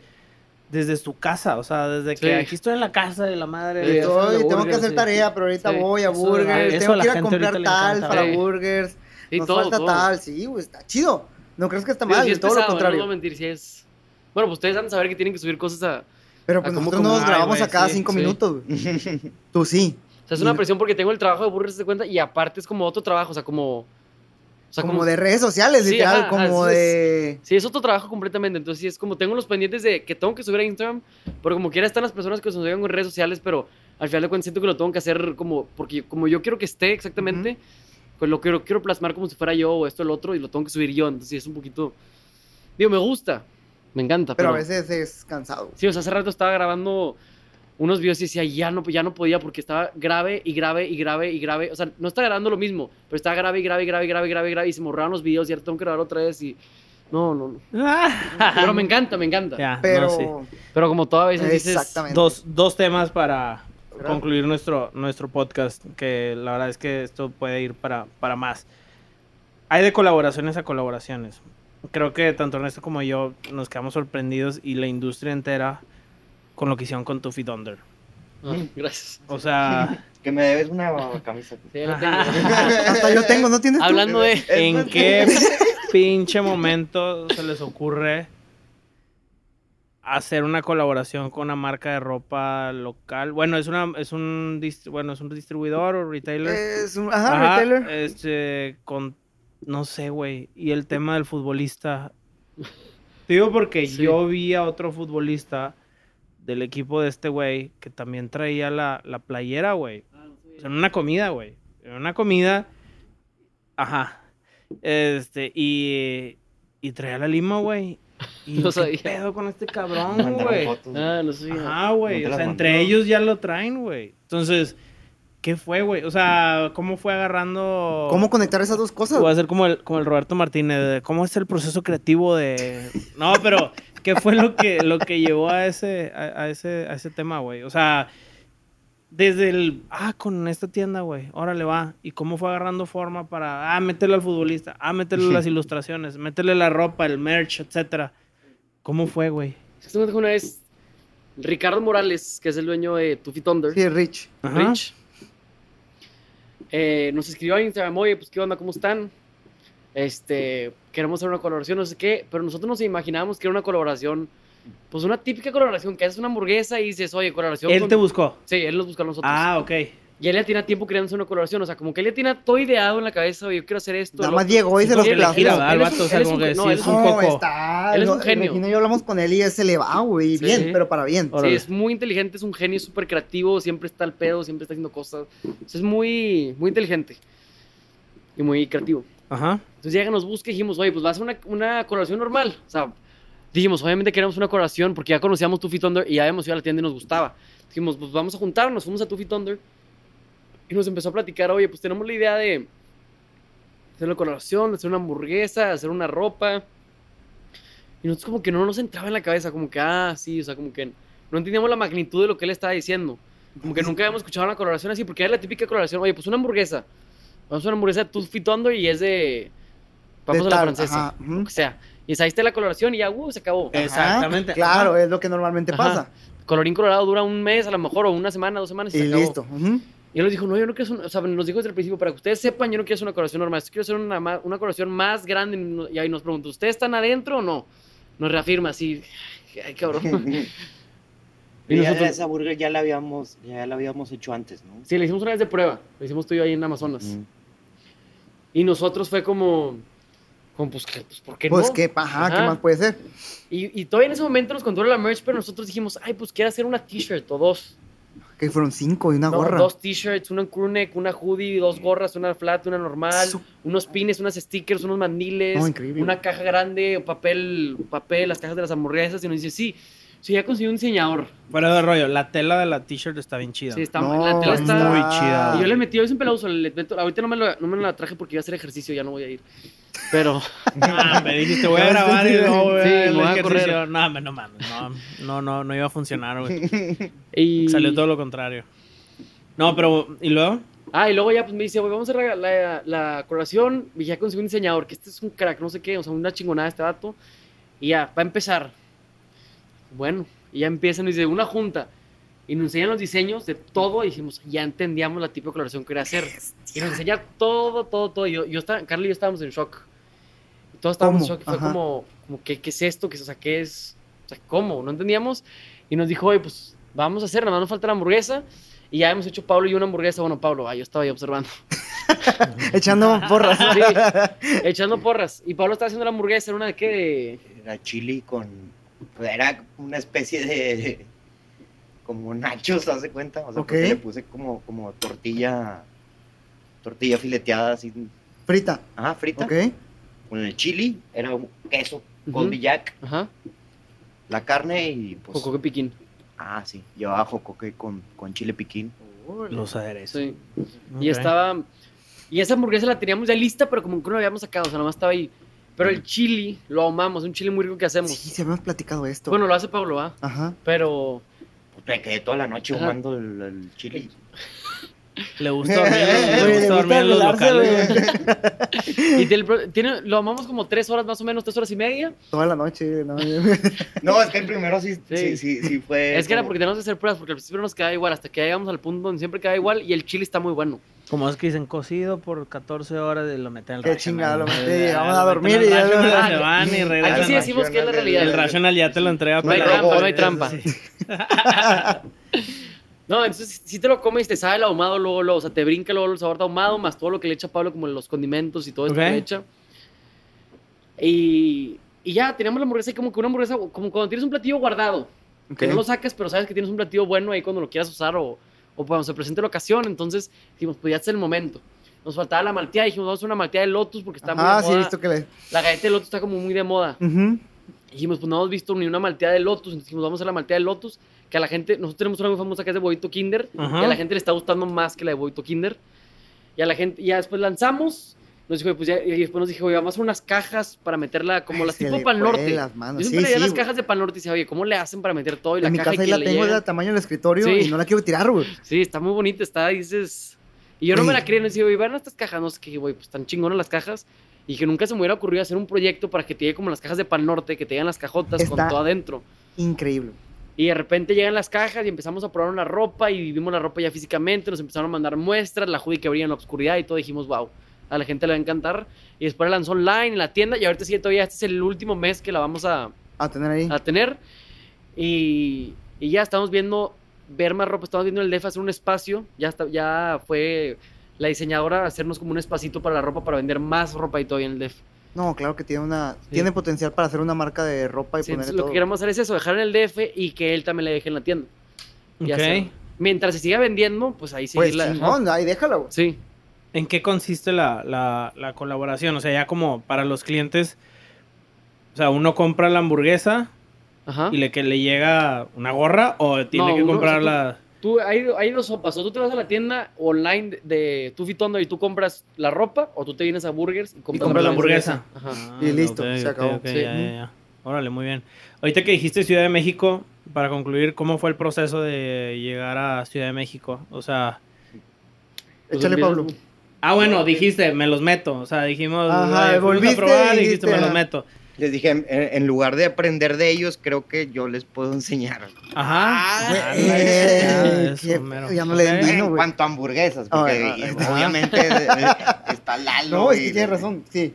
[SPEAKER 2] desde su casa, o sea, desde que
[SPEAKER 3] Sí.
[SPEAKER 2] aquí estoy en la casa de la madre.
[SPEAKER 3] Sí,
[SPEAKER 2] de-
[SPEAKER 5] Estoy-
[SPEAKER 2] de
[SPEAKER 5] tengo que
[SPEAKER 2] Burgers,
[SPEAKER 5] hacer
[SPEAKER 2] sí.
[SPEAKER 5] tarea, pero ahorita
[SPEAKER 3] Sí.
[SPEAKER 5] voy a
[SPEAKER 2] Eso-
[SPEAKER 5] burgers.
[SPEAKER 2] eso a
[SPEAKER 5] tengo
[SPEAKER 2] la
[SPEAKER 5] que ir a
[SPEAKER 2] gente ahorita
[SPEAKER 5] comprar
[SPEAKER 2] le
[SPEAKER 5] tal
[SPEAKER 2] encanta,
[SPEAKER 5] para
[SPEAKER 3] güey.
[SPEAKER 5] burgers.
[SPEAKER 3] Sí,
[SPEAKER 5] nos
[SPEAKER 3] todo,
[SPEAKER 5] falta
[SPEAKER 3] todo.
[SPEAKER 5] tal, sí, güey, está chido. No crees que está
[SPEAKER 3] Digo,
[SPEAKER 5] mal,
[SPEAKER 3] sí es
[SPEAKER 5] todo
[SPEAKER 3] pesado,
[SPEAKER 5] lo
[SPEAKER 3] No,
[SPEAKER 5] contrario.
[SPEAKER 3] voy a mentir, sí es... Bueno, pues ustedes han de saber que tienen que subir cosas a...
[SPEAKER 5] Pero
[SPEAKER 3] Ah,
[SPEAKER 5] pues
[SPEAKER 3] ¿cómo,
[SPEAKER 5] nosotros
[SPEAKER 3] cómo?
[SPEAKER 5] no nos
[SPEAKER 2] Ay,
[SPEAKER 5] grabamos
[SPEAKER 2] güey,
[SPEAKER 5] a cada
[SPEAKER 2] sí,
[SPEAKER 5] cinco
[SPEAKER 3] sí.
[SPEAKER 5] minutos, güey. Tú sí.
[SPEAKER 3] O sea, es una
[SPEAKER 5] Y-
[SPEAKER 3] presión porque tengo el trabajo de Burgers de cuenta y aparte es como otro trabajo, o sea, como... O sea,
[SPEAKER 5] como, de redes sociales,
[SPEAKER 3] Sí,
[SPEAKER 5] literal,
[SPEAKER 3] ajá, ajá,
[SPEAKER 5] como
[SPEAKER 3] eso es-
[SPEAKER 5] de...
[SPEAKER 3] Sí, es otro trabajo completamente. Entonces, sí, es como tengo los pendientes de que tengo que subir a Instagram, pero como quiera están las personas que se llegan en redes sociales, pero al final de cuentas siento que lo tengo que hacer como, porque como yo quiero que esté exactamente, pues lo quiero, quiero plasmar como si fuera yo o esto o el otro y lo tengo que subir yo. Entonces, sí, es un poquito. Digo, me gusta, me encanta.
[SPEAKER 5] Pero
[SPEAKER 3] Pero,
[SPEAKER 5] a veces es cansado.
[SPEAKER 3] Sí, o sea, hace rato estaba grabando unos videos y decía, ya no, ya no podía porque estaba grave y grave y grave y grave. O sea, no estaba grabando lo mismo, pero estaba grave y grave y grave y grave y grave y grave y se morraban los videos y ahora tengo que grabar otra vez y. No, no, no. Pero me encanta, me encanta.
[SPEAKER 2] Ya, Ah, no,
[SPEAKER 5] Pero...
[SPEAKER 2] sí.
[SPEAKER 3] Pero como toda vez dices...
[SPEAKER 5] Exactamente.
[SPEAKER 2] dos, dos temas para,
[SPEAKER 5] literal.
[SPEAKER 2] concluir nuestro, nuestro podcast, que la verdad es que esto puede ir para, para más. Hay de colaboraciones a colaboraciones. Creo que tanto Ernesto como yo nos quedamos sorprendidos y la industria entera con lo que hicieron con Tuffy Thunder.
[SPEAKER 3] Ah, gracias.
[SPEAKER 2] O sea,
[SPEAKER 4] Que me debes una camisa.
[SPEAKER 3] Sí, lo tengo.
[SPEAKER 5] Hasta yo tengo, ¿no tienes tú?
[SPEAKER 3] Hablando de.
[SPEAKER 2] ¿en qué pinche momento se les ocurre hacer una colaboración con una marca de ropa local? Bueno, es una es un dist- bueno, es un distribuidor o retailer.
[SPEAKER 5] Es un- ajá,
[SPEAKER 2] Ajá,
[SPEAKER 5] retailer.
[SPEAKER 2] Este, con, no sé, güey. Y el tema del futbolista. Te digo porque
[SPEAKER 3] Sí.
[SPEAKER 2] yo vi a otro futbolista del equipo de este güey que también traía la, la playera, güey. O sea, en una comida, güey. En una comida. Ajá. Este, y, y traía la lima, güey. Y
[SPEAKER 3] No
[SPEAKER 2] qué
[SPEAKER 3] sabía.
[SPEAKER 2] pedo con este cabrón,
[SPEAKER 4] Mandaron
[SPEAKER 2] güey.
[SPEAKER 4] fotos.
[SPEAKER 3] Ah, no sé.
[SPEAKER 2] Ajá, güey.
[SPEAKER 4] te
[SPEAKER 2] O
[SPEAKER 4] las
[SPEAKER 2] sea,
[SPEAKER 4] mandó.
[SPEAKER 2] entre ellos ya lo traen, güey. Entonces, ¿qué fue, güey? O sea, ¿cómo fue agarrando.
[SPEAKER 5] ¿Cómo conectar esas dos cosas?
[SPEAKER 2] Voy a ser como el, como el Roberto Martínez. de ¿Cómo es el proceso creativo de.? No, pero, ¿qué fue lo que, lo que llevó a ese, a, a ese, a ese tema, güey? O sea, desde el. Ah, con esta tienda, güey. Órale, va. ¿Y cómo fue agarrando forma para. Ah, meterle al futbolista. Ah, meterle las ilustraciones. Meterle la ropa, el merch, etcétera. ¿Cómo fue, güey?
[SPEAKER 3] Es que se me dijo una vez Ricardo Morales, que es el dueño de Tuffy Thunder,
[SPEAKER 5] Sí, Rich.
[SPEAKER 2] Ajá.
[SPEAKER 3] Rich, eh, nos escribió en Instagram, oye, pues qué onda, ¿cómo están? Este, queremos hacer una colaboración, no sé qué, pero nosotros nos imaginábamos que era una colaboración, pues una típica colaboración, que haces una hamburguesa y dices, oye, colaboración
[SPEAKER 2] Él
[SPEAKER 3] con-
[SPEAKER 2] te buscó.
[SPEAKER 3] Sí, él nos busca a nosotros.
[SPEAKER 2] Ah, ok.
[SPEAKER 3] Y él ya tenía tiempo queriendo hacer una colaboración, o sea, como que él ya tenía todo ideado en la cabeza, oye, yo quiero hacer esto.
[SPEAKER 5] Nada
[SPEAKER 3] lo
[SPEAKER 5] más
[SPEAKER 3] otro.
[SPEAKER 5] llegó y se los
[SPEAKER 3] Sí, él-
[SPEAKER 5] plazó.
[SPEAKER 2] platica.
[SPEAKER 3] él es un-
[SPEAKER 2] Al
[SPEAKER 3] él es
[SPEAKER 2] vato, o
[SPEAKER 3] un-
[SPEAKER 2] sea,
[SPEAKER 3] él es
[SPEAKER 2] como
[SPEAKER 3] un-
[SPEAKER 2] que
[SPEAKER 3] no,
[SPEAKER 2] sí,
[SPEAKER 3] él es
[SPEAKER 2] es
[SPEAKER 3] un-
[SPEAKER 2] un
[SPEAKER 5] No,
[SPEAKER 2] coco.
[SPEAKER 5] está.
[SPEAKER 3] Él es
[SPEAKER 5] no,
[SPEAKER 3] un genio.
[SPEAKER 5] Regina y yo hablamos con él y ese le va, güey.
[SPEAKER 3] Sí.
[SPEAKER 5] Bien, pero para bien.
[SPEAKER 3] Sí,
[SPEAKER 2] Órale.
[SPEAKER 3] es muy inteligente, es un genio súper creativo, siempre está al pedo, siempre está haciendo cosas. Entonces, es muy, muy inteligente y muy creativo.
[SPEAKER 2] Ajá.
[SPEAKER 3] Entonces llega, nos busca y dijimos, oye, pues va a ser una, una colaboración normal. O sea, dijimos, obviamente queremos una colaboración porque ya conocíamos Tuffy Thunder y ya habíamos ido a la tienda y nos gustaba. Dijimos, pues vamos a juntarnos, fuimos a Tuffy Thunder y nos empezó a platicar, oye, pues tenemos la idea de hacer una colaboración, de hacer una hamburguesa, de hacer una ropa. Y nosotros como que no nos entraba en la cabeza, como que, ah, sí, o sea, como que no entendíamos la magnitud de lo que él estaba diciendo. Como que nunca habíamos escuchado una coloración así, porque era la típica coloración. Oye, pues una hamburguesa. Vamos a una hamburguesa de Tuffy Thunder y es de. Vamos a
[SPEAKER 5] De
[SPEAKER 3] la
[SPEAKER 5] tal,
[SPEAKER 3] francesa.
[SPEAKER 5] ajá, ujú.
[SPEAKER 3] Lo que sea. Y ahí está la coloración y ya, uh, se acabó.
[SPEAKER 2] Eh. Exactamente,
[SPEAKER 5] Ajá, claro,
[SPEAKER 2] ajá.
[SPEAKER 5] es lo que normalmente
[SPEAKER 3] Ajá,
[SPEAKER 5] pasa.
[SPEAKER 3] Colorín colorado dura un mes a lo mejor, o una semana, dos semanas y,
[SPEAKER 5] Y
[SPEAKER 3] se acabó.
[SPEAKER 5] listo. ujú.
[SPEAKER 3] Y él nos dijo, no, yo no quiero hacer una- O sea, nos dijo desde el principio, para que ustedes sepan, yo no quiero hacer una coloración normal. Yo quiero hacer una, ma- una coloración más grande. Y ahí nos preguntó, ¿ustedes están adentro o no? Nos reafirma así. Ay, cabrón. Y
[SPEAKER 4] Y ya
[SPEAKER 3] nosotros-
[SPEAKER 4] esa burger ya la habíamos, ya la habíamos hecho antes, ¿no?
[SPEAKER 3] Sí, le hicimos una vez de prueba. Lo hicimos tú y yo ahí en Amazonas.
[SPEAKER 4] Mm.
[SPEAKER 3] Y nosotros fue como, como pues, ¿qué? Pues, ¿por qué
[SPEAKER 5] Pues
[SPEAKER 3] no?
[SPEAKER 5] qué, ajá, ¿qué
[SPEAKER 3] Ajá.
[SPEAKER 5] más puede ser?
[SPEAKER 3] Y, y todavía en ese momento nos controla la merch, pero nosotros dijimos, ay, pues quiero hacer una t-shirt o dos.
[SPEAKER 5] Que fueron cinco y una
[SPEAKER 3] No,
[SPEAKER 5] gorra.
[SPEAKER 3] dos t-shirts, una crewneck, una hoodie, dos gorras, una flat, una normal,
[SPEAKER 5] Su-
[SPEAKER 3] unos pines, unas stickers, unos mandiles,
[SPEAKER 5] No, increíble.
[SPEAKER 3] una caja grande, papel, papel, las cajas de las hamburguesas. Y nos dice, sí, sí, ya conseguí un diseñador.
[SPEAKER 2] Fuera de rollo, la tela de la t-shirt está bien chida.
[SPEAKER 3] Sí, está,
[SPEAKER 5] No,
[SPEAKER 3] la tela está...
[SPEAKER 5] está
[SPEAKER 2] muy chida.
[SPEAKER 3] Y yo le metí, yo siempre la uso, le meto- ahorita no me, la, no me la traje porque iba a hacer ejercicio, ya no voy a ir. Pero...
[SPEAKER 2] Ah, me dijiste, voy a grabar y luego voy a
[SPEAKER 3] Sí,
[SPEAKER 2] hacer el
[SPEAKER 3] me voy a
[SPEAKER 2] ejercicio.
[SPEAKER 3] correr.
[SPEAKER 2] No, me- no mames, no, no, no, no iba a funcionar, güey.
[SPEAKER 3] Y...
[SPEAKER 2] Salió todo lo contrario. No, pero, ¿y luego?
[SPEAKER 3] Ah, y luego ya pues me dice, güey, vamos a hacer la, la, la colaboración. Y ya conseguí un diseñador, que este es un crack, no sé qué, o sea, una chingonada este dato. Y ya, va a empezar. Bueno, y ya empiezan, nos dice, una junta. Y nos enseñan los diseños de todo. Y dijimos, ya entendíamos la tipo de colaboración que quería hacer. Y nos enseña todo, todo, todo. Y yo, yo estaba, Carla y yo estábamos en shock. Y todos estábamos
[SPEAKER 5] ¿Cómo?
[SPEAKER 3] en shock. y Fue
[SPEAKER 5] Ajá.
[SPEAKER 3] como, como ¿qué, ¿qué es esto? ¿Qué, es- o sea, ¿qué es? O sea, ¿cómo? No entendíamos. Y nos dijo, oye, pues vamos a hacer, nada más nos falta la hamburguesa. Y ya hemos hecho Pablo y yo una hamburguesa. Bueno, Pablo, ah, yo estaba ahí observando.
[SPEAKER 5] Echando porras.
[SPEAKER 3] Sí, echando porras. Y Pablo estaba haciendo la hamburguesa en una de qué. De-
[SPEAKER 4] Era chili con. Era una especie de. Como nachos, ¿te das de cuenta? O sea, porque
[SPEAKER 5] Ok.
[SPEAKER 4] le puse como, como tortilla. Tortilla fileteada así.
[SPEAKER 5] Frita,
[SPEAKER 4] Ajá, frita.
[SPEAKER 5] ¿ok?
[SPEAKER 4] Con el chili. Era un queso.
[SPEAKER 3] Ujú.
[SPEAKER 4] Goldie Jack.
[SPEAKER 3] Ajá.
[SPEAKER 4] La carne y pues.
[SPEAKER 3] Coco que piquín.
[SPEAKER 4] Ah, sí. Llevaba jocoque con, con chile piquín.
[SPEAKER 2] Los aderezos.
[SPEAKER 3] Sí.
[SPEAKER 2] Ok.
[SPEAKER 3] Y estaba. Y esa hamburguesa la teníamos ya lista, pero como que no la habíamos sacado, o sea, nomás estaba ahí. Pero el chili lo amamos, es un chili muy rico que hacemos.
[SPEAKER 5] Sí, se habíamos platicado esto.
[SPEAKER 3] Bueno, lo hace Pablo, ¿ah?
[SPEAKER 5] Ajá.
[SPEAKER 3] Pero.
[SPEAKER 4] Pues, me quedé toda la noche
[SPEAKER 3] Ajá.
[SPEAKER 4] jugando el, el chili.
[SPEAKER 2] Le gusta dormir, le
[SPEAKER 5] Güey,
[SPEAKER 2] gusta dormir
[SPEAKER 5] le gusta
[SPEAKER 2] en los
[SPEAKER 5] relajarse,
[SPEAKER 2] locales. güey.
[SPEAKER 3] Y del pro- tiene, lo amamos como tres horas más o menos, tres horas y media.
[SPEAKER 5] Toda la noche, ¿no?
[SPEAKER 4] No, es que el primero sí,
[SPEAKER 3] Sí.
[SPEAKER 4] sí, sí, sí fue.
[SPEAKER 3] Es que era
[SPEAKER 4] como-
[SPEAKER 3] porque tenemos que hacer pruebas, porque al principio nos queda igual, hasta que llegamos al punto donde siempre queda igual y el chile está muy bueno.
[SPEAKER 2] Como es que dicen, cocido por 14 horas y lo meten al
[SPEAKER 5] Qué
[SPEAKER 2] rational,
[SPEAKER 5] chingada, lo
[SPEAKER 2] güey.
[SPEAKER 5] meten y
[SPEAKER 2] Ya,
[SPEAKER 5] vamos a
[SPEAKER 2] lo
[SPEAKER 5] dormir
[SPEAKER 2] meten
[SPEAKER 5] y
[SPEAKER 2] al
[SPEAKER 5] ya lo-
[SPEAKER 2] rational, se van y regresan.
[SPEAKER 3] Aquí sí
[SPEAKER 2] al-
[SPEAKER 3] decimos que es la realidad.
[SPEAKER 2] El rational ya te lo entrega.
[SPEAKER 4] No hay
[SPEAKER 2] pelado,
[SPEAKER 4] trampa, no hay
[SPEAKER 2] güey.
[SPEAKER 3] trampa.
[SPEAKER 2] Sí.
[SPEAKER 3] No, entonces si te lo comes, te sabe el ahumado luego, luego, o sea, te brinca luego el sabor de ahumado, más todo lo que le echa Pablo, como los condimentos y todo esto que
[SPEAKER 2] Ok.
[SPEAKER 3] le echa. Y, y ya, teníamos la hamburguesa y como que una hamburguesa, como cuando tienes un platillo guardado, que no lo sacas, pero sabes que tienes un platillo bueno ahí cuando lo quieras usar o, o cuando se presente la ocasión, entonces dijimos, pues ya es el momento. Nos faltaba la malteada, dijimos, vamos a hacer una malteada de Lotus porque está muy
[SPEAKER 5] Ah,
[SPEAKER 3] de
[SPEAKER 5] sí, he
[SPEAKER 3] moda.
[SPEAKER 5] visto que le.
[SPEAKER 3] La galleta de Lotus está como muy de moda.
[SPEAKER 5] Ujú.
[SPEAKER 3] Y dijimos, pues no hemos visto ni una malteada de Lotus, entonces dijimos, vamos a hacer la malteada de Lotus, que a la gente, nosotros tenemos una muy famosa que es de Boito Kinder,
[SPEAKER 2] Ajá.
[SPEAKER 3] y a la gente le está gustando más que la de Boito Kinder. Y a la gente, y ya después lanzamos, nos dijo, pues ya, y después nos dijo, oye, vamos a hacer unas cajas para meterla, como
[SPEAKER 5] Ay,
[SPEAKER 3] las
[SPEAKER 5] se
[SPEAKER 3] tipo
[SPEAKER 5] le
[SPEAKER 3] Pan
[SPEAKER 5] fue
[SPEAKER 3] Norte.
[SPEAKER 5] las manos.
[SPEAKER 3] Yo
[SPEAKER 5] Sí,
[SPEAKER 3] siempre leía
[SPEAKER 5] sí,
[SPEAKER 3] las
[SPEAKER 5] güey.
[SPEAKER 3] cajas de Pan Norte y decía, oye, ¿cómo le hacen para meter todo? Y la
[SPEAKER 5] En mi
[SPEAKER 3] caja
[SPEAKER 5] casa ahí
[SPEAKER 3] que
[SPEAKER 5] la
[SPEAKER 3] le
[SPEAKER 5] tengo, es
[SPEAKER 3] llega-
[SPEAKER 5] del tamaño del escritorio
[SPEAKER 3] Sí.
[SPEAKER 5] y no la quiero tirar, güey.
[SPEAKER 3] Sí, está muy bonita, está, dices... Y yo no me
[SPEAKER 5] Güey.
[SPEAKER 3] la creía, no decía, oye, vean estas cajas, no sé qué, güey, pues están chingonas las cajas. Y que nunca se me hubiera ocurrido hacer un proyecto para que te llegue como las cajas de Pan Norte, que te llegan las cajotas con
[SPEAKER 5] Está-
[SPEAKER 3] todo adentro.
[SPEAKER 5] Increíble.
[SPEAKER 3] Y de repente llegan las cajas y empezamos a probar una ropa y vimos la ropa ya físicamente, nos empezaron a mandar muestras, la hoodie que brilla en la oscuridad y todo, dijimos, wow, a la gente le va a encantar. Y después la lanzó online, en la tienda, y ahorita sí, todavía este es el último mes que la vamos a,
[SPEAKER 5] A tener ahí.
[SPEAKER 3] a tener. Y, y ya estamos viendo, ver más ropa, estamos viendo en el DEF hacer un espacio, ya, está, ya fue la diseñadora a hacernos como un espacito para la ropa, para vender más ropa y todavía en el DEF.
[SPEAKER 5] No, claro que tiene una tiene potencial para hacer una marca de ropa y
[SPEAKER 3] Sí,
[SPEAKER 5] ponerle
[SPEAKER 3] entonces
[SPEAKER 5] todo.
[SPEAKER 3] lo que queremos hacer es eso, dejar en el DF y que él también le deje en la tienda. y
[SPEAKER 2] Ok.
[SPEAKER 3] hacerlo. Mientras se siga vendiendo, pues ahí
[SPEAKER 5] pues
[SPEAKER 3] seguirla.
[SPEAKER 5] chingón, ahí déjala, güey.
[SPEAKER 3] Sí.
[SPEAKER 2] ¿En qué consiste la, la- la colaboración? O sea, ya como para los clientes, o sea, uno compra la hamburguesa
[SPEAKER 3] Ajá.
[SPEAKER 2] y le que le llega una gorra o tiene
[SPEAKER 3] No,
[SPEAKER 2] que
[SPEAKER 3] uno-
[SPEAKER 2] comprar
[SPEAKER 3] o sea,
[SPEAKER 2] la...
[SPEAKER 3] Tú, hay, hay dos sopas. O tú te vas a la tienda online de tu fitondo y tú compras la ropa, o tú te vienes a Burgers y compras,
[SPEAKER 5] compras la
[SPEAKER 3] Ajá.
[SPEAKER 2] Ah,
[SPEAKER 5] Y listo,
[SPEAKER 2] ok,
[SPEAKER 5] se
[SPEAKER 2] ok,
[SPEAKER 5] acabó.
[SPEAKER 2] ok,
[SPEAKER 3] Sí.
[SPEAKER 2] ya, ya, ya. Órale, muy bien. Ahorita que dijiste Ciudad de México, para concluir, ¿cómo fue el proceso de llegar a Ciudad de México? O sea...
[SPEAKER 3] Pues
[SPEAKER 5] Échale,
[SPEAKER 3] empiezas-
[SPEAKER 5] Pablo.
[SPEAKER 2] Ah, bueno, dijiste, me los meto. O sea, dijimos,
[SPEAKER 5] Ajá,
[SPEAKER 2] "Oye, fuimos
[SPEAKER 5] volviste
[SPEAKER 2] a probar,
[SPEAKER 5] y
[SPEAKER 2] dijiste,
[SPEAKER 5] dijiste,
[SPEAKER 2] me
[SPEAKER 5] ajá.
[SPEAKER 2] los meto.
[SPEAKER 4] Les dije, en, en lugar de aprender de ellos, creo que yo les puedo enseñar.
[SPEAKER 2] Ajá. Ah,
[SPEAKER 5] Güey,
[SPEAKER 2] ya,
[SPEAKER 5] eh,
[SPEAKER 2] eso,
[SPEAKER 5] qué-
[SPEAKER 2] mero.
[SPEAKER 5] ya no le den
[SPEAKER 2] Ok.
[SPEAKER 5] vino,
[SPEAKER 4] Eh, en
[SPEAKER 5] güey.
[SPEAKER 4] cuanto a hamburguesas, porque
[SPEAKER 5] Ah, ah,
[SPEAKER 4] eh, obviamente eh, está Lalo.
[SPEAKER 5] No, es
[SPEAKER 4] y-
[SPEAKER 5] que tienes razón, sí.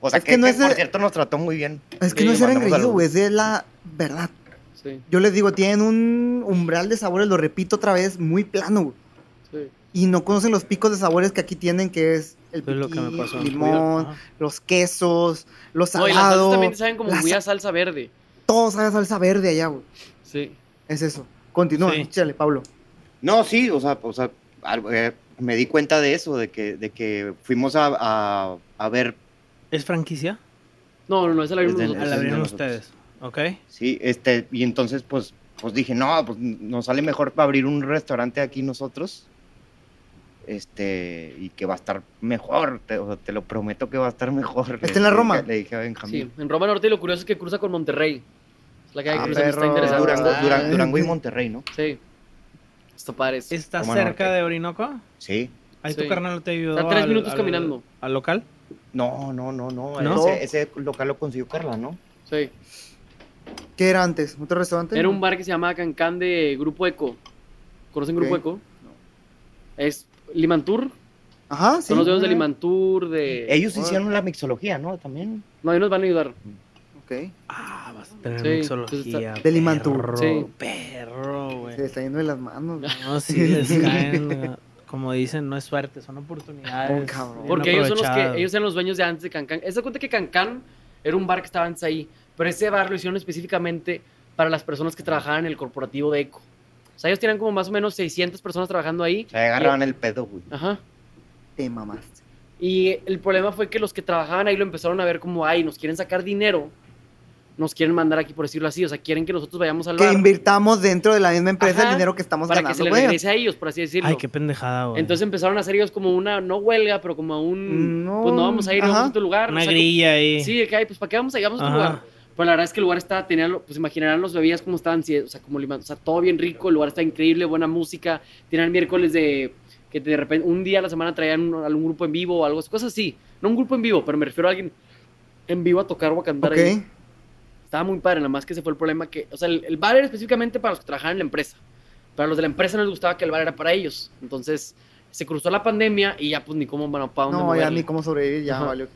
[SPEAKER 4] O sea,
[SPEAKER 5] Es
[SPEAKER 4] que,
[SPEAKER 5] que no
[SPEAKER 4] que,
[SPEAKER 5] es
[SPEAKER 4] por
[SPEAKER 5] de-
[SPEAKER 4] cierto nos trató muy bien. Eh,
[SPEAKER 5] Es que
[SPEAKER 3] Sí,
[SPEAKER 5] no es ser
[SPEAKER 4] mandamos
[SPEAKER 5] engreído,
[SPEAKER 4] saludos.
[SPEAKER 5] güey, es de la verdad.
[SPEAKER 3] Sí,
[SPEAKER 5] Yo les digo, tienen un umbral de sabores, lo repito otra vez, muy plano, güey.
[SPEAKER 3] sí.
[SPEAKER 5] Y no conocen los picos de sabores que aquí tienen, que es el
[SPEAKER 2] Eso es lo que me
[SPEAKER 5] piquín,
[SPEAKER 2] pasó.
[SPEAKER 5] limón,
[SPEAKER 2] Ajá.
[SPEAKER 5] los quesos, los
[SPEAKER 3] No, y las salsas
[SPEAKER 5] salados.
[SPEAKER 3] también te saben como
[SPEAKER 5] la
[SPEAKER 3] muy a
[SPEAKER 5] sa-
[SPEAKER 3] salsa verde.
[SPEAKER 5] todo sabe a salsa verde allá, güey.
[SPEAKER 3] Sí.
[SPEAKER 5] Es eso. Continúa,
[SPEAKER 2] Sí.
[SPEAKER 5] échale, Pablo.
[SPEAKER 4] No, sí, o sea, o sea al- eh, me di cuenta de eso, de que, de que fuimos a, a, a ver,
[SPEAKER 2] ¿Es franquicia?
[SPEAKER 3] No, no, no, esa la vimos
[SPEAKER 4] Desde
[SPEAKER 3] nosotros.
[SPEAKER 4] el-
[SPEAKER 2] Ah, La
[SPEAKER 4] es
[SPEAKER 2] abrieron
[SPEAKER 4] de
[SPEAKER 2] ustedes. Ok.
[SPEAKER 4] sí, este, y entonces pues, pues dije, no, pues nos sale mejor para abrir un restaurante aquí nosotros, este, y que va a estar mejor, te, o sea, te lo prometo que va a estar mejor.
[SPEAKER 5] ¿Está
[SPEAKER 4] Le-
[SPEAKER 5] en la
[SPEAKER 4] le
[SPEAKER 5] Roma?
[SPEAKER 4] dije- Le dije a Benjamín.
[SPEAKER 3] Sí, en Roma Norte lo curioso es que cruza con Monterrey. Es la que hay
[SPEAKER 5] Ah,
[SPEAKER 3] que cruzar, está
[SPEAKER 5] perro.
[SPEAKER 3] interesante.
[SPEAKER 4] Durango,
[SPEAKER 3] Ah,
[SPEAKER 4] Durango, Durango y Monterrey, ¿no?
[SPEAKER 3] Sí. Está padre. eso.
[SPEAKER 2] ¿Está
[SPEAKER 4] Toma
[SPEAKER 2] cerca
[SPEAKER 4] norte.
[SPEAKER 2] de Orinoco?
[SPEAKER 4] Sí.
[SPEAKER 2] Ahí
[SPEAKER 3] Sí.
[SPEAKER 2] tu carnal te ayudó.
[SPEAKER 3] Está a tres
[SPEAKER 2] al-
[SPEAKER 3] minutos
[SPEAKER 2] al-
[SPEAKER 3] caminando.
[SPEAKER 2] ¿Al local?
[SPEAKER 4] No, no, no, no.
[SPEAKER 2] ¿No?
[SPEAKER 4] Ese, ese local lo consiguió Carla, ¿no?
[SPEAKER 3] Sí.
[SPEAKER 5] ¿Qué era antes? ¿Otro restaurante?
[SPEAKER 3] Era un bar que se llamaba Cancán de Grupo Eco. ¿Conocen Grupo
[SPEAKER 5] Ok.
[SPEAKER 3] Eco? Es Limantur.
[SPEAKER 5] Ajá, sí.
[SPEAKER 3] Son los dedos de Limantur, de...
[SPEAKER 4] Ellos
[SPEAKER 5] Ahora-
[SPEAKER 4] hicieron la mixología, ¿no? También.
[SPEAKER 3] No, ahí nos van a ayudar.
[SPEAKER 5] Ok.
[SPEAKER 2] Ah, vas a tener
[SPEAKER 3] Sí,
[SPEAKER 2] mixología.
[SPEAKER 3] pues
[SPEAKER 5] está- De Limantur.
[SPEAKER 2] perro,
[SPEAKER 3] Sí.
[SPEAKER 2] Perro, güey.
[SPEAKER 5] Se le está yendo de las manos. güey.
[SPEAKER 2] No, sí, les caen. eh, Como dicen, no es suerte, son oportunidades.
[SPEAKER 5] Oh, cabrón.
[SPEAKER 2] bien
[SPEAKER 3] Porque ellos son los que
[SPEAKER 2] aprovechadas.
[SPEAKER 3] ellos eran los dueños de antes de Cancán. Se cuenta que Cancán era un bar que estaba antes ahí, pero ese bar lo hicieron específicamente para las personas que trabajaban en el corporativo de Eco. O sea, ellos tenían como más o menos 600 personas trabajando ahí.
[SPEAKER 4] Se agarraban el pedo, güey.
[SPEAKER 2] Ah,
[SPEAKER 3] Ajá.
[SPEAKER 5] Te mamaste.
[SPEAKER 3] Y el problema fue que los que trabajaban ahí lo empezaron a ver como, ay, nos quieren sacar dinero, nos quieren mandar aquí, por decirlo así. O sea, quieren que nosotros vayamos al
[SPEAKER 5] Que
[SPEAKER 3] bar
[SPEAKER 5] invirtamos dentro de la misma empresa
[SPEAKER 3] Ajá,
[SPEAKER 5] el dinero que estamos
[SPEAKER 3] para que se
[SPEAKER 5] ganando,
[SPEAKER 3] les
[SPEAKER 5] güey.
[SPEAKER 3] regrese a ellos, por así decirlo.
[SPEAKER 2] Ay, qué pendejada, güey.
[SPEAKER 3] Entonces empezaron a hacer ellos como una, no huelga, pero como un,
[SPEAKER 5] No,
[SPEAKER 3] pues no vamos a ir a
[SPEAKER 5] ajá.
[SPEAKER 3] otro lugar.
[SPEAKER 2] Una
[SPEAKER 3] o sea,
[SPEAKER 2] grilla ahí.
[SPEAKER 3] Sí, de que, ay, pues ¿para qué vamos a ir a otro
[SPEAKER 2] Ajá.
[SPEAKER 3] lugar? Pero la verdad es que el lugar estaba, tenía, lo- pues imaginarán los bebidas como estaban, sí, o sea, como limón, o sea, todo bien rico, el lugar está increíble, buena música, tenían miércoles de, que de repente, un día a la semana traían un- algún grupo en vivo o algo, cosas así, no un grupo en vivo, pero me refiero a alguien en vivo a tocar o a cantar
[SPEAKER 5] Ok.
[SPEAKER 3] ahí. Estaba muy padre, nada más que ese fue el problema que, o sea, el, el bar era específicamente para los que trabajaban en la empresa, pero a los de la empresa no les gustaba que el bar era para ellos, entonces se cruzó la pandemia y ya pues ni cómo, bueno, para dónde
[SPEAKER 5] No, ya
[SPEAKER 3] moverle.
[SPEAKER 5] ni cómo sobrevivir, ya
[SPEAKER 3] Ajá.
[SPEAKER 5] valió.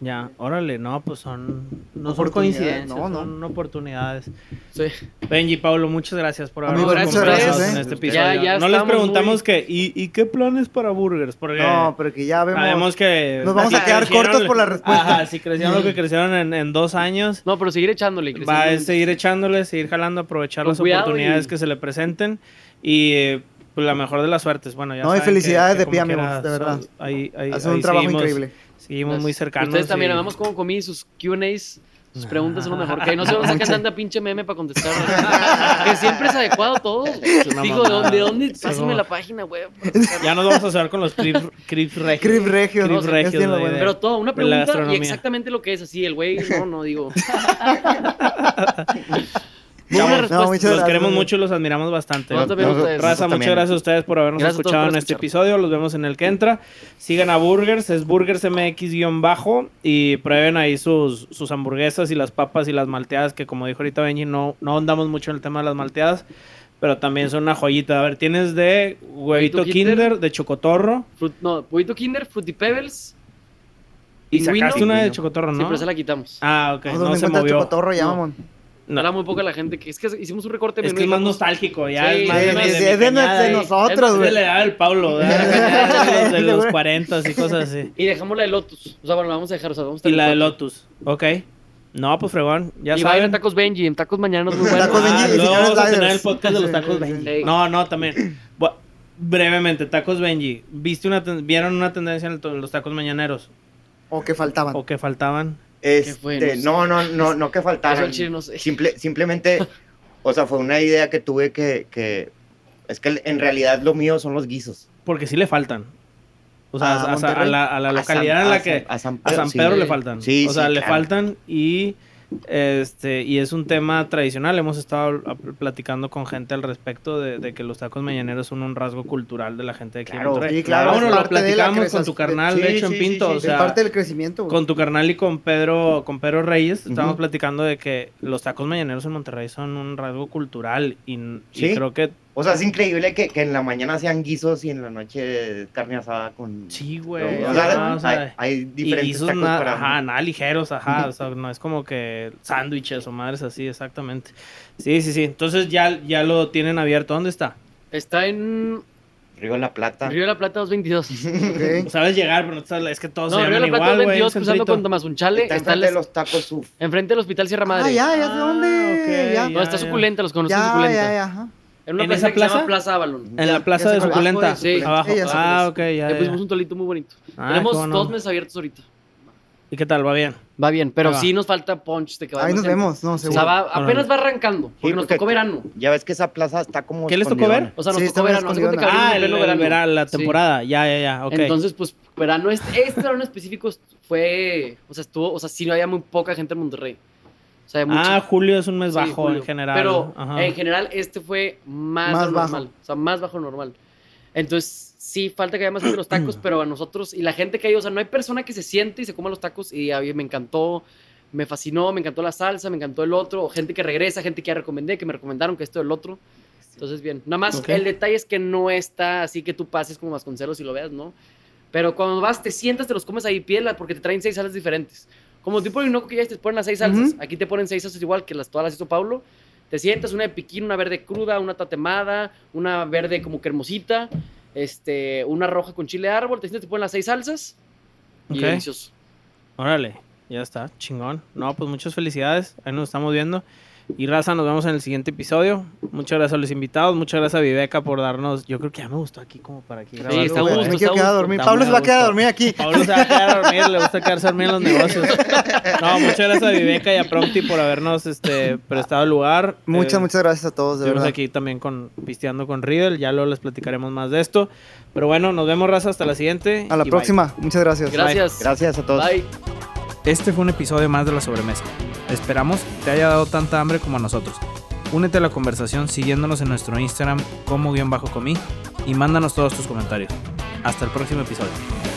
[SPEAKER 2] Ya, órale, no, pues son. No son
[SPEAKER 5] Oportunidades,
[SPEAKER 2] coincidencias,
[SPEAKER 5] no, no.
[SPEAKER 2] son oportunidades.
[SPEAKER 3] Sí.
[SPEAKER 2] Benji, Pablo, muchas gracias por habernos
[SPEAKER 5] Amigos,
[SPEAKER 3] muchas
[SPEAKER 2] acompañado
[SPEAKER 3] gracias,
[SPEAKER 2] en
[SPEAKER 4] eh.
[SPEAKER 2] este
[SPEAKER 4] Ya-
[SPEAKER 2] episodio.
[SPEAKER 3] ya
[SPEAKER 2] no les
[SPEAKER 3] estamos
[SPEAKER 2] preguntamos
[SPEAKER 3] muy-
[SPEAKER 2] que, ¿y, y qué planes para burgers? Porque
[SPEAKER 5] No, pero que ya vemos.
[SPEAKER 2] sabemos que.
[SPEAKER 5] Nos vamos
[SPEAKER 2] si
[SPEAKER 5] a quedar
[SPEAKER 2] crecieron-
[SPEAKER 5] cortos por la respuesta.
[SPEAKER 2] Ajá, si crecieron lo que crecieron en, en dos años,
[SPEAKER 3] No, pero seguir echándole.
[SPEAKER 2] va este, a
[SPEAKER 3] creciendo.
[SPEAKER 2] seguir echándole, seguir jalando, aprovechar
[SPEAKER 3] Con
[SPEAKER 2] las
[SPEAKER 3] cuidado
[SPEAKER 2] oportunidades
[SPEAKER 3] y-
[SPEAKER 2] que se le presenten y eh, pues, la mejor de las suertes. Bueno, ya
[SPEAKER 5] No, y
[SPEAKER 2] saben que-
[SPEAKER 5] felicidades
[SPEAKER 2] que
[SPEAKER 5] de
[SPEAKER 2] como
[SPEAKER 5] pie, amigos,
[SPEAKER 2] quiera,
[SPEAKER 5] de verdad.
[SPEAKER 2] son- ahí- ahí-
[SPEAKER 5] Hacen un
[SPEAKER 2] ahí
[SPEAKER 5] trabajo
[SPEAKER 2] seguimos-
[SPEAKER 5] increíble.
[SPEAKER 2] Seguimos muy
[SPEAKER 3] Gracias.
[SPEAKER 2] cercanos.
[SPEAKER 3] Ustedes también,
[SPEAKER 2] y-
[SPEAKER 3] amamos cómo comí sus Q&As, sus preguntas son lo mejor que hay. No se
[SPEAKER 5] Ah,
[SPEAKER 3] van a sacar
[SPEAKER 5] mucho.
[SPEAKER 3] tanta pinche meme para contestar. que siempre es adecuado todo.
[SPEAKER 2] una
[SPEAKER 3] Digo,
[SPEAKER 2] mamada.
[SPEAKER 3] ¿de dónde? dónde?
[SPEAKER 2] Sí,
[SPEAKER 3] Pásenme
[SPEAKER 2] como-
[SPEAKER 3] la página, web.
[SPEAKER 2] Ya nos vamos a asociar con los Crips Crips Regios.
[SPEAKER 5] Crip Regio,
[SPEAKER 2] Crip
[SPEAKER 5] ¿no? Es
[SPEAKER 2] Regios,
[SPEAKER 5] bien lo
[SPEAKER 2] güey,
[SPEAKER 5] bueno.
[SPEAKER 2] de-
[SPEAKER 3] Pero todo, una
[SPEAKER 2] de la
[SPEAKER 3] pregunta y
[SPEAKER 2] gastronomía.
[SPEAKER 3] exactamente lo que es así. El güey, no, no, digo. Muy
[SPEAKER 2] Chavos,
[SPEAKER 3] buena respuesta.
[SPEAKER 5] muchas
[SPEAKER 2] Los
[SPEAKER 5] gracias,
[SPEAKER 2] queremos
[SPEAKER 5] güey.
[SPEAKER 2] mucho, los admiramos bastante.
[SPEAKER 3] No, también
[SPEAKER 4] Nosotros-
[SPEAKER 3] ustedes.
[SPEAKER 2] Raza,
[SPEAKER 4] nosotros
[SPEAKER 2] muchas
[SPEAKER 4] también.
[SPEAKER 2] gracias a ustedes por habernos
[SPEAKER 3] Gracias a todos
[SPEAKER 2] escuchado
[SPEAKER 3] por
[SPEAKER 2] en este
[SPEAKER 3] escuchar.
[SPEAKER 2] episodio. Los vemos en el que entra. Sigan a Burgers, es Burgers MX-bajo y prueben ahí sus, sus hamburguesas y las papas y las malteadas, que como dijo ahorita Benji, no, no andamos mucho en el tema de las malteadas, pero también son una joyita. A ver, tienes de huevito
[SPEAKER 3] Huevito Kinder.
[SPEAKER 2] kinder, de chocotorro
[SPEAKER 3] Frut- no, Poquito Kinder, Fruity Pebbles.
[SPEAKER 2] y
[SPEAKER 3] Pingüino.
[SPEAKER 2] sacaste una de
[SPEAKER 4] Pingüino.
[SPEAKER 2] chocotorro,
[SPEAKER 3] Sí,
[SPEAKER 2] ¿no?
[SPEAKER 3] pero esa la quitamos.
[SPEAKER 2] Ah, ok,
[SPEAKER 5] Vamos a
[SPEAKER 2] no
[SPEAKER 5] darle
[SPEAKER 2] se
[SPEAKER 5] cuenta al
[SPEAKER 2] movió.
[SPEAKER 5] chocotorro ya,
[SPEAKER 3] No.
[SPEAKER 5] mamón.
[SPEAKER 2] No.
[SPEAKER 3] Habla muy poca la gente. que Es que hicimos un recorte.
[SPEAKER 2] Es
[SPEAKER 3] menú
[SPEAKER 2] que
[SPEAKER 3] y
[SPEAKER 2] es más
[SPEAKER 3] dijimos,
[SPEAKER 2] nostálgico, ya
[SPEAKER 3] Sí,
[SPEAKER 2] es más
[SPEAKER 3] sí,
[SPEAKER 2] de,
[SPEAKER 3] sí,
[SPEAKER 2] mi
[SPEAKER 5] es de no-
[SPEAKER 2] cañada,
[SPEAKER 5] de
[SPEAKER 2] eh.
[SPEAKER 5] nosotros,
[SPEAKER 2] Es de
[SPEAKER 5] güey.
[SPEAKER 2] la edad del Pablo, ¿verdad? de los, de los 40 y cosas así.
[SPEAKER 3] Y dejamos la de Lotus. O sea, bueno, la vamos a dejar. O sea, vamos a
[SPEAKER 2] Y la de
[SPEAKER 3] tener-
[SPEAKER 2] Lotus, ok. No, pues fregón, ya
[SPEAKER 3] y va a ir
[SPEAKER 2] saben.
[SPEAKER 3] en tacos Benji, en tacos mañana nos muy buenos. eh,
[SPEAKER 5] Tacos
[SPEAKER 2] Ah,
[SPEAKER 5] Benji y
[SPEAKER 2] luego
[SPEAKER 5] señores
[SPEAKER 2] vamos a tener
[SPEAKER 5] Liders.
[SPEAKER 2] el podcast de los
[SPEAKER 5] Sí,
[SPEAKER 2] tacos
[SPEAKER 5] sí, sí.
[SPEAKER 2] Benji.
[SPEAKER 3] Ey.
[SPEAKER 2] No, no, también. Bu- brevemente, tacos Benji. ¿Viste una ten- ¿Vieron una tendencia en el to- los tacos mañaneros?
[SPEAKER 5] O que
[SPEAKER 4] Ah.
[SPEAKER 5] faltaban.
[SPEAKER 2] ¿O que faltaban?
[SPEAKER 4] Este,
[SPEAKER 3] fue? No sé.
[SPEAKER 4] no, no, no, no que
[SPEAKER 3] Eso
[SPEAKER 4] faltaran.
[SPEAKER 3] al chile no sé.
[SPEAKER 4] Simple- simplemente, o sea, fue una idea que tuve que, que- es que en realidad lo mío son los guisos.
[SPEAKER 2] Porque sí le faltan. O sea,
[SPEAKER 5] ¿A
[SPEAKER 2] a, a- a
[SPEAKER 5] Monterrey?
[SPEAKER 2] la, a la
[SPEAKER 4] A San-
[SPEAKER 2] localidad en
[SPEAKER 4] a
[SPEAKER 2] la
[SPEAKER 4] San-
[SPEAKER 2] que...
[SPEAKER 4] a San
[SPEAKER 2] A
[SPEAKER 4] Pedro,
[SPEAKER 2] San
[SPEAKER 4] sí,
[SPEAKER 2] Pedro
[SPEAKER 4] güey.
[SPEAKER 2] le faltan.
[SPEAKER 4] Sí,
[SPEAKER 2] o sea,
[SPEAKER 4] sí,
[SPEAKER 2] le
[SPEAKER 4] claro.
[SPEAKER 2] faltan y este y es un tema tradicional. Hemos estado a- platicando con gente al respecto de, de que los tacos mañaneros son un rasgo cultural de la gente de aquí. de
[SPEAKER 4] Claro,
[SPEAKER 2] Monterrey.
[SPEAKER 5] sí, claro,
[SPEAKER 2] Ah,
[SPEAKER 5] es
[SPEAKER 2] bueno, lo
[SPEAKER 5] parte de la
[SPEAKER 2] platicamos con
[SPEAKER 5] creza-
[SPEAKER 2] tu carnal,
[SPEAKER 4] sí,
[SPEAKER 2] de hecho,
[SPEAKER 4] sí,
[SPEAKER 2] en
[SPEAKER 4] sí,
[SPEAKER 2] Pinto. o
[SPEAKER 4] sí, sí,
[SPEAKER 5] es
[SPEAKER 2] sea,
[SPEAKER 5] parte del crecimiento, güey.
[SPEAKER 2] con tu carnal y con Pedro, con Pedro Reyes, estábamos
[SPEAKER 4] Ujú.
[SPEAKER 2] platicando de que los tacos mañaneros en Monterrey son un rasgo cultural y, y
[SPEAKER 4] Sí.
[SPEAKER 2] creo que
[SPEAKER 4] O sea, es increíble que, que en la mañana sean guisos y en la noche carne asada con...
[SPEAKER 2] sí,
[SPEAKER 4] o
[SPEAKER 2] güey.
[SPEAKER 4] sea,
[SPEAKER 2] ajá, Pues, o sea,
[SPEAKER 4] hay, hay
[SPEAKER 2] y
[SPEAKER 4] diferentes
[SPEAKER 2] guisos
[SPEAKER 4] tacos
[SPEAKER 2] nada,
[SPEAKER 4] para-
[SPEAKER 2] ajá, nada ligeros, ajá, o sea, no es como que sándwiches o madres así, exactamente. Sí, sí, sí, entonces ya, ya lo tienen abierto, ¿dónde está?
[SPEAKER 3] Está en
[SPEAKER 4] Río de la Plata.
[SPEAKER 3] Río de la Plata 222.
[SPEAKER 5] Ok.
[SPEAKER 2] Sabes llegar, pero no sabes- es que todos
[SPEAKER 3] No,
[SPEAKER 2] se
[SPEAKER 3] Río de
[SPEAKER 2] llaman
[SPEAKER 3] la Plata
[SPEAKER 2] igual, güey,
[SPEAKER 3] 222
[SPEAKER 2] un
[SPEAKER 3] cruzando
[SPEAKER 2] centrito.
[SPEAKER 3] con Tamazunchale.
[SPEAKER 4] Está
[SPEAKER 3] Está,
[SPEAKER 4] enfrente de
[SPEAKER 3] les-
[SPEAKER 4] los tacos suf.
[SPEAKER 3] enfrente del Hospital Sierra
[SPEAKER 5] Ah,
[SPEAKER 3] Madre.
[SPEAKER 5] ya, ya sé
[SPEAKER 2] Ah,
[SPEAKER 5] dónde.
[SPEAKER 2] ok,
[SPEAKER 5] ya.
[SPEAKER 3] No,
[SPEAKER 2] ya,
[SPEAKER 3] está
[SPEAKER 2] ya.
[SPEAKER 3] suculenta, los conocen
[SPEAKER 5] Ya,
[SPEAKER 3] suculenta.
[SPEAKER 5] ya, ya, ajá.
[SPEAKER 3] En una
[SPEAKER 2] ¿En
[SPEAKER 3] plaza
[SPEAKER 2] esa
[SPEAKER 3] que se llama
[SPEAKER 2] plaza?
[SPEAKER 3] Plaza Avalon.
[SPEAKER 2] En la plaza de
[SPEAKER 5] Abajo de
[SPEAKER 2] suculenta,
[SPEAKER 3] Suculenta.
[SPEAKER 2] abajo.
[SPEAKER 5] pues, Sí, ya sé
[SPEAKER 2] ah, ok,
[SPEAKER 3] Le
[SPEAKER 2] ya, ya.
[SPEAKER 3] pusimos un tolito muy bonito.
[SPEAKER 2] Ah,
[SPEAKER 3] pues, Tenemos
[SPEAKER 2] cómo no.
[SPEAKER 3] dos meses abiertos ahorita.
[SPEAKER 2] ¿Y qué tal? ¿Va bien?
[SPEAKER 3] Va bien, pero
[SPEAKER 2] Ahí va.
[SPEAKER 3] sí nos falta punch de que va
[SPEAKER 5] Ahí nos
[SPEAKER 3] demasiado.
[SPEAKER 5] vemos, no,
[SPEAKER 3] O sea,
[SPEAKER 5] seguro.
[SPEAKER 3] va-
[SPEAKER 2] Órale.
[SPEAKER 3] apenas va arrancando, porque
[SPEAKER 4] Sí,
[SPEAKER 3] nos
[SPEAKER 4] porque-
[SPEAKER 3] tocó verano.
[SPEAKER 4] Ya ves que esa plaza está como...
[SPEAKER 2] ¿Qué les tocó
[SPEAKER 4] escondidona.
[SPEAKER 2] ver?
[SPEAKER 3] O sea, nos
[SPEAKER 5] Sí, está
[SPEAKER 3] tocó
[SPEAKER 5] muy
[SPEAKER 3] verano. Haz de cuenta que
[SPEAKER 5] escondidona.
[SPEAKER 3] abrimos
[SPEAKER 2] Ah,
[SPEAKER 3] en
[SPEAKER 2] el,
[SPEAKER 3] pleno
[SPEAKER 2] el
[SPEAKER 3] verano.
[SPEAKER 2] verano, la
[SPEAKER 3] Sí.
[SPEAKER 2] temporada, ya, ya, ya, ok.
[SPEAKER 3] Entonces, pues, verano, este, este verano específico fue, o sea, estuvo, o sea, sí había muy poca gente en Monterrey. O sea, mucho-
[SPEAKER 2] ah, julio es un mes
[SPEAKER 3] sí,
[SPEAKER 2] bajo
[SPEAKER 3] julio.
[SPEAKER 2] en general.
[SPEAKER 3] Pero
[SPEAKER 2] Ajá.
[SPEAKER 3] en general este fue más,
[SPEAKER 5] Más
[SPEAKER 3] de lo
[SPEAKER 5] bajo.
[SPEAKER 3] normal, o sea, más bajo de lo normal. Entonces, sí, falta que haya más gente los tacos, pero a nosotros y la gente que hay, o sea, no hay persona que se siente y se coma los tacos y a mí me encantó, me fascinó, me encantó la salsa, me encantó el otro, o gente que regresa, gente que ya recomendé, que me recomendaron que esto el otro. Entonces, bien. Nada más
[SPEAKER 2] Ok.
[SPEAKER 3] el detalle es que no está así que tú pases como Vasconcelos y lo veas, ¿no? Pero cuando vas, te sientas, te los comes ahí piela porque te traen seis salsas diferentes. Como tipo de inoco que ya te ponen las seis salsas.
[SPEAKER 5] Ujú.
[SPEAKER 3] Aquí te ponen seis salsas igual que las todas las hizo Pablo. Te sientas una de piquín, una verde cruda, una tatemada, una verde como que hermosita, este, una roja con chile árbol. Te sientas, te ponen las seis salsas. Y
[SPEAKER 2] Ok.
[SPEAKER 3] delicioso.
[SPEAKER 2] Órale, ya está, chingón. No, pues muchas felicidades, ahí nos estamos viendo. Y Raza, nos vemos en el siguiente episodio. Muchas gracias a los invitados, muchas gracias a Viveca por darnos. Yo creo que ya me gustó aquí como para aquí grabar.
[SPEAKER 3] está a
[SPEAKER 2] güey.
[SPEAKER 3] gusto,
[SPEAKER 5] Me
[SPEAKER 3] está
[SPEAKER 5] quiero
[SPEAKER 3] a
[SPEAKER 5] quedar a
[SPEAKER 3] gusto,
[SPEAKER 5] dormir.
[SPEAKER 2] está
[SPEAKER 5] Pablo
[SPEAKER 2] muy
[SPEAKER 5] se
[SPEAKER 2] a
[SPEAKER 5] va a quedar a
[SPEAKER 2] gusto.
[SPEAKER 5] dormir aquí.
[SPEAKER 2] Pablo se va a quedar a dormir, le gusta quedarse a dormir en los negocios. No, muchas gracias a Viveca y a Prompti por habernos este, prestado el lugar.
[SPEAKER 5] Muchas,
[SPEAKER 2] Eh,
[SPEAKER 5] muchas gracias a todos, de
[SPEAKER 2] Estuvimos
[SPEAKER 5] verdad.
[SPEAKER 2] aquí también con pisteando con Riddle, ya luego les platicaremos más de esto. Pero bueno, nos vemos, raza, hasta la siguiente.
[SPEAKER 5] A la
[SPEAKER 2] y bye.
[SPEAKER 5] próxima. Muchas Pues, gracias.
[SPEAKER 3] Gracias.
[SPEAKER 4] Gracias a todos.
[SPEAKER 3] Bye.
[SPEAKER 2] Este fue un episodio más de La Sobremesa. Esperamos te haya dado tanta hambre como a nosotros. Únete a la conversación siguiéndonos en nuestro Instagram como guión bajo comí y mándanos todos tus comentarios. Hasta el próximo episodio.